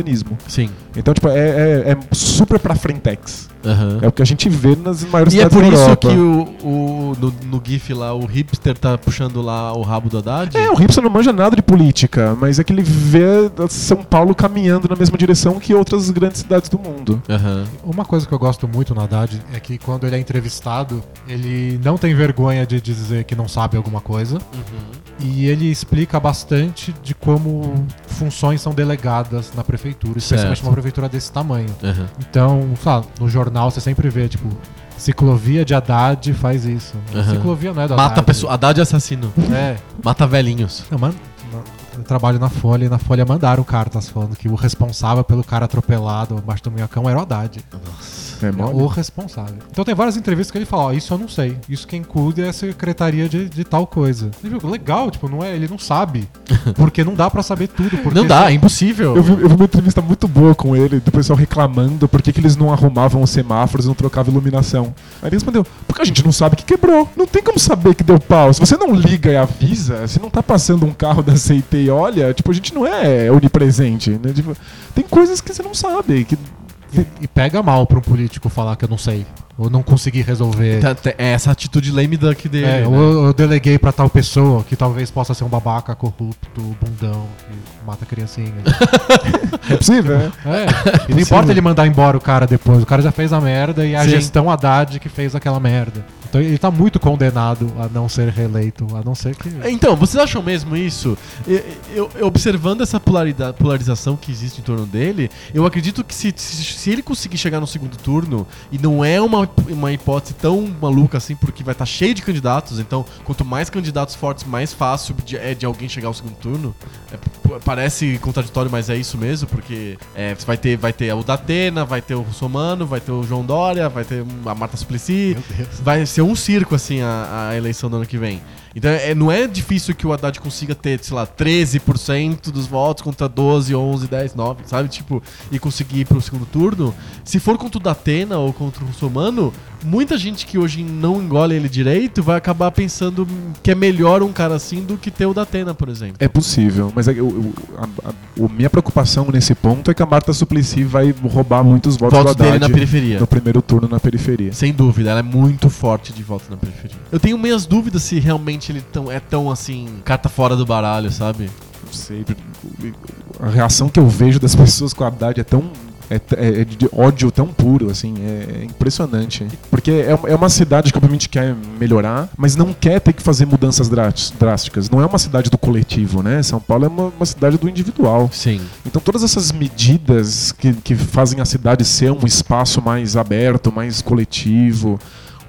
[SPEAKER 1] Sim.
[SPEAKER 2] Então, tipo, é, é- é super pra frentex.
[SPEAKER 1] aham.
[SPEAKER 2] É o que a gente vê nas maiores
[SPEAKER 1] E é
[SPEAKER 2] cidades
[SPEAKER 1] por
[SPEAKER 2] da
[SPEAKER 1] isso
[SPEAKER 2] Europa.
[SPEAKER 1] que o, o- no, no GIF lá, o hipster tá puxando lá o rabo do Haddad?
[SPEAKER 2] É, o Ripson não manja nada de política, mas é que ele vê São Paulo caminhando na mesma direção que outras grandes cidades do mundo.
[SPEAKER 1] Aham.
[SPEAKER 3] Uma coisa que eu gosto muito no Haddad é que quando ele é entrevistado, ele não tem vergonha de dizer que não sabe alguma coisa.
[SPEAKER 1] Uhum.
[SPEAKER 3] E ele explica bastante de como funções são delegadas na prefeitura, especialmente
[SPEAKER 1] Certo.
[SPEAKER 3] uma prefeitura desse tamanho.
[SPEAKER 1] aham.
[SPEAKER 3] Então, sei lá, no jornal você sempre vê, tipo, ciclovia de Haddad faz isso.
[SPEAKER 1] Aham.
[SPEAKER 3] Ciclovia não é do Haddad.
[SPEAKER 1] Uhum. Mata pessoa. Haddad é assassino.
[SPEAKER 3] É.
[SPEAKER 1] Mata velhinhos.
[SPEAKER 3] Não, mano, eu trabalho na Folha e na Folha mandaram cartas falando que o responsável pelo cara atropelado abaixo do minhocão era o Haddad.
[SPEAKER 2] É
[SPEAKER 3] Era
[SPEAKER 2] mole?
[SPEAKER 3] o responsável. Então tem várias entrevistas que ele fala, ó, isso eu não sei. Isso quem cuida é a secretaria de, de tal coisa. Ele viu, legal, tipo, não é, ele não sabe. Porque não dá pra saber tudo. Porque
[SPEAKER 1] Não dá, é
[SPEAKER 3] se-
[SPEAKER 1] impossível.
[SPEAKER 2] Eu vi, eu vi uma entrevista muito boa com ele, do pessoal reclamando por que, que eles não arrumavam os semáforos, não trocavam iluminação. Aí ele respondeu, porque a gente não sabe que quebrou. Não tem como saber que deu pau. Se você não liga e avisa, se não tá passando um carro da CT e olha, tipo, a gente não é onipresente, né? Tipo, tem coisas que você não sabe. Que...
[SPEAKER 3] E, e pega mal pra um político falar que eu não sei. Ou não consegui resolver.
[SPEAKER 1] Tá- tá- É essa atitude lame duck dele.
[SPEAKER 3] É,
[SPEAKER 1] né?
[SPEAKER 3] ou eu deleguei pra tal pessoa que talvez possa ser um babaca corrupto, bundão, que mata criancinha.
[SPEAKER 2] É possível, né?
[SPEAKER 3] É, e não importa ele mandar embora o cara depois, o cara já fez a merda e a
[SPEAKER 1] Sim.
[SPEAKER 3] gestão Haddad que fez aquela merda. Então ele tá muito condenado a não ser reeleito, a não ser que.
[SPEAKER 1] Então, vocês acham mesmo isso? Eu, eu- eu observando essa polarida- polarização que existe em torno dele, eu acredito que se, se- se ele conseguir chegar no segundo turno, e não é uma, uma hipótese tão maluca assim, porque vai estar cheio de candidatos, então quanto mais candidatos fortes, mais fácil de- é de alguém chegar ao segundo turno. É, p- parece contraditório, mas é isso mesmo, porque é, você vai ter, vai ter o Datena, vai ter o Russomano, vai ter o João Dória, vai ter a Marta Suplicy. Vai ser um circo, assim, a, a eleição do ano que vem. Então, é, não é difícil que o Haddad consiga ter, sei lá, 13% dos votos contra 12, 11, 10, 9, sabe? Tipo, e conseguir ir pro segundo turno. Se for contra o Datena ou contra o Russomano, muita gente que hoje não engole ele direito vai acabar pensando que é melhor um cara assim do que ter o Datena, por exemplo.
[SPEAKER 2] É possível, mas é que eu- eu- a, a- a minha preocupação nesse ponto é que a Marta Suplicy vai roubar muitos votos,
[SPEAKER 1] Votos
[SPEAKER 2] do
[SPEAKER 1] dele
[SPEAKER 2] Haddad
[SPEAKER 1] na periferia.
[SPEAKER 2] no primeiro turno na periferia.
[SPEAKER 1] Sem dúvida, ela é muito forte de volta na periferia. Eu tenho minhas dúvidas se realmente ele tão, é tão assim, carta fora do baralho, sabe?
[SPEAKER 2] Não sei. A reação que eu vejo das pessoas com a Haddad é tão. É, t- é de ódio tão puro, assim, é, é impressionante. Porque é, uma- é uma cidade que obviamente quer melhorar, mas não quer ter que fazer mudanças drás- drásticas. Não é uma cidade do coletivo, né? São Paulo é uma, uma cidade do individual.
[SPEAKER 1] Sim.
[SPEAKER 2] Então todas essas medidas que, que fazem a cidade ser um espaço mais aberto, mais coletivo,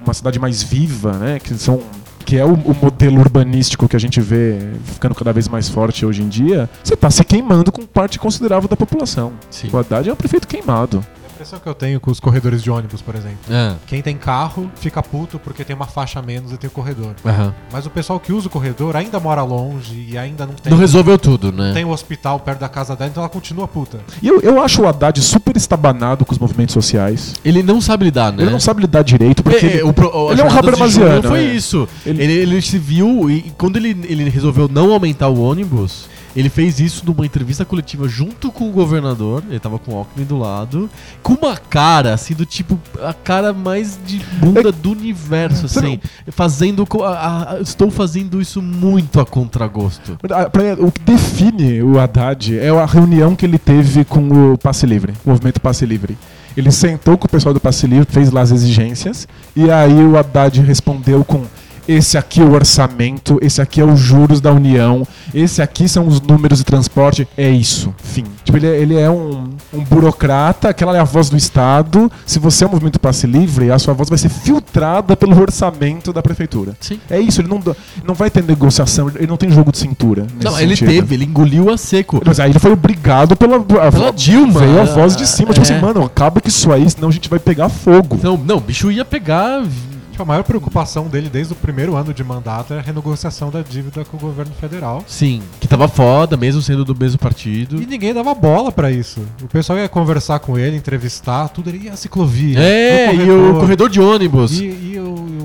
[SPEAKER 2] uma cidade mais viva, né? Que são que é o, o modelo urbanístico que a gente vê ficando cada vez mais forte hoje em dia, você está se queimando com parte considerável da população.
[SPEAKER 1] Sim.
[SPEAKER 2] O Haddad é um prefeito queimado.
[SPEAKER 3] A impressão é que eu tenho com os corredores de ônibus, por exemplo.
[SPEAKER 1] Ah,
[SPEAKER 3] Quem tem carro fica puto porque tem uma faixa a menos e tem o corredor.
[SPEAKER 1] aham.
[SPEAKER 3] Mas o pessoal que usa o corredor ainda mora longe e ainda não tem.
[SPEAKER 2] um
[SPEAKER 1] Não resolveu tudo, né?
[SPEAKER 3] Tem o hospital perto da casa dela, então ela continua puta.
[SPEAKER 2] E eu, eu acho o Haddad super estabanado com os movimentos sociais.
[SPEAKER 1] Ele não sabe lidar, né?
[SPEAKER 2] Ele não sabe lidar direito, porque
[SPEAKER 1] É, é, o pro- a
[SPEAKER 2] ele é
[SPEAKER 1] jornada
[SPEAKER 2] um
[SPEAKER 1] de
[SPEAKER 2] Habermasiano,
[SPEAKER 1] Julian Foi
[SPEAKER 2] é.
[SPEAKER 1] isso. Ele...
[SPEAKER 2] Ele-
[SPEAKER 1] ele se viu e, e quando ele, ele resolveu não aumentar o ônibus, ele fez isso numa entrevista coletiva junto com o governador. Ele tava com o Alckmin do lado, com uma cara assim do tipo a cara mais de bunda do universo,
[SPEAKER 2] Você
[SPEAKER 1] assim, fazendo co- a- a- estou fazendo isso muito a contragosto.
[SPEAKER 2] Ah, pra- O que define o Haddad é a reunião que ele teve com o Passe Livre, o movimento Passe Livre. Ele sentou com o pessoal do Passe Livre, fez lá as exigências, e aí o Haddad respondeu com: esse aqui é o orçamento, esse aqui é os juros da União, esse aqui são os números de transporte, é isso, fim. Tipo, ele, é- ele é um, um burocrata, aquela é a voz do Estado. Se você é um movimento passe livre, a sua voz vai ser filtrada pelo orçamento da prefeitura.
[SPEAKER 1] Sim.
[SPEAKER 2] É isso, ele não, dá- não vai ter negociação, ele não tem jogo de cintura. nesse
[SPEAKER 1] Não, ele
[SPEAKER 2] sentido.
[SPEAKER 1] teve, né? ele engoliu a seco.
[SPEAKER 2] Mas aí ele foi obrigado pela, a-
[SPEAKER 1] Pela Dilma.
[SPEAKER 2] Veio a voz de cima, tipo
[SPEAKER 1] É.
[SPEAKER 2] assim, mano, acaba com isso aí, senão a gente vai pegar fogo.
[SPEAKER 1] Então, não, o bicho ia pegar.
[SPEAKER 3] Tipo, a maior preocupação dele desde o primeiro ano de mandato era a renegociação da dívida com o governo federal.
[SPEAKER 1] Sim, que tava foda, mesmo sendo do mesmo partido.
[SPEAKER 3] E ninguém dava bola pra isso. O pessoal ia conversar com ele, entrevistar, tudo. Ele ia à ciclovia.
[SPEAKER 1] É,
[SPEAKER 3] no
[SPEAKER 1] e o corredor de ônibus.
[SPEAKER 3] E, e o, o-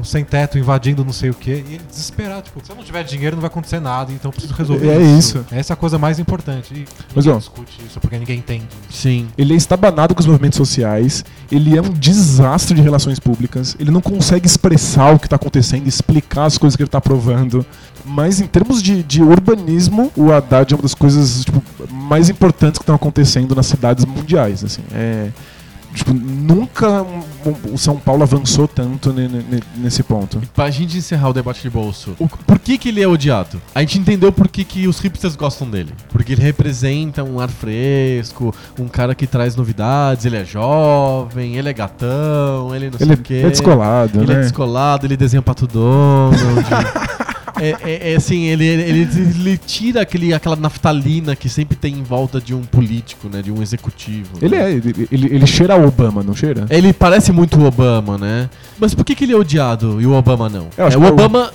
[SPEAKER 3] o sem teto invadindo não sei o quê. E ele desesperado, tipo, se eu não tiver dinheiro não vai acontecer nada, então eu preciso resolver
[SPEAKER 2] É isso.
[SPEAKER 3] Essa é a coisa mais importante. E
[SPEAKER 2] Mas,
[SPEAKER 3] ninguém
[SPEAKER 2] ó,
[SPEAKER 3] discute isso porque ninguém entende.
[SPEAKER 1] Sim.
[SPEAKER 2] Ele é estabanado com os movimentos sociais, ele é um desastre de relações públicas, ele não consegue expressar o que está acontecendo, explicar as coisas que ele está aprovando. Mas em termos de, de urbanismo, o Haddad é uma das coisas tipo, mais importantes que estão acontecendo nas cidades mundiais. Assim. É, tipo, nunca um- um- o São Paulo avançou tanto ne- ne- ne- nesse ponto.
[SPEAKER 1] E pra gente encerrar o debate de bolso, o- por que, que ele é odiado? A gente entendeu por que, que os hipsters gostam dele. Porque ele representa um ar fresco, um cara que traz novidades, ele é jovem, ele é gatão, ele não sei
[SPEAKER 2] Ele
[SPEAKER 1] o quê.
[SPEAKER 2] é descolado,
[SPEAKER 1] Assim, Ele
[SPEAKER 2] né?
[SPEAKER 1] é descolado, ele desenha pato Donald. É, é- é assim, ele, ele, ele tira aquele, aquela naftalina que sempre tem em volta de um político, né? De um executivo.
[SPEAKER 2] Ele
[SPEAKER 1] né?
[SPEAKER 2] é, ele, ele- ele cheira o Obama, não cheira?
[SPEAKER 1] Ele parece muito o Obama, né? Mas por que, que ele é odiado e o Obama não?
[SPEAKER 2] Eu acho
[SPEAKER 1] É, o
[SPEAKER 2] que o-
[SPEAKER 1] Obama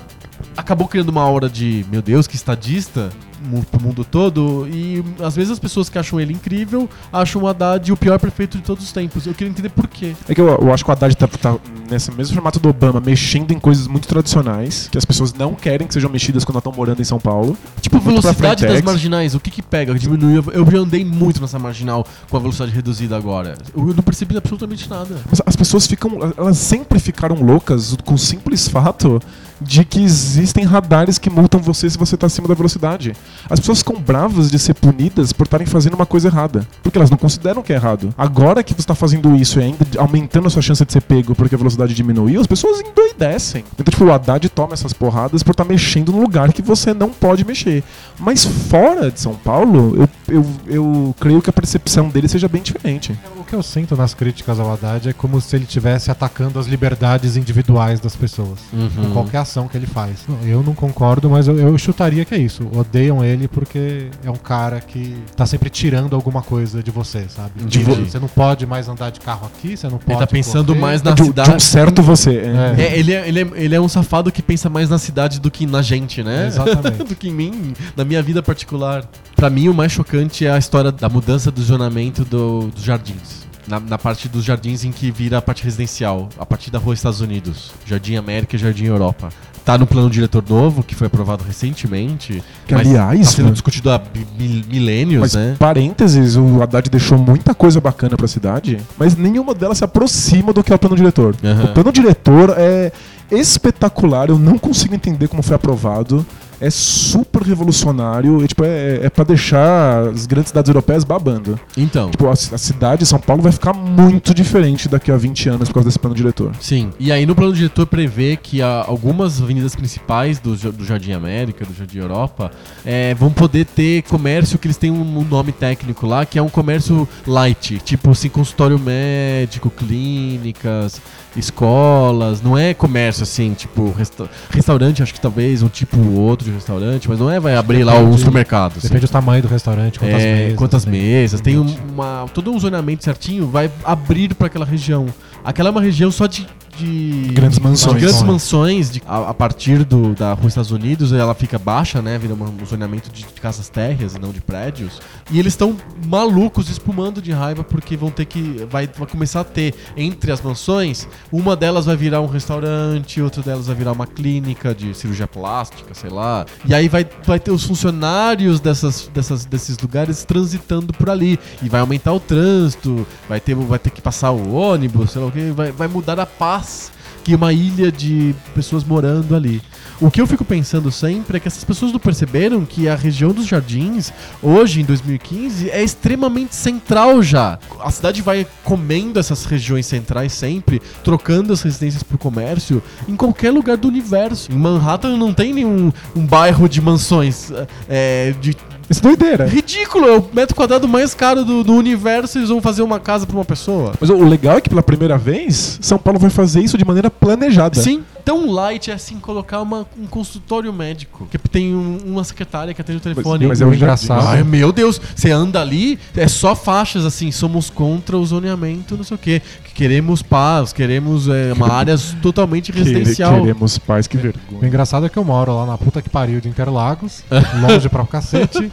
[SPEAKER 1] acabou criando uma aura de, meu Deus, que estadista mu- pro mundo todo. E às vezes as pessoas que acham ele incrível acham o Haddad o pior prefeito de todos os tempos. Eu queria entender por quê.
[SPEAKER 2] É que eu, eu acho que o Haddad tá, tá nesse mesmo formato do Obama, mexendo em coisas muito tradicionais, que as pessoas não querem que sejam mexidas quando estão morando em São Paulo.
[SPEAKER 1] Tipo,
[SPEAKER 2] Muito pra
[SPEAKER 1] velocidade das
[SPEAKER 2] Frentex.
[SPEAKER 1] marginais, o que que pega? Diminui. Eu eu já andei muito nessa marginal com a velocidade reduzida agora. Eu não percebi absolutamente nada.
[SPEAKER 2] Mas as pessoas ficam. eh, Elas sempre ficaram loucas com o simples fato de que existem radares que multam você se você tá acima da velocidade. As pessoas ficam bravas de ser punidas por estarem fazendo uma coisa errada. Porque elas não consideram que é errado. Agora que você tá fazendo isso e ainda aumentando a sua chance de ser pego porque a velocidade diminuiu, as pessoas endoidecem. Então, tipo, o Haddad toma essas porradas por estar mexendo num lugar que você não pode mexer. Mas fora de São Paulo, eu, eu, eu creio que a percepção dele seja bem diferente.
[SPEAKER 3] é, O que eu sinto nas críticas ao Haddad é como se ele estivesse atacando as liberdades individuais das pessoas.
[SPEAKER 1] Uhum.
[SPEAKER 3] Em qualquer ação que ele faz. Eu não concordo, mas eu, eu chutaria que é isso. Odeiam ele porque é um cara que tá sempre tirando alguma coisa de você, sabe?
[SPEAKER 1] De vo-
[SPEAKER 3] Você não pode mais andar de carro aqui, você não pode.
[SPEAKER 1] Ele tá pensando
[SPEAKER 3] correr.
[SPEAKER 1] mais na
[SPEAKER 2] de, um- de um
[SPEAKER 1] cidade.
[SPEAKER 2] certo você.
[SPEAKER 3] É.
[SPEAKER 1] É, ele, é, ele, é, ele é um safado que pensa mais na cidade do que na gente, né?
[SPEAKER 3] Exatamente.
[SPEAKER 1] do que em mim, na minha vida particular. Pra mim, o mais chocante é a história da mudança do zonamento do- dos jardins. Na, na parte dos jardins em que vira a parte residencial, a partir da rua Estados Unidos, Jardim América e Jardim Europa. Tá no plano diretor novo, que foi aprovado recentemente.
[SPEAKER 2] Que, é
[SPEAKER 1] mas
[SPEAKER 2] aliás,
[SPEAKER 1] tá sendo
[SPEAKER 2] mano-
[SPEAKER 1] discutido há bi- mil- milênios,
[SPEAKER 2] Mas,
[SPEAKER 1] né?
[SPEAKER 2] parênteses, o Haddad deixou muita coisa bacana pra cidade, mas nenhuma delas se aproxima do que é o plano diretor.
[SPEAKER 1] Aham.
[SPEAKER 2] O plano diretor é espetacular, eu não consigo entender como foi aprovado. É super revolucionário, e, tipo, é, é pra deixar as grandes cidades europeias babando.
[SPEAKER 1] Então.
[SPEAKER 2] Tipo, a, ci- a cidade de São Paulo vai ficar muito diferente daqui a 20 anos por causa desse plano diretor.
[SPEAKER 1] Sim. E aí no plano diretor prevê que a- algumas avenidas principais do, Ja- do Jardim América, do Jardim Europa, eh, vão poder ter comércio que eles têm um, um nome técnico lá, que é um comércio light, tipo assim, consultório médico, clínicas, escolas, não é comércio assim, tipo resta- restaurante, acho que talvez, um tipo ou outro de restaurante, mas não é vai abrir lá um
[SPEAKER 3] Depende-
[SPEAKER 1] supermercado. assim.
[SPEAKER 3] Depende do tamanho do restaurante, quantas
[SPEAKER 1] É,
[SPEAKER 3] mesas. né?
[SPEAKER 1] quantas
[SPEAKER 3] tem.
[SPEAKER 1] mesas, tem
[SPEAKER 3] Limite.
[SPEAKER 1] um- uma, todo um zonamento certinho, vai abrir pra aquela região. Aquela é uma região só de. de
[SPEAKER 2] Grandes
[SPEAKER 1] de
[SPEAKER 2] mansões.
[SPEAKER 1] grandes mansões, de- a, a partir do, da rua Estados Unidos, ela fica baixa, né? Vira uma- um zonamento de, de casas térreas e não de prédios. E eles estão malucos, espumando de raiva, porque vão ter que. Vai, vai começar a ter entre as mansões, uma delas vai virar um restaurante, outra delas vai virar uma clínica de cirurgia plástica, sei lá. E aí vai, vai ter os funcionários dessas, dessas, desses lugares transitando por ali. E vai aumentar o trânsito, vai ter, vai ter que passar o ônibus, sei lá o que, vai, vai mudar a paz e uma ilha de pessoas morando ali. O que eu fico pensando sempre é que essas pessoas não perceberam que a região dos jardins, hoje, em 2015, é extremamente central já. A cidade vai comendo essas regiões centrais sempre, trocando as residências por comércio, em qualquer lugar do universo. Em Manhattan não tem nenhum um bairro de mansões é, de
[SPEAKER 2] Isso é doideira.
[SPEAKER 1] Ridículo, é o metro quadrado mais caro do, do universo e eles vão fazer uma casa pra uma pessoa.
[SPEAKER 2] Mas o o legal é que pela primeira vez, São Paulo vai fazer isso de maneira planejada.
[SPEAKER 1] Sim. Tão light é assim colocar uma- um consultório médico. Que tem um- uma secretária que atende o telefone.
[SPEAKER 2] mas é um
[SPEAKER 3] engraçado.
[SPEAKER 2] engraçado.
[SPEAKER 1] Ai, meu Deus, você anda ali, é só faixas assim, somos contra o zoneamento, não sei o quê. Que queremos paz, queremos é, uma área totalmente residencial.
[SPEAKER 2] Queremos paz, que
[SPEAKER 3] O
[SPEAKER 2] vergonha.
[SPEAKER 3] engraçado é que eu moro lá na puta que pariu de Interlagos, longe pra um cacete.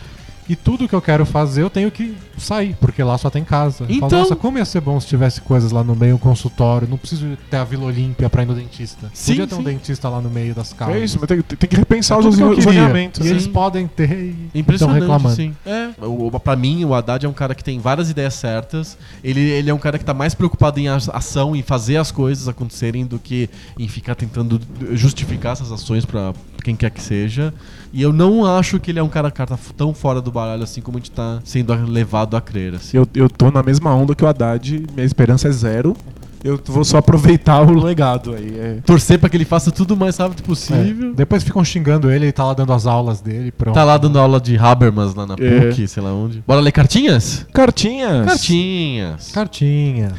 [SPEAKER 3] E tudo que eu quero fazer, eu tenho que sair, porque lá só tem casa. Eu falo,
[SPEAKER 1] Então-
[SPEAKER 3] Nossa, como ia ser bom se tivesse coisas lá no meio, um consultório. Não preciso ter a Vila Olímpia pra ir no dentista.
[SPEAKER 1] Sim,
[SPEAKER 3] Podia ter um
[SPEAKER 1] sim.
[SPEAKER 3] dentista lá no meio das casas. É
[SPEAKER 2] É isso, mas tem, tem que repensar os
[SPEAKER 3] tudo que eu queria.
[SPEAKER 2] zoneamentos.
[SPEAKER 3] E
[SPEAKER 1] Sim.
[SPEAKER 3] eles podem ter e estão
[SPEAKER 1] Impressionante,
[SPEAKER 3] Então, reclamando.
[SPEAKER 1] sim. É. O, o- pra mim, o Haddad é um cara que tem várias ideias certas. Ele, ele é um cara que tá mais preocupado em a- ação, em fazer as coisas acontecerem, do que em ficar tentando justificar essas ações pra quem quer que seja. E eu não acho que ele é um cara, cara tão fora do baralho assim como a gente tá sendo levado a crer. Assim.
[SPEAKER 2] Eu, eu tô na mesma onda que o Haddad, minha esperança é zero. Eu vou só aproveitar o legado aí. é.
[SPEAKER 1] Torcer pra que ele faça tudo o mais rápido possível.
[SPEAKER 3] É. Depois ficam xingando ele, ele tá lá dando as aulas dele. Pronto.
[SPEAKER 1] Tá lá dando aula de Habermas lá na
[SPEAKER 2] É.
[SPEAKER 1] PUC, sei lá onde. Bora ler cartinhas?
[SPEAKER 2] Cartinhas.
[SPEAKER 1] Cartinhas.
[SPEAKER 3] Cartinhas.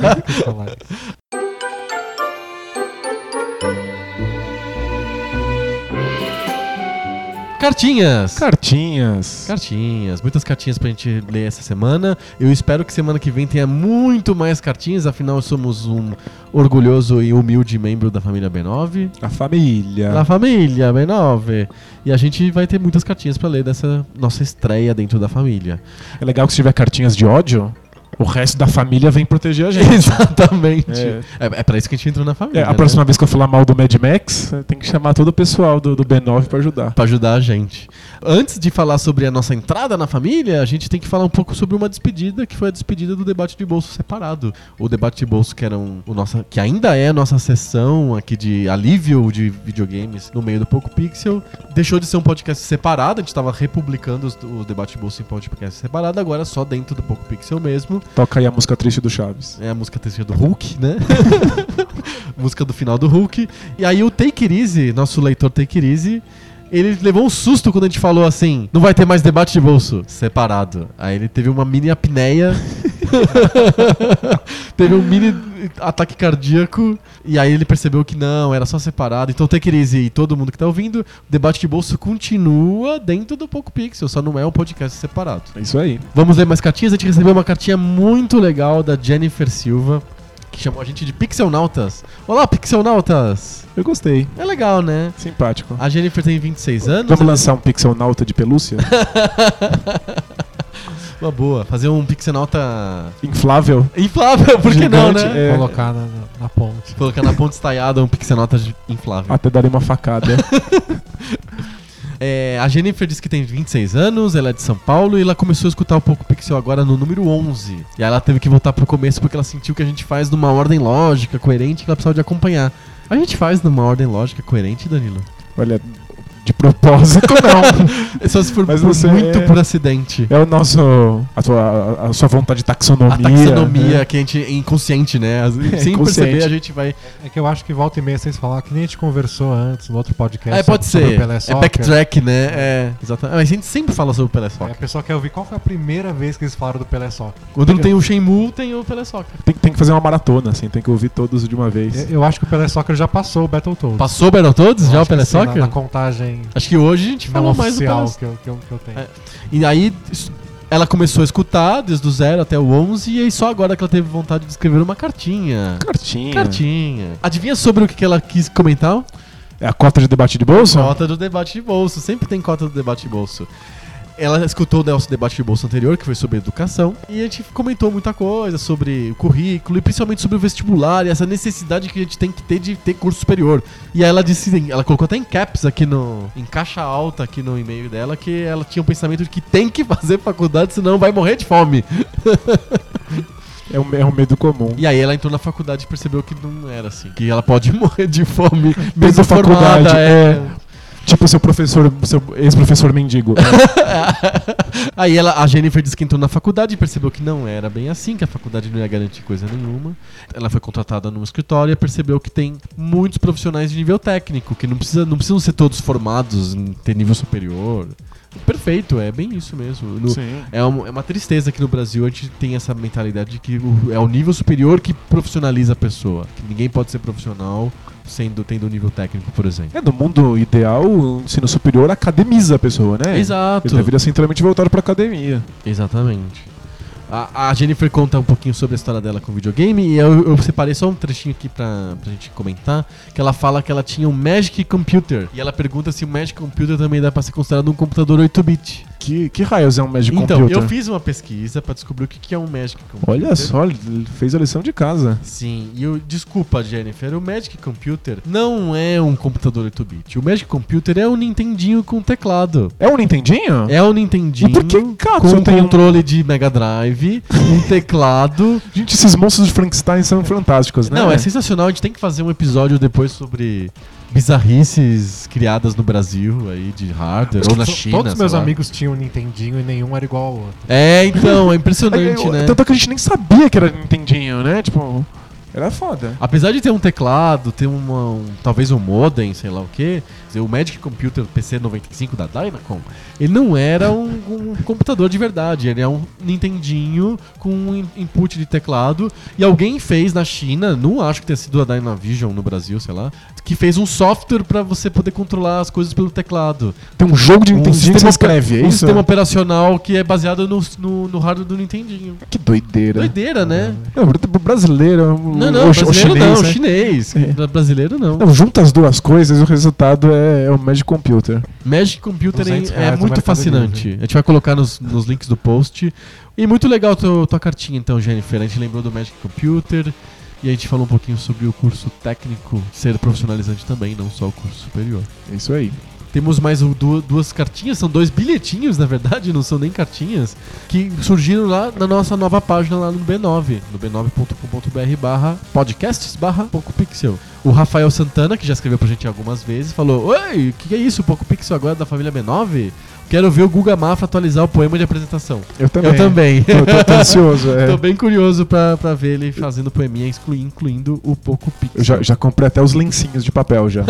[SPEAKER 3] Sabe o que eu falar?
[SPEAKER 1] Cartinhas.
[SPEAKER 2] Cartinhas.
[SPEAKER 1] Cartinhas, muitas cartinhas pra gente ler essa semana. Eu espero que semana que vem tenha muito mais cartinhas, afinal somos um orgulhoso e humilde membro da família B9.
[SPEAKER 2] A família.
[SPEAKER 1] Da família B9. E a gente vai ter muitas cartinhas pra ler dessa nossa estreia dentro da família.
[SPEAKER 2] É legal que se tiver cartinhas de ódio, o resto da família vem proteger a gente.
[SPEAKER 1] Exatamente. É, é pra isso que a gente entrou na família.
[SPEAKER 2] É, a
[SPEAKER 1] né?
[SPEAKER 2] próxima vez que eu falar mal do Mad Max, é, tem que chamar todo o pessoal do, do B9 pra ajudar.
[SPEAKER 1] Pra ajudar a gente. Antes de falar sobre a nossa entrada na família, a gente tem que falar um pouco sobre uma despedida, que foi a despedida do debate de bolso separado. O debate de bolso que era um, o nossa, que ainda é a nossa sessão aqui de alívio de videogames no meio do Poco Pixel, deixou de ser um podcast separado, a gente tava republicando os- o debate de bolso em podcast separado, agora é só dentro do Poco Pixel mesmo.
[SPEAKER 2] Toca aí a música triste do Chaves.
[SPEAKER 1] É a música terceira do Hulk, né? música do final do Hulk. E aí o Take It Easy, nosso leitor Take It Easy, ele levou um susto quando a gente falou assim: não vai ter mais debate de bolso separado. Aí ele teve uma mini apneia, teve um mini ataque cardíaco, e aí ele percebeu que não, era só separado. Então, Take It Easy e todo mundo que tá ouvindo, o debate de bolso continua dentro do Poco Pixel, só não é um podcast separado.
[SPEAKER 2] É isso aí.
[SPEAKER 1] Vamos ler mais cartinhas. A gente recebeu uma cartinha muito legal da Jennifer Silva, que chamou a gente de Pixelnautas. Olá, Pixelnautas!
[SPEAKER 2] Eu gostei.
[SPEAKER 1] É legal, né?
[SPEAKER 2] Simpático.
[SPEAKER 1] A Jennifer tem 26 anos.
[SPEAKER 2] Vamos lançar um Pixel Nauta de pelúcia?
[SPEAKER 1] Uma boa. Fazer um Pixelnauta
[SPEAKER 2] Inflável?
[SPEAKER 1] inflável, por que não,
[SPEAKER 2] Gigante,
[SPEAKER 1] né?
[SPEAKER 2] É.
[SPEAKER 3] Colocar na, na- na ponte.
[SPEAKER 1] Colocar na ponta estaiada um Pixelnauta de- inflável.
[SPEAKER 2] Até darei uma facada.
[SPEAKER 1] É, a Jennifer diz que tem 26 anos, ela é de São Paulo e ela começou a escutar o Poco Pixel agora no número 11. E aí ela teve que voltar pro começo porque ela sentiu que a gente faz numa ordem lógica, coerente, que ela precisava de acompanhar. A gente faz numa ordem lógica, coerente, Danilo?
[SPEAKER 2] Olha, de propósito não.
[SPEAKER 1] É Só se for
[SPEAKER 2] Mas
[SPEAKER 1] por
[SPEAKER 2] você
[SPEAKER 1] muito
[SPEAKER 2] é-
[SPEAKER 1] por acidente.
[SPEAKER 2] É o nosso. A sua, a sua vontade de
[SPEAKER 3] É
[SPEAKER 2] taxonomia.
[SPEAKER 1] A taxonomia
[SPEAKER 2] né?
[SPEAKER 1] que a gente é inconsciente, né? Às- Sem
[SPEAKER 2] inconsciente.
[SPEAKER 1] perceber, a gente vai.
[SPEAKER 3] É que eu acho que volta e meia vocês falar que nem a gente conversou antes no outro podcast.
[SPEAKER 1] É, pode
[SPEAKER 3] sobre o
[SPEAKER 1] ser.
[SPEAKER 3] Pelé
[SPEAKER 1] É
[SPEAKER 3] Soccer.
[SPEAKER 1] backtrack, né? É, exatamente. Mas a gente sempre fala sobre o Pelé
[SPEAKER 3] Aí É, a
[SPEAKER 1] Soccer.
[SPEAKER 3] pessoa quer ouvir qual foi a primeira vez que eles falaram do Pelé Soccer.
[SPEAKER 1] Quando não tem o Shenmue, tem o Pelé Soccer.
[SPEAKER 2] Tem, tem que fazer uma maratona, assim, tem que ouvir todos de uma vez.
[SPEAKER 1] É,
[SPEAKER 3] Eu, eu acho que o Pelé Soccer já passou o Battletoads.
[SPEAKER 1] Passou o Battletoads?
[SPEAKER 3] Eu
[SPEAKER 1] Já o
[SPEAKER 3] acho que
[SPEAKER 1] Pelé
[SPEAKER 3] sim, na-
[SPEAKER 1] Soccer?
[SPEAKER 3] Na, contagem
[SPEAKER 1] Acho que hoje a gente
[SPEAKER 3] não é
[SPEAKER 1] falou mais do Pelé
[SPEAKER 3] oficial
[SPEAKER 1] Soccer.
[SPEAKER 3] que eu, que eu- que eu tenho.
[SPEAKER 1] É. E aí s- ela começou a escutar desde o zero até o 11 e aí só agora que ela teve vontade de escrever uma cartinha.
[SPEAKER 2] Cartinha.
[SPEAKER 1] Cartinha. Adivinha sobre o que que ela quis comentar?
[SPEAKER 2] É a cota de debate de bolsa?
[SPEAKER 1] Cota do debate de bolso, sempre tem cota do debate de bolso. Ela escutou o nosso debate de bolso anterior, que foi sobre educação, e a gente comentou muita coisa sobre o currículo e principalmente sobre o vestibular e essa necessidade que a gente tem que ter de ter curso superior. E aí ela disse, assim, ela colocou até em caps aqui no. em caixa alta aqui no e-mail dela, que ela tinha o pensamento de que tem que fazer faculdade, senão vai morrer de fome.
[SPEAKER 2] É um, é um medo comum.
[SPEAKER 1] E aí ela entrou na faculdade e percebeu que não era assim. Que ela pode morrer de fome
[SPEAKER 2] Mesmo
[SPEAKER 1] mesmo
[SPEAKER 2] faculdade,
[SPEAKER 1] formada. É.
[SPEAKER 2] Tipo seu professor, seu ex-professor mendigo. É
[SPEAKER 1] Aí ela, a Jennifer disse que entrou na faculdade e percebeu que não era bem assim, que a faculdade não ia garantir coisa nenhuma. Ela foi contratada num escritório e percebeu que tem muitos profissionais de nível técnico, que não, precisa, não precisam ser todos formados, em ter nível superior. Perfeito, é bem isso mesmo. No-
[SPEAKER 2] Sim.
[SPEAKER 1] É um- é uma, tristeza que no Brasil a gente tem essa mentalidade de que o- é o nível superior que profissionaliza a pessoa. Que ninguém pode ser profissional sendo, tendo um nível técnico, por exemplo.
[SPEAKER 2] É, no mundo ideal, o ensino superior academiza a pessoa, né?
[SPEAKER 1] Exato.
[SPEAKER 2] Ele deveria centralmente voltar pra academia.
[SPEAKER 1] Exatamente. A, a Jennifer conta um pouquinho sobre a história dela com o videogame e eu, eu separei só um trechinho aqui pra, pra gente comentar, que ela fala que ela tinha um Magic Computer. E ela pergunta se o Magic Computer também dá pra ser considerado um computador 8-bit.
[SPEAKER 2] Que, que raios é um Magic
[SPEAKER 1] Então,
[SPEAKER 2] Computer?
[SPEAKER 1] eu fiz uma pesquisa pra descobrir o que, que é um Magic Computer.
[SPEAKER 2] Olha só, ele fez a lição de casa.
[SPEAKER 1] Sim, e eu, desculpa, Jennifer, o Magic Computer não é um computador 8-bit. O Magic Computer é um Nintendinho com teclado.
[SPEAKER 2] É um Nintendinho?
[SPEAKER 1] É um Nintendinho
[SPEAKER 2] E por que, cara,
[SPEAKER 1] com um
[SPEAKER 2] tem um...
[SPEAKER 1] controle de Mega Drive, um teclado
[SPEAKER 2] Gente, esses monstros de Frankenstein são fantásticos, né?
[SPEAKER 1] Não, é sensacional. A gente tem que fazer um episódio depois sobre bizarrices criadas no Brasil aí de hardware ou na
[SPEAKER 3] To-
[SPEAKER 1] China.
[SPEAKER 3] Todos
[SPEAKER 1] sei
[SPEAKER 3] meus
[SPEAKER 1] lá.
[SPEAKER 3] amigos tinham um Nintendinho e nenhum era igual ao outro.
[SPEAKER 1] É, então, é
[SPEAKER 2] É, é,
[SPEAKER 1] impressionante,
[SPEAKER 2] eu-
[SPEAKER 1] né?
[SPEAKER 2] Tanto é que a gente nem sabia que era Nintendinho, né? Tipo, era foda.
[SPEAKER 1] Apesar de ter um teclado, ter uma, um- talvez um modem, sei lá o quê, quer dizer, o Magic Computer PC95 da Dynacon, ele não era um, um computador de verdade, ele é um Nintendinho com um in- input de teclado e alguém fez na China, não acho que tenha sido a Dynavision no Brasil, sei lá, que fez um software pra você poder controlar as coisas pelo teclado.
[SPEAKER 2] Tem um jogo de
[SPEAKER 1] Um
[SPEAKER 2] Nintendinho que você
[SPEAKER 1] sistema-
[SPEAKER 2] escreve, é
[SPEAKER 1] um
[SPEAKER 2] isso?
[SPEAKER 1] sistema operacional que é baseado no, no, no hardware do Nintendinho.
[SPEAKER 2] Que doideira.
[SPEAKER 1] Doideira, né?
[SPEAKER 2] Não, br- brasileiro. o-
[SPEAKER 1] Não,
[SPEAKER 2] É. o,
[SPEAKER 1] não,
[SPEAKER 2] o
[SPEAKER 1] brasileiro
[SPEAKER 2] chinês,
[SPEAKER 1] não,
[SPEAKER 2] né?
[SPEAKER 1] chinês.
[SPEAKER 2] É.
[SPEAKER 1] Brasileiro não.
[SPEAKER 2] Não, junta as duas coisas e o resultado é, é o Magic Computer.
[SPEAKER 1] Magic Computer
[SPEAKER 3] 200
[SPEAKER 1] é,
[SPEAKER 3] reais no
[SPEAKER 1] muito
[SPEAKER 3] Mercado
[SPEAKER 1] fascinante.
[SPEAKER 3] Livre.
[SPEAKER 1] A gente vai colocar nos, nos links do post. E muito legal tua, tua cartinha, então, Jennifer. A gente lembrou do Magic Computer e a gente falou um pouquinho sobre o curso técnico ser profissionalizante também, não só o curso superior.
[SPEAKER 2] É isso aí.
[SPEAKER 1] Temos mais o- du- duas cartinhas, são dois bilhetinhos, na verdade, não são nem cartinhas, que surgiram lá na nossa nova página lá no B9, no b9.com.br barra podcasts barra PocoPixel. O Rafael Santana, que já escreveu pra gente algumas vezes, falou Oi, o que, que é isso? O PocoPixel agora é da família B9? Quero ver o Guga Mafra atualizar o poema de apresentação.
[SPEAKER 2] Eu também.
[SPEAKER 1] Eu também.
[SPEAKER 2] Tô, tô- tô ansioso. é.
[SPEAKER 1] Tô bem curioso pra, pra ver ele fazendo poeminha, exclui- incluindo o PocoPixel.
[SPEAKER 2] Eu já, já comprei até os lencinhos de papel já.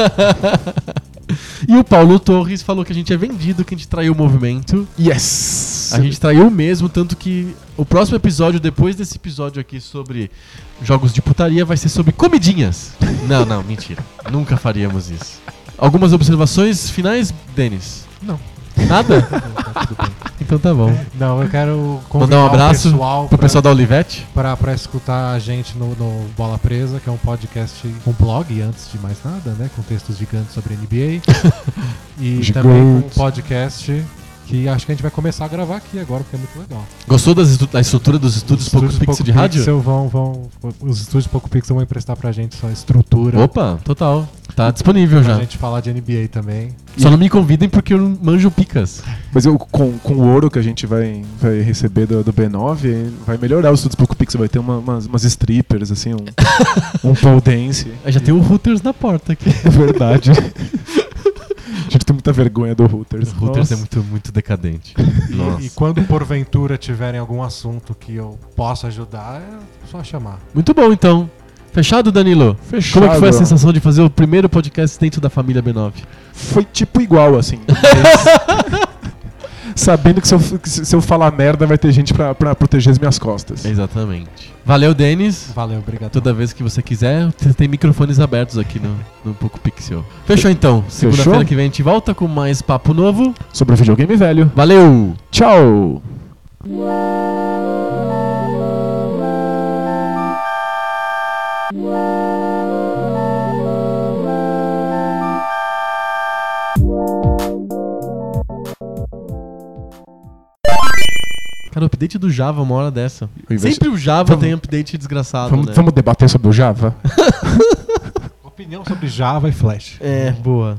[SPEAKER 1] E o Paulo Torres falou que a gente é vendido, que a gente traiu o movimento.
[SPEAKER 2] yes!
[SPEAKER 1] A gente traiu mesmo, tanto que o próximo episódio, depois desse episódio aqui sobre jogos de putaria, vai ser sobre comidinhas. Não, não, mentira. Nunca faríamos isso. Algumas observações finais, Denis?
[SPEAKER 3] Não.
[SPEAKER 1] Nada? então tá bom.
[SPEAKER 3] Não, eu quero
[SPEAKER 1] Mandar um abraço
[SPEAKER 3] o
[SPEAKER 1] Pro
[SPEAKER 3] pessoal pra-
[SPEAKER 1] pessoal da Olivetti?
[SPEAKER 3] Pra, pra escutar a gente no, no Bola Presa, que é um podcast, um blog antes de mais nada, né? Com textos gigantes sobre NBA. e
[SPEAKER 2] Gigantes.
[SPEAKER 3] também um podcast que acho que a gente vai começar a gravar aqui agora, porque é muito legal.
[SPEAKER 1] Gostou das estu- da estrutura dos estúdios Poco Pixel de rádio?
[SPEAKER 3] Pixel Vão, vão, os estúdios Poco Pixel vão emprestar pra gente sua estrutura.
[SPEAKER 1] Opa, total. Tá disponível
[SPEAKER 3] Pra
[SPEAKER 1] já.
[SPEAKER 3] gente falar de NBA também.
[SPEAKER 1] Só não me convidem porque eu não manjo picas.
[SPEAKER 2] Mas eu, com, com o ouro que a gente vai, vai receber do, do B9, vai melhorar os estudos Poco Pixel. Vai ter uma- umas, umas strippers, assim, um, um pole dance.
[SPEAKER 1] Aí É, Já tem o Routers na porta aqui.
[SPEAKER 2] É verdade. a gente tem muita vergonha do Hooters.
[SPEAKER 1] O Routers
[SPEAKER 2] Nossa.
[SPEAKER 1] é muito, muito decadente.
[SPEAKER 3] E- E, quando porventura tiverem algum assunto que eu possa ajudar, é só chamar.
[SPEAKER 1] Muito bom, então. Fechado, Danilo?
[SPEAKER 2] Fechado.
[SPEAKER 1] Como é que foi a sensação de fazer o primeiro podcast dentro da família B9?
[SPEAKER 2] Foi tipo igual, assim. mas- Sabendo que se, eu, que se se eu falar merda, vai ter gente pra, pra proteger as minhas costas.
[SPEAKER 1] É. Exatamente. Valeu, Denis.
[SPEAKER 3] Valeu, obrigado.
[SPEAKER 1] Toda vez que você quiser, você tem microfones abertos aqui no, no Poco Pixel. Fechou então. Segunda-feira
[SPEAKER 2] Fechou?
[SPEAKER 1] que vem a gente volta com mais papo novo.
[SPEAKER 2] Sobre o videogame velho.
[SPEAKER 1] Valeu!
[SPEAKER 2] Tchau!
[SPEAKER 1] Cara, o update do Java uma hora dessa.
[SPEAKER 2] Eu investi-
[SPEAKER 1] Sempre o Java
[SPEAKER 2] Vamos-
[SPEAKER 1] tem update desgraçado,
[SPEAKER 2] Vamos,
[SPEAKER 1] né?
[SPEAKER 2] vamos debater sobre o Java?
[SPEAKER 3] Opinião sobre Java e Flash.
[SPEAKER 1] É, boa.